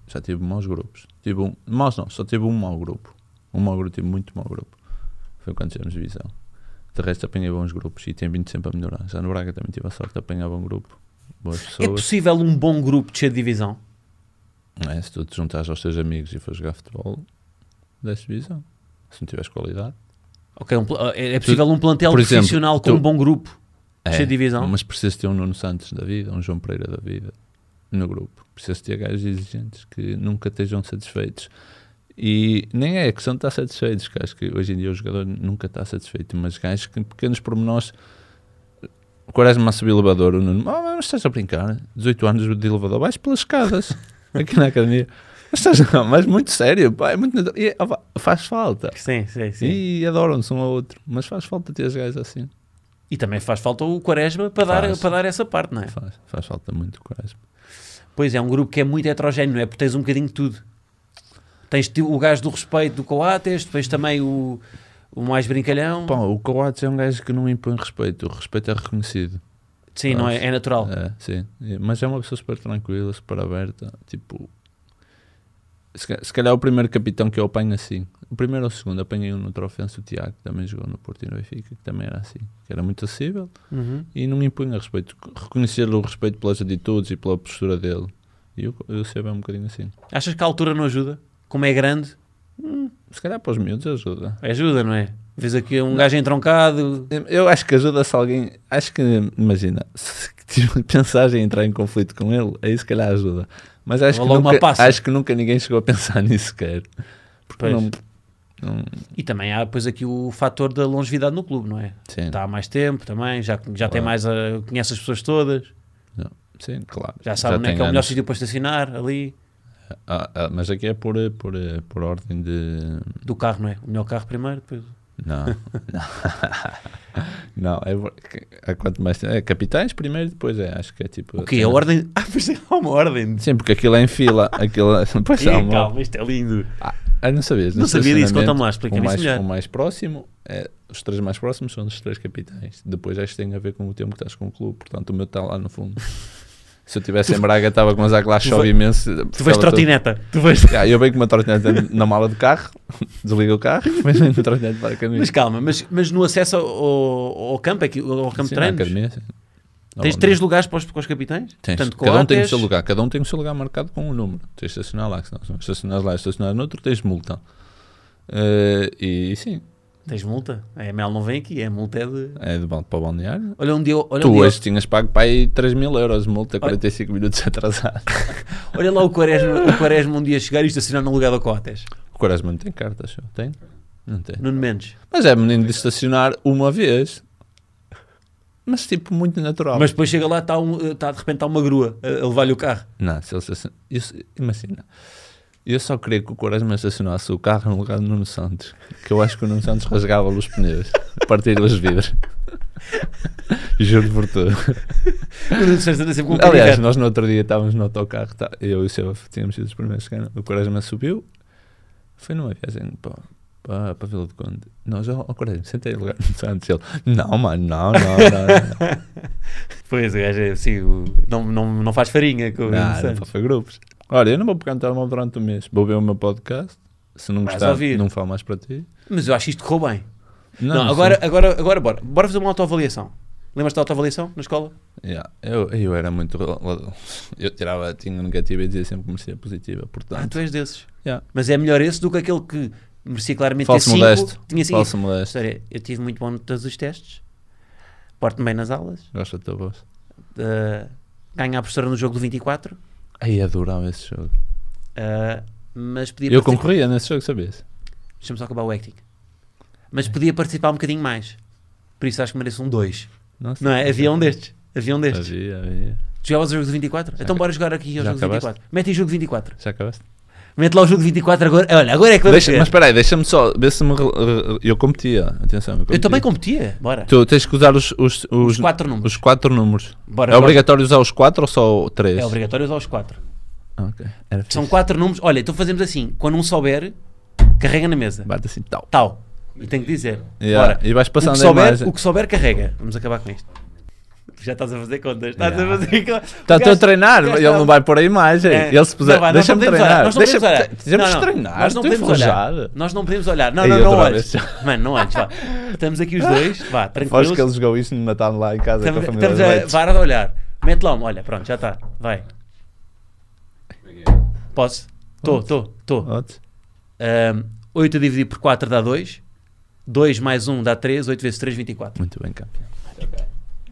já tive maus grupos. Tive um, maus não, só tive um mau grupo. Um mau grupo, tive muito mau grupo. Foi quando tivemos visão. De resto apanhei bons grupos e tenho vindo sempre a melhorar. Já no Braga também tive a sorte de apanhar bom grupo. Boas é pessoas. possível um bom grupo descer de divisão? Não é? Se tu te juntares aos teus amigos e fores jogar futebol, desce visão. Se não tiveres qualidade. Ok, um pla- é é possível um plantel por exemplo, profissional com tu- um bom grupo? É, Descer de divisão? Mas precisas ter um Nuno Santos da vida, um João Pereira da vida. no grupo. Precisa ter gajos exigentes que nunca estejam satisfeitos. E nem é a questão de estar satisfeitos, que acho que hoje em dia o jogador nunca está satisfeito, mas gajos que em pequenos pormenores. O Quaresma a subir o elevador, o Nuno, "Ah, mas estás a brincar? 18 anos de elevador, vais pelas escadas aqui na academia. Mas, estás, não, mas muito sério, pá, é muito natural. E, ah, pá, faz falta. Sim, sim, sim. E, E adoram-se um ao outro, mas faz falta ter os gajos assim. também faz falta o Quaresma para dar, Faz. para dar essa parte, não é? Faz, faz falta muito coragem. Pois é, um grupo que é muito heterogéneo, não é? Porque tens um bocadinho de tudo. Tens ti- o gajo do respeito do Coates, depois também o, o mais brincalhão. Pá, o Coates é um gajo que não impõe respeito, o respeito é reconhecido. Sim, não é? É natural. É, sim. E- Mas é uma pessoa super tranquila, super aberta. Tipo, se, ca- se calhar é o primeiro capitão que eu apanho assim, o primeiro ou o segundo, apanhei um no Trofense, o Tiago, que também jogou no Porto e no Benfica, que também era assim, que era muito acessível Uhum. e não me impunha respeito. Reconhecer-lhe o respeito pelas atitudes e pela postura dele. E eu, eu sei bem um bocadinho assim. Achas que a altura não ajuda? Como é grande, Se calhar para os miúdos ajuda. ajuda, não é? Vês aqui um gajo entroncado. Eu acho que ajuda se alguém. Acho que, imagina, se tipo, pensares em entrar em conflito com ele, aí se calhar ajuda. Mas acho Ou que, logo uma nunca, passa. acho que nunca ninguém chegou a pensar nisso sequer. Porque Pois. não, não- E também há depois aqui o fator da longevidade no clube, não é? sim, Está há mais tempo também, já, já tem Claro. mais a, conhece as pessoas todas, sim, claro. já sabe onde é tem que é o melhor anos. sítio para estacionar ali. Ah, ah, mas aqui é por, eh, por, eh, por ordem de. Do carro, não é? O melhor carro primeiro, depois. Não. não. não é, por- é quanto mais. É capitais primeiro, depois é. Acho que é tipo. O quê? A ordem. Ah, mas há uma ordem. Sim, porque aquilo é em fila. Aquilo, pois Ih, há uma- calma, isto é lindo. Ah, não sabias? Não No sabia disso, estacionamento, conta-me lá, explica-me o isso mais- melhor. O mais próximo, é, os três mais próximos são os três capitais. Depois acho que tem a ver com o tempo que estás com o clube, portanto o meu está lá no fundo. Se eu estivesse em Braga, estava com um zaga lá, chove vai- imenso. Tu vais ficava todo- trotineta. Tu vais... Ah, eu venho com uma trotineta na mala do carro, desliga o carro, mas venho na trotineta para a academia. Mas calma, mas, mas no acesso ao, ao- ao campo, aqui, ao campo de Sim, na treinos, academia, sim. tens Normalmente. três lugares para os, para os capitães? Tens. Portanto, cada um tem o Coates, seu lugar, cada um tem o seu lugar marcado com um número. Tens de estacionar lá, que senão se não estacionares lá e estacionares noutro, tens multa. Eh, e sim, Tens multa. É, A Mel não vem aqui, é multa é de... é de balde para o balneário. Olha um dia, olha, um Tu dia- hoje tinhas pago para aí 3 mil euros de multa, 45 minutos atrasado. olha lá o Quaresma, o Quaresma um dia chegar e estacionar no lugar do Coates. O Quaresma não tem carta, só tem? Não tem. Nuno Mendes. Mas é menino de estacionar uma vez. Mas tipo, muito natural. Mas depois chega lá, está um, está- de repente está uma grua a, a levar-lhe o carro. Não, se ele estaciona... eu se- Imagina. Eu só queria que o Quaresma estacionasse o carro no lugar do Nuno Santos. Que eu acho que o Nuno Santos rasgava-lhe os pneus. Partia-lhe os vidros. Juro por tudo. O Nuno Santos anda sempre com um o Aliás, canivete. nós no outro dia estávamos no autocarro, tá, eu e o Silva tínhamos sido os primeiros que chegaram, o Quaresma subiu, foi numa viagem para, para, para Vila do Conde. Nós, ó, oh, Quaresma, sentei no lugar do Santos. Ele, não, mano, não, não, não. Pois, o gajo é assim, o- não, não, não faz farinha com o Não, Nuno não, não, Santos. foi grupos. Olha, eu não vou pegar no telemóvel durante o mês, vou ver o meu podcast, se não Vais gostar, ouvir. não falo mais para ti. Mas eu acho que isto correu bem. Não, Não, não agora, sei. agora, agora bora. Bora fazer uma autoavaliação. Lembras-te da autoavaliação na escola? Yeah, eu, eu era muito... rel- Eu tirava, tinha negativa e dizia sempre que merecia positiva, Ah, portanto... tu és desses. Yeah. Mas é melhor esse do que aquele que merecia claramente Falso ter cinco, modesto, Tinha cinco. falso modesto. História, eu tive muito bom em todos os testes. Porto-me bem nas aulas. Gosto da tua voz. eh, ganho a professora no jogo do 24. Ai, adorava esse jogo. eh, mas podia Eu participar- concorria nesse jogo, sabias? Deixa-me só acabar o acting. Mas podia participar um bocadinho mais. Por isso acho que mereço um 2. Nossa. Não é? Havia um destes. Havia um destes. Havia, havia. Jogavas o jogo do 24? então bora jogar aqui ao já jogo do acabaste? 24. Mete aí o jogo 24. Já acabaste? Mete lá o jogo 24 agora. Olha, agora é que vamos Deixa- ver. mas espera aí, deixa-me só ver se me. re- re- Eu competia. Atenção, eu, competia. Eu também competia. Bora. Tu tens que usar os, os, os, Os quatro números. os quatro números. Bora, é bora. obrigatório usar os quatro ou só o três? É obrigatório usar os 4. Ah, ok. Era fixe. São 4 números. Olha, então fazemos assim. Quando um souber, carrega na mesa. Bate assim, tal. Tal. E tenho que dizer. Yeah, Bora. E vais O passando que, a souber, imagem. o que souber, carrega. Vamos acabar com isto. Já estás a fazer contas. Estás Yeah. a fazer contas. Está O gajo- Tá, a treinar, o gajo ele está- não vai pôr a imagem. É. Ele se puser. Não, vai, nós não Deixa-me podemos olhar, treinar. nós não Deixa-me podemos olhar. deixa-me Não, não, Nós treinar. não estou podemos olhar. enferrujado. Nós não podemos olhar. Não, não, Ei, eu não adorava olhes. esse Mano, não olhes. Vá. Estamos aqui os dois. Vá, Aposto tranquilos. que ele jogou isto no Natal lá em casa Estamos, com a família. estamos a vara de olhar. Mete lá um. Olha, pronto, já está. Vai. Como é que é? Posso? Estou, estou, estou. Ótimo. 8 a dividir por 4 um dá 2. 2 mais 1 dá 3. 8 vezes 3, 24. Muito bem, campeão.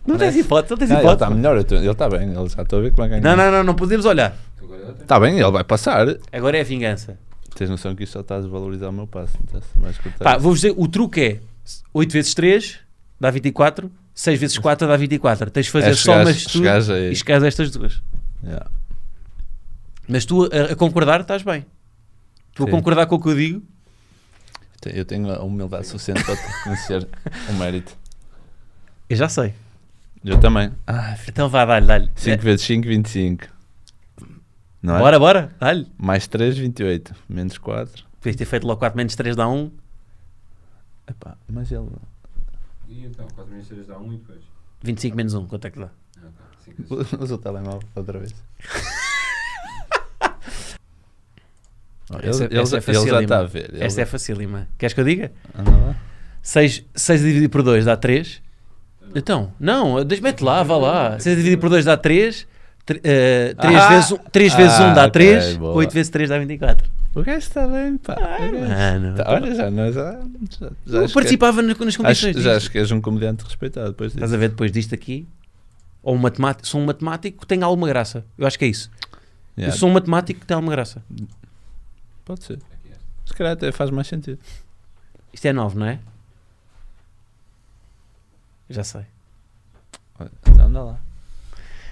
Não tens hipótese, não tens Não, Ah, ele está hipótese. melhor, eu tô- ele está bem, ele já estou a ver é que vai ganhar. Tipo, Não, não, não, não podemos olhar. Tu agora já tens. Está Tá bem, ele vai passar. Agora é a vingança. Tens noção que isto só está a desvalorizar o meu passo. Então, se vais cortar. Pá, vou-vos dizer, o truque é 8 vezes 3 dá 24, 6 vezes 4 dá 24. Tens de fazer É, só chegares- umas tu chegares a- e chegares a estas duas. Yeah. Mas tu a, a concordar estás bem. Tu a Sim. concordar com o que eu digo, Te- Eu tenho a humildade suficiente para te reconhecer o mérito. eu já sei. Eu também. Ah, Então vá, dá-lhe, dá-lhe. 5 vezes 5, 25. Não é? Bora, bora, dá-lhe. Mais 3, 28. Menos 4. Depois de ter feito logo 4 menos 3 dá 1. Epá, mas ele. E então, 4 menos 3 dá 1 e depois. 25 menos 1, quanto é que dá? Ah, tá. Cinco vezes. Usa o telemóvel outra vez. Oh, ele Essa- ele essa já- é ele já facílima. está a ver. Ele Esta já- é facílima. Queres que eu diga? Anda lá. 6, 6 dividido por 2 dá 3. Então, não, deixa- mete lá, vá lá. 6 dividido por 2 dá 3. 3 Ah! vezes 1 três vezes um Ah, dá ok, 3. boa. 8 vezes 3 dá 24. O gajo está bem, pá. O gajo- Mano, Tá, olha, já, não, já, já, já Ah, eu acho participava nas, nas que, é- acho, competições. já disto. acho que és um comediante respeitado depois disso. Estás a ver depois disto aqui? Ou um matemático, sou um matemático que tem alguma graça. Eu acho que é isso. Yeah, Eu sou um matemático que tem alguma graça. Pode ser. Se calhar até faz mais sentido. Isto é 9, não é? Já sei. Olha, Então anda lá.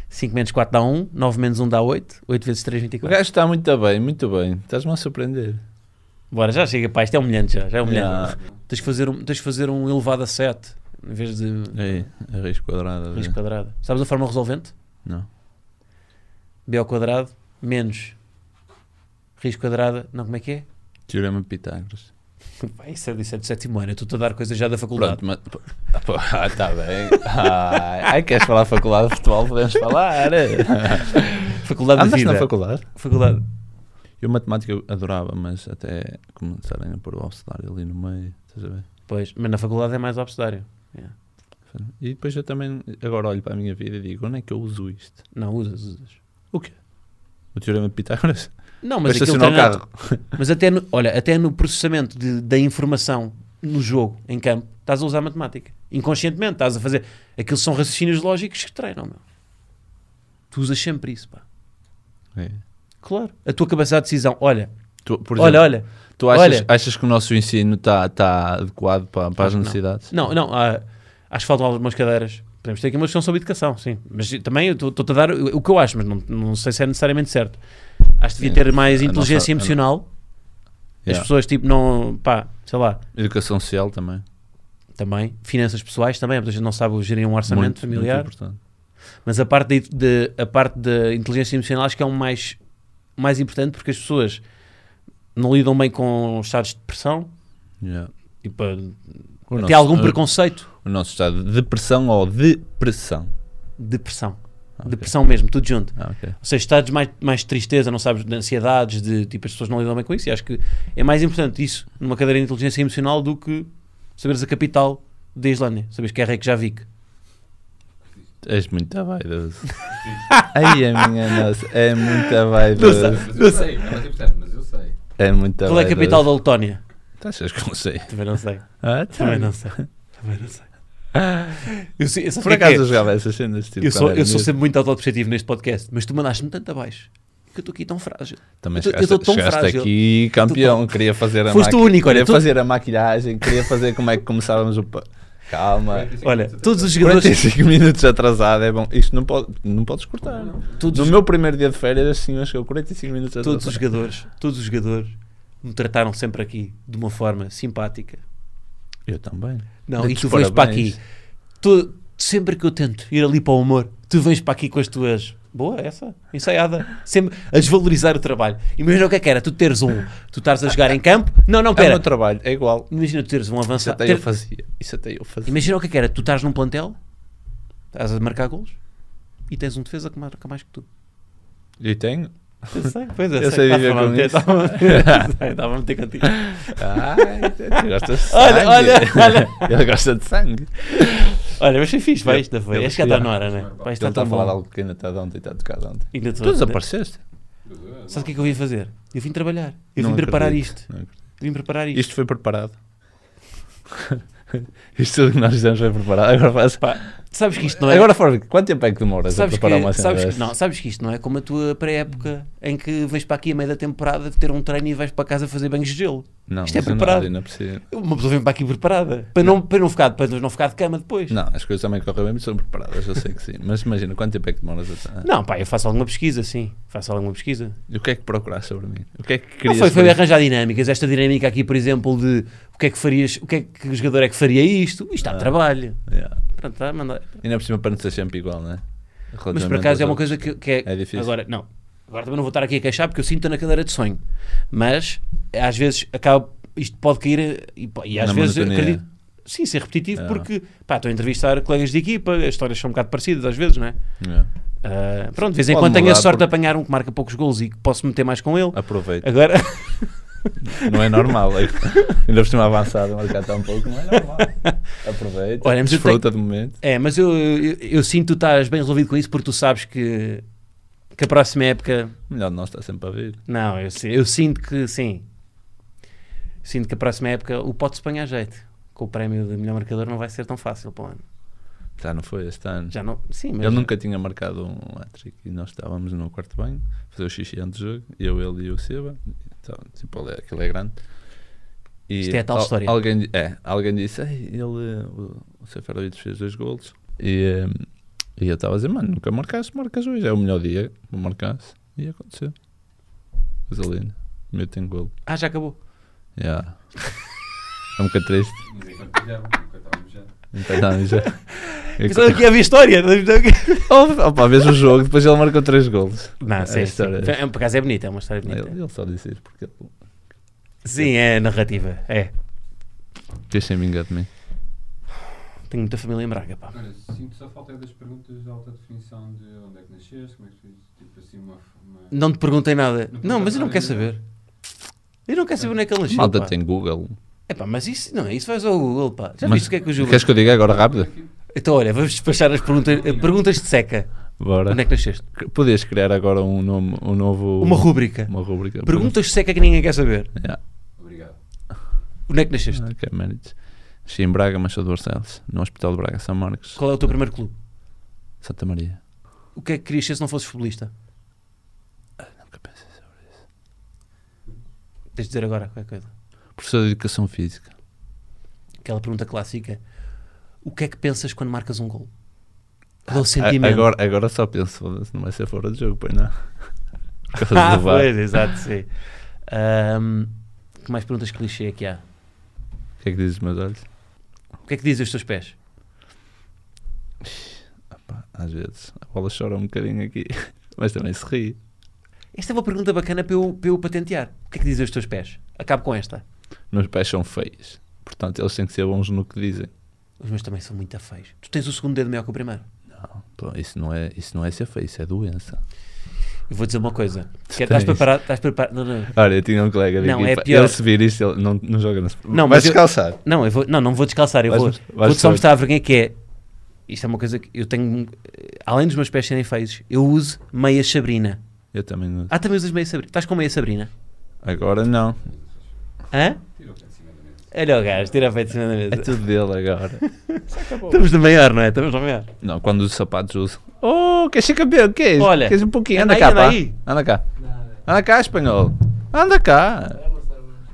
5 menos 4 dá 1, 9 menos 1 dá 8, 8 vezes 3, O 24. gajo está muito bem, muito bem. Estás-me a surpreender. Bora, já chega, pá, isto é humilhante já, já é humilhante. Yeah. Tens, de fazer um, tens de fazer um elevado a 7 em vez de Aí, a raiz quadrada. raiz né? quadrada. Sabes a forma resolvente? Não. B ao quadrado menos raiz quadrada, não, como é que é? Teorema de Pitágoras. Pá, isso é de isso é do sétimo ano, eu estou-te a dar coisas já da faculdade. Pronto, mas. pô, ah, pô, Ah, está bem. Ah, ai, queres falar faculdade de futebol? Podemos falar. Faculdade da Andaste vida. na faculdade? faculdade. Eu matemática eu adorava, mas até começarem a pôr o obsedário ali no meio. Estás a ver? Pois, mas na faculdade é mais obsedário. E depois eu também agora olho para a minha vida e digo, onde é que eu uso isto? Não, usas, usas. O quê? O Teorema de Pitágoras? Não, Para mas aquilo estacionar o treina- carro. Mas até no, olha, até no processamento de- da informação no jogo, em campo, estás a usar matemática. Inconscientemente, estás a fazer. Aquilo são raciocínios lógicos que treinam, meu. Tu usas sempre isso, pá. É. Claro. A tua capacidade de decisão. Olha, Tu, por olha, exemplo, olha. tu achas, olha. achas que o nosso ensino está adequado para, para as Acho que não. necessidades? Não, não. há- acho que faltam algumas cadeiras. Podemos ter aqui uma discussão sobre educação, sim. Mas também eu estou- estou-te a dar o, o que eu acho, mas não, não sei se é necessariamente certo. Acho que devia Sim, ter mais É. a nossa- inteligência a emocional. As Yeah. pessoas, tipo, não. pá, sei lá. Educação social também. Também. Finanças pessoais também, porque a gente não sabe gerir um orçamento muito, familiar. Muito importante. Mas a parte de, de- a parte da inteligência emocional acho que é o mais, mais importante porque as pessoas não lidam bem com estados de depressão Yeah. e pá, O até nosso- algum o- preconceito. O nosso estado de depressão ou depressão. Depressão. ok. Depressão mesmo, tudo junto. Ah, ok. Ou seja, estados mais, mais de tristeza, não sabes, de ansiedades, de tipo, as pessoas não lidam bem com isso. E acho que é mais importante isso numa cadeira de inteligência emocional do que saberes a capital da Islândia, saberes que é Reykjavik. És muito vaidoso. Ai, a minha nossa. É muito vaidoso. Não Mas eu sei, não, mas eu percebo, mas eu sei. É muito Qual é a capital da Letónia? Tu achas que eu não sei? Também não sei. Ah, tá. Também não sei. Também não sei. Eu, sei- eu sei o Por que é que acaso é. eu jogava essas cenas. Tipo, Eu sou, quando era eu sou miúdo. sempre muito autodepreciativo neste podcast, mas tu mandaste-me tanto abaixo que eu estou aqui tão frágil. Também Eu tô- eu chegaste, tô tão chegaste frágil. aqui campeão, queria fazer a Foste o maqui- único, olha, queria tu- fazer a maquilhagem, queria fazer como é que começávamos o... pa- Calma. 45 Olha, minutos todos os atrás. jogadores. 45 minutos atrasado é bom. Isto não, pode, não podes cortar. Todos, No meu primeiro dia de férias, assim, acho que eu 45 minutos atrasado. todos os jogadores, todos os jogadores me trataram sempre aqui de uma forma simpática. Eu também. Não, e Muitos tu vens para aqui. parabéns. Tu- sempre que eu tento ir ali para o humor, tu vens para aqui com as tuas. Boa, essa, ensaiada. Sempre a desvalorizar o trabalho. Imagina o que é que era, tu teres um, tu estás a jogar em campo. Não, não, É o pera. meu trabalho, é igual. Imagina tu teres um Isso avançado. até eu ter- fazia. Isso até eu fazia. Imagina o que é que era, tu estás num plantel, estás a marcar golos e tens um defesa que marca mais que tu. E tenho. Eu sei, pois é, Eu sei viver estava a com meter- isso. estava a- sei, Estava a meter contigo. Ai, tu gostas de Olha, sangue. olha, olha. Ele gosta de sangue. Olha, mas foi fixe, vai, isto foi. Eu- Acho que já está na hora, né? Vai, Ele está está a tão falar de bom. algo que ainda está de ontem, está tocado ontem. Ainda estou- Tu desapareceste? Sabe o que é que eu vim fazer? Eu vim trabalhar. Eu Não vim preparar acredito. isto. Não acredito. Vim preparar isto. Isto foi preparado. Isto tudo que nós fizemos foi preparado. Agora faz. Pá, Sabes que isto não é. Agora, fora, quanto tempo é que demoras a sabes preparar uma que, cena sabes, que- dessas? não, sabes que isto não é como a tua pré-época em que vais para aqui a meio da temporada ter um treino e vais para casa fazer banhos de gelo. não, isto é isso não, preparado. Não, é possível. Uma pessoa vem para aqui preparada. Para não, para não, ficar, para não ficar de cama depois. Não, as coisas também correm bem, são preparadas, eu sei que sim. Mas imagina, quanto tempo é que demoras a... Não, pá, eu faço alguma pesquisa, sim. Faço alguma pesquisa. E o que é que procuraste sobre mim? O que é que Não, querias foi, foi saber? arranjar dinâmicas. Esta dinâmica aqui, por exemplo, de o que é que farias, o que é que o jogador é que faria isto? Isto Ah. há trabalho. Yeah. Pronto, está a mandar. E não é por cima para não ser sempre igual, não é? Mas por Relativamente aos acaso é uma outros. coisa que, que é. É difícil. Agora, não. Agora também não vou estar aqui a queixar porque eu sinto na cadeira de sonho. Mas às vezes acaba. Isto pode cair e, po- e às Na vezes monotonia. acredito. Sim, ser repetitivo Ah. porque pá, estou a entrevistar colegas de equipa, as histórias são um bocado parecidas às vezes, não é? Yeah. Ah, pronto, de vez em Pode quando tenho a mudar Ah, sorte de por- apanhar um que marca poucos gols e que posso meter mais com ele. Aproveita. Agora, Não é normal. é que- Ainda por cima avançado, marcar tão pouco, não é normal. Aproveita, Olha, mas eu desfruta do momento. é, mas eu, eu, eu sinto que tu estás bem resolvido com isso porque tu sabes que, que a próxima época Melhor de nós está sempre a vir. Não, eu, si- eu sinto que sim. Sinto que a próxima época o pote se põe a jeito. Com o prémio de melhor marcador não vai ser tão fácil para o ano. Já não foi este ano. Já não, sim, mas Ele nunca tinha marcado um hat-trick e nós estávamos no quarto banho, fazer o xixi antes do jogo, eu, ele e o Seba. Então, tipo, ele é- aquilo é grande. E Isto é a tal al- história. Alguém, di- é, alguém disse, "Ei, ele, o, o Seferovic fez dois golos. E, eh, e eu estava a dizer, mano, nunca marcaste, marcas hoje. É o melhor dia, vou marcasse. E aconteceu. Rosalina, meu tem golo. Ah, já acabou. Yeah. é um bocado triste. Mas enquanto fizeram, enquanto um estávamos já. Então, não, já. Eu- Pensava que é havia história. Oh, opa, vês o jogo, depois ele marcou três golos. Não, É sim, a sim. história. É, Por acaso é bonita, é uma história bonita. Ele, ele só disse isso porque ele Sim, é narrativa. É. Deixem vingar de mim. Tenho muita família em Braga, pá. Olha, sinto só falta é das perguntas de alta definição de onde é que nasceste, como é que fizes, tipo assim, uma. uma... Não te perguntei nada. Não Não, mas eu não quero perguntaste nada. saber. Eu não quero saber onde é que ele nasceu. Malta pá. tem Google. É pá, mas isso não é isso. Vais ao Google, pá. Já Mas viste o que é que o Júlio. Queres que eu diga agora rápido? Então, olha, vamos despachar as perguntas, eh, perguntas de seca. Bora. Onde é que nasceste? Que- Podias criar agora um nome, um novo. Uma rúbrica. Uma rúbrica. Perguntas seca que ninguém quer saber. Yeah. Obrigado. Onde é que nasceste? Ah, Ok, méritos. Nasci em Braga, mas sou de Barcelos, no Hospital de Braga, São Marcos, Qual é o teu primeiro clube? Santa Maria. O que é que querias ser se não fosses futebolista? Ah, Nunca pensei sobre Tens de dizer agora qualquer coisa. isso. Professor de Educação Física. Aquela pergunta clássica. O que é que pensas quando marcas um gol? Qual é o A- sentimento? Ah, agora, agora só penso, foda-se, não vai ser fora de jogo, pois não. Por causa ah, do VAR. pois, exato, sim. Ahm, que mais perguntas clichê é que há? O que é que dizes, meus olhos? O que é que dizem os teus pés? Pá, às vezes a bola chora um bocadinho aqui, mas também se ri. Esta é uma pergunta bacana para eu, para eu patentear. O que é que dizem os teus pés? Acabo com esta. Meus pés são feios, portanto eles têm que ser bons no que dizem. Os meus também são muito feios. Tu tens o segundo dedo maior que o primeiro. Não, pô, isso não é, isso não é ser feio, isso é doença. Eu vou dizer uma coisa. Que- Tens. Estás preparado? Estás preparado? Não, não. Olha, eu tinha um colega de Não, equipa, é pior. ele se vir isto, ele não, não joga no Super Não, Vai mas eu- descalçar. Não, eu vou, não, não vou descalçar, eu Vais- vou, vais vou só só- mostrar a vergonha que é. Isto é uma coisa que eu tenho. eh, Além dos meus pés serem feios, eu uso meia Sabrina. Eu também não. Ah, também usas meia Sabrina. Estás com meia Sabrina? Agora não, Hã? Tira o pé de cima da mesa. Olha o gajo, tira a feita de cima da é mesa. tudo dele agora. Estamos no maior, não é? Estamos no maior. não, quando os sapatos usam. Oh, queres ser campeão? Queres? Olha, é queres um pouquinho? anda Anda, aí, cá, anda pá. aí. Anda cá. Anda cá, espanhol. Anda cá.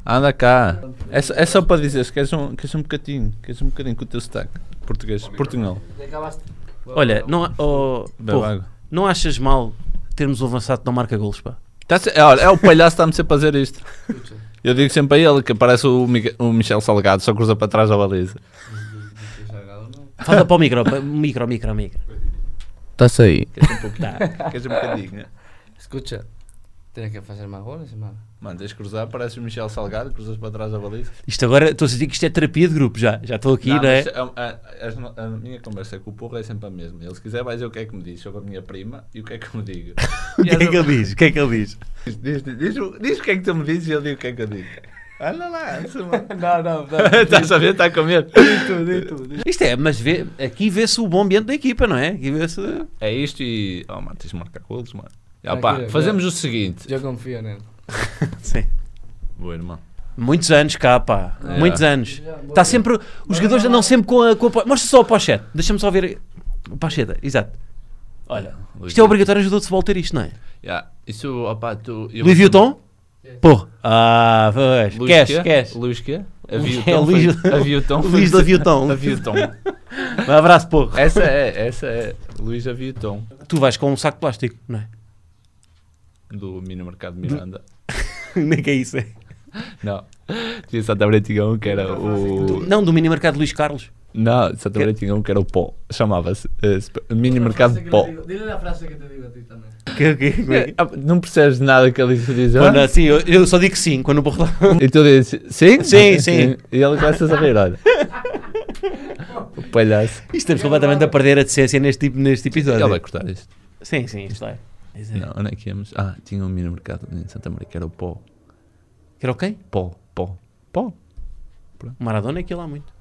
Anda cá. É, só- é só para dizer se queres um, queres um bocadinho, queres um bocadinho com o teu sotaque português, portunhol. Olha, não, há- oh, Bebe porra, água. não achas mal termos um avançado que não marca golos, pá? Tá se- é, olha, é o palhaço que está-me sempre a fazer isto. Eu digo sempre a ele que parece o, Mica- o Michel Salgado, só cruza para trás da baliza. Fala para o micro, pa- micro, micro, micro. Estás aí. Queres um bocadinho? Escucha, tienes que hacer más goles, hermano. Mano, tens de cruzar, parece o Michel Salgado, cruzas para trás da baliza. Isto agora, estou a sentir que isto é terapia de grupo já. Já estou aqui, não, é? mas a, a- a minha conversa com o Porro é sempre a mesma. Ele, se quiser, vai dizer o que é que me diz sobre a minha prima e o que é que eu me digo. O que é que ele diz? O que é que ele diz? Diz, diz, diz o- diz o que é que tu me dizes e eu digo o que é que eu digo. Olha lá, No, no, no. estás a ver? Está com medo? Isto é, mas vê, aqui vê-se o bom ambiente da equipa, não é? Aqui vê-se. É isto e. Oh, mano, tens de marcar golos, mano. Tá Ah, pá, que- fazemos o seguinte. Yo confío en él. Sim. Boa, irmão. Muitos anos cá, pá. É. é Muitos anos. Está sempre. Os jogadores andam sempre com a. Com a po- Mostra só o pochete. Deixa-me só ver. Pacheta, exato. Olha, Louis isto é obrigatório ajudou-se a voltar isto, não é? Yeah. Isso, opa, tu... eu- Louis Vuitton? Porra. Ah, pois. Luís Cash, quê? cash. Luís quê? É, Aviotão. Luís- foi- Aviotão. foi- É Luís da Aviotão. Aviotão. Um abraço, porra. Essa é, essa é. Luís Aviotão, Tu vais com um saco de plástico, não é? do Mini Mercado Miranda. Nem que é isso, é? Não. Tinha Santa Bretigão, que era o... Não, do mini mercado Luís Carlos. Não, Santa Que- Bretigão, que era o pó. Chamava-se eh, sp- Mini Mercado Pó. Dile a frase que te digo a ti também. Que, que, é que, Eh, ah, Não percebes nada que ele diz. Quando, "Ah, assim, eu, eu só digo sim, quando vou lá. E tu dizes, sim? Sim, sim. E ele começa a rir, olha. O palhaço. Isto estamos completamente a perder a decência neste, tipo, neste Ele episódio. vai cortar isto. Sim, sim, isto é. Isso é. Não, onde é que íamos? Ah, tinha um mini mercado em Santa Maria que era o pó. Que Era ok? Pó, pó, pó. O Maradona é que ia lá muito.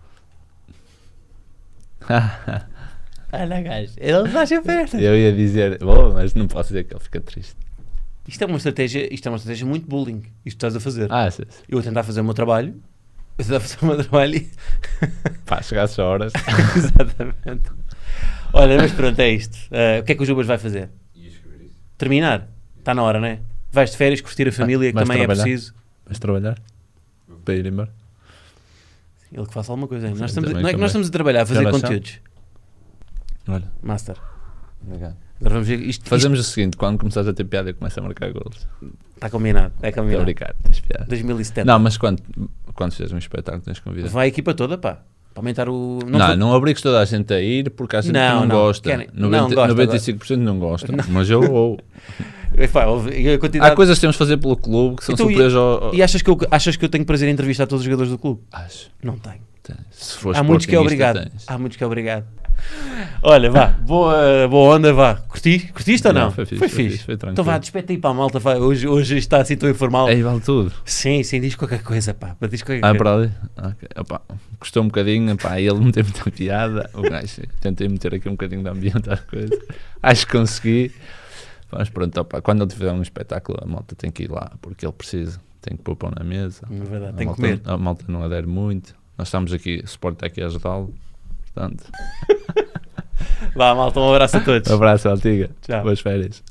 Olha, gajo, ele está sempre perto. Eu ia dizer, bom, mas não posso dizer que ele fica triste. Isto é uma estratégia, isto é uma estratégia muito bullying. Isto que estás a fazer. Ah, se- se- Eu a tentar fazer o meu trabalho. Eu a tentar fazer o meu trabalho. e- pá, chegasse a horas. Exatamente. Olha, mas pronto, é isto. Ah, o que é que o Jubas vai fazer? E escrever isso. Terminar. Está na hora, não é? Vais de férias, curtir a família, que Ah, vais também é trabalhar? preciso. Vais trabalhar? Para ir embora? Ele que faça alguma coisa. hein? Nós Sim, estamos a- também, não é que nós também. estamos a trabalhar, a fazer Já lá está? conteúdos. Olha, Master. obrigado. Agora vamos ver. Isto, Fazemos o seguinte: quando começares a ter piada, eu começo a marcar golos. Está combinado. É Estou a combinado. brincar, tens piada. 2070. Não, mas quando, quando fizeres um espetáculo, tens que convidar. Vai a equipa toda, pá. Para aumentar o. Não, não, vou- obrigues toda a gente a ir porque há gente Não, que não, não, gosta. querem- não 90, gosta, 95% não gostam, mas eu vou. É, Pá, houve- a quantidade- Há coisas que temos de fazer pelo clube que são Então, e- surpresas ao. ao- E achas que, eu, achas que eu tenho prazer em entrevistar todos os jogadores do clube? Acho. Não tenho. tens. Se fores Há muitos que é sportinguista, obrigado. tens. Há muitos que é obrigado. Olha, vá. Boa, boa onda, vá. Curti? Curtiste ou então não? Não, foi fixe, foi fixe, foi tranquilo. É então vá, despeta aí para a malta. Vai. Hoje, hoje isto está assim tão informal. Aí vale tudo. Sim, sim, diz qualquer coisa, pá. Mas Diz qualquer Ah, coisa. para ali? Ah, ok. Opa, custou um bocadinho, pá, ele não tem muita piada. O gajo, tentei meter aqui um bocadinho de ambiente às coisas. Acho que consegui. Mas pronto, opa, quando ele tiver um espetáculo, a malta tem que ir lá, porque ele precisa. Tem que pôr pão na mesa. É verdade, A tem que malta- comer. A malta não adere muito. Nós estamos aqui, o suporte está aqui a ajudá-lo. Portanto, Vá, malta, um abraço a todos. abraço, Altiga. Tchau. Boas férias.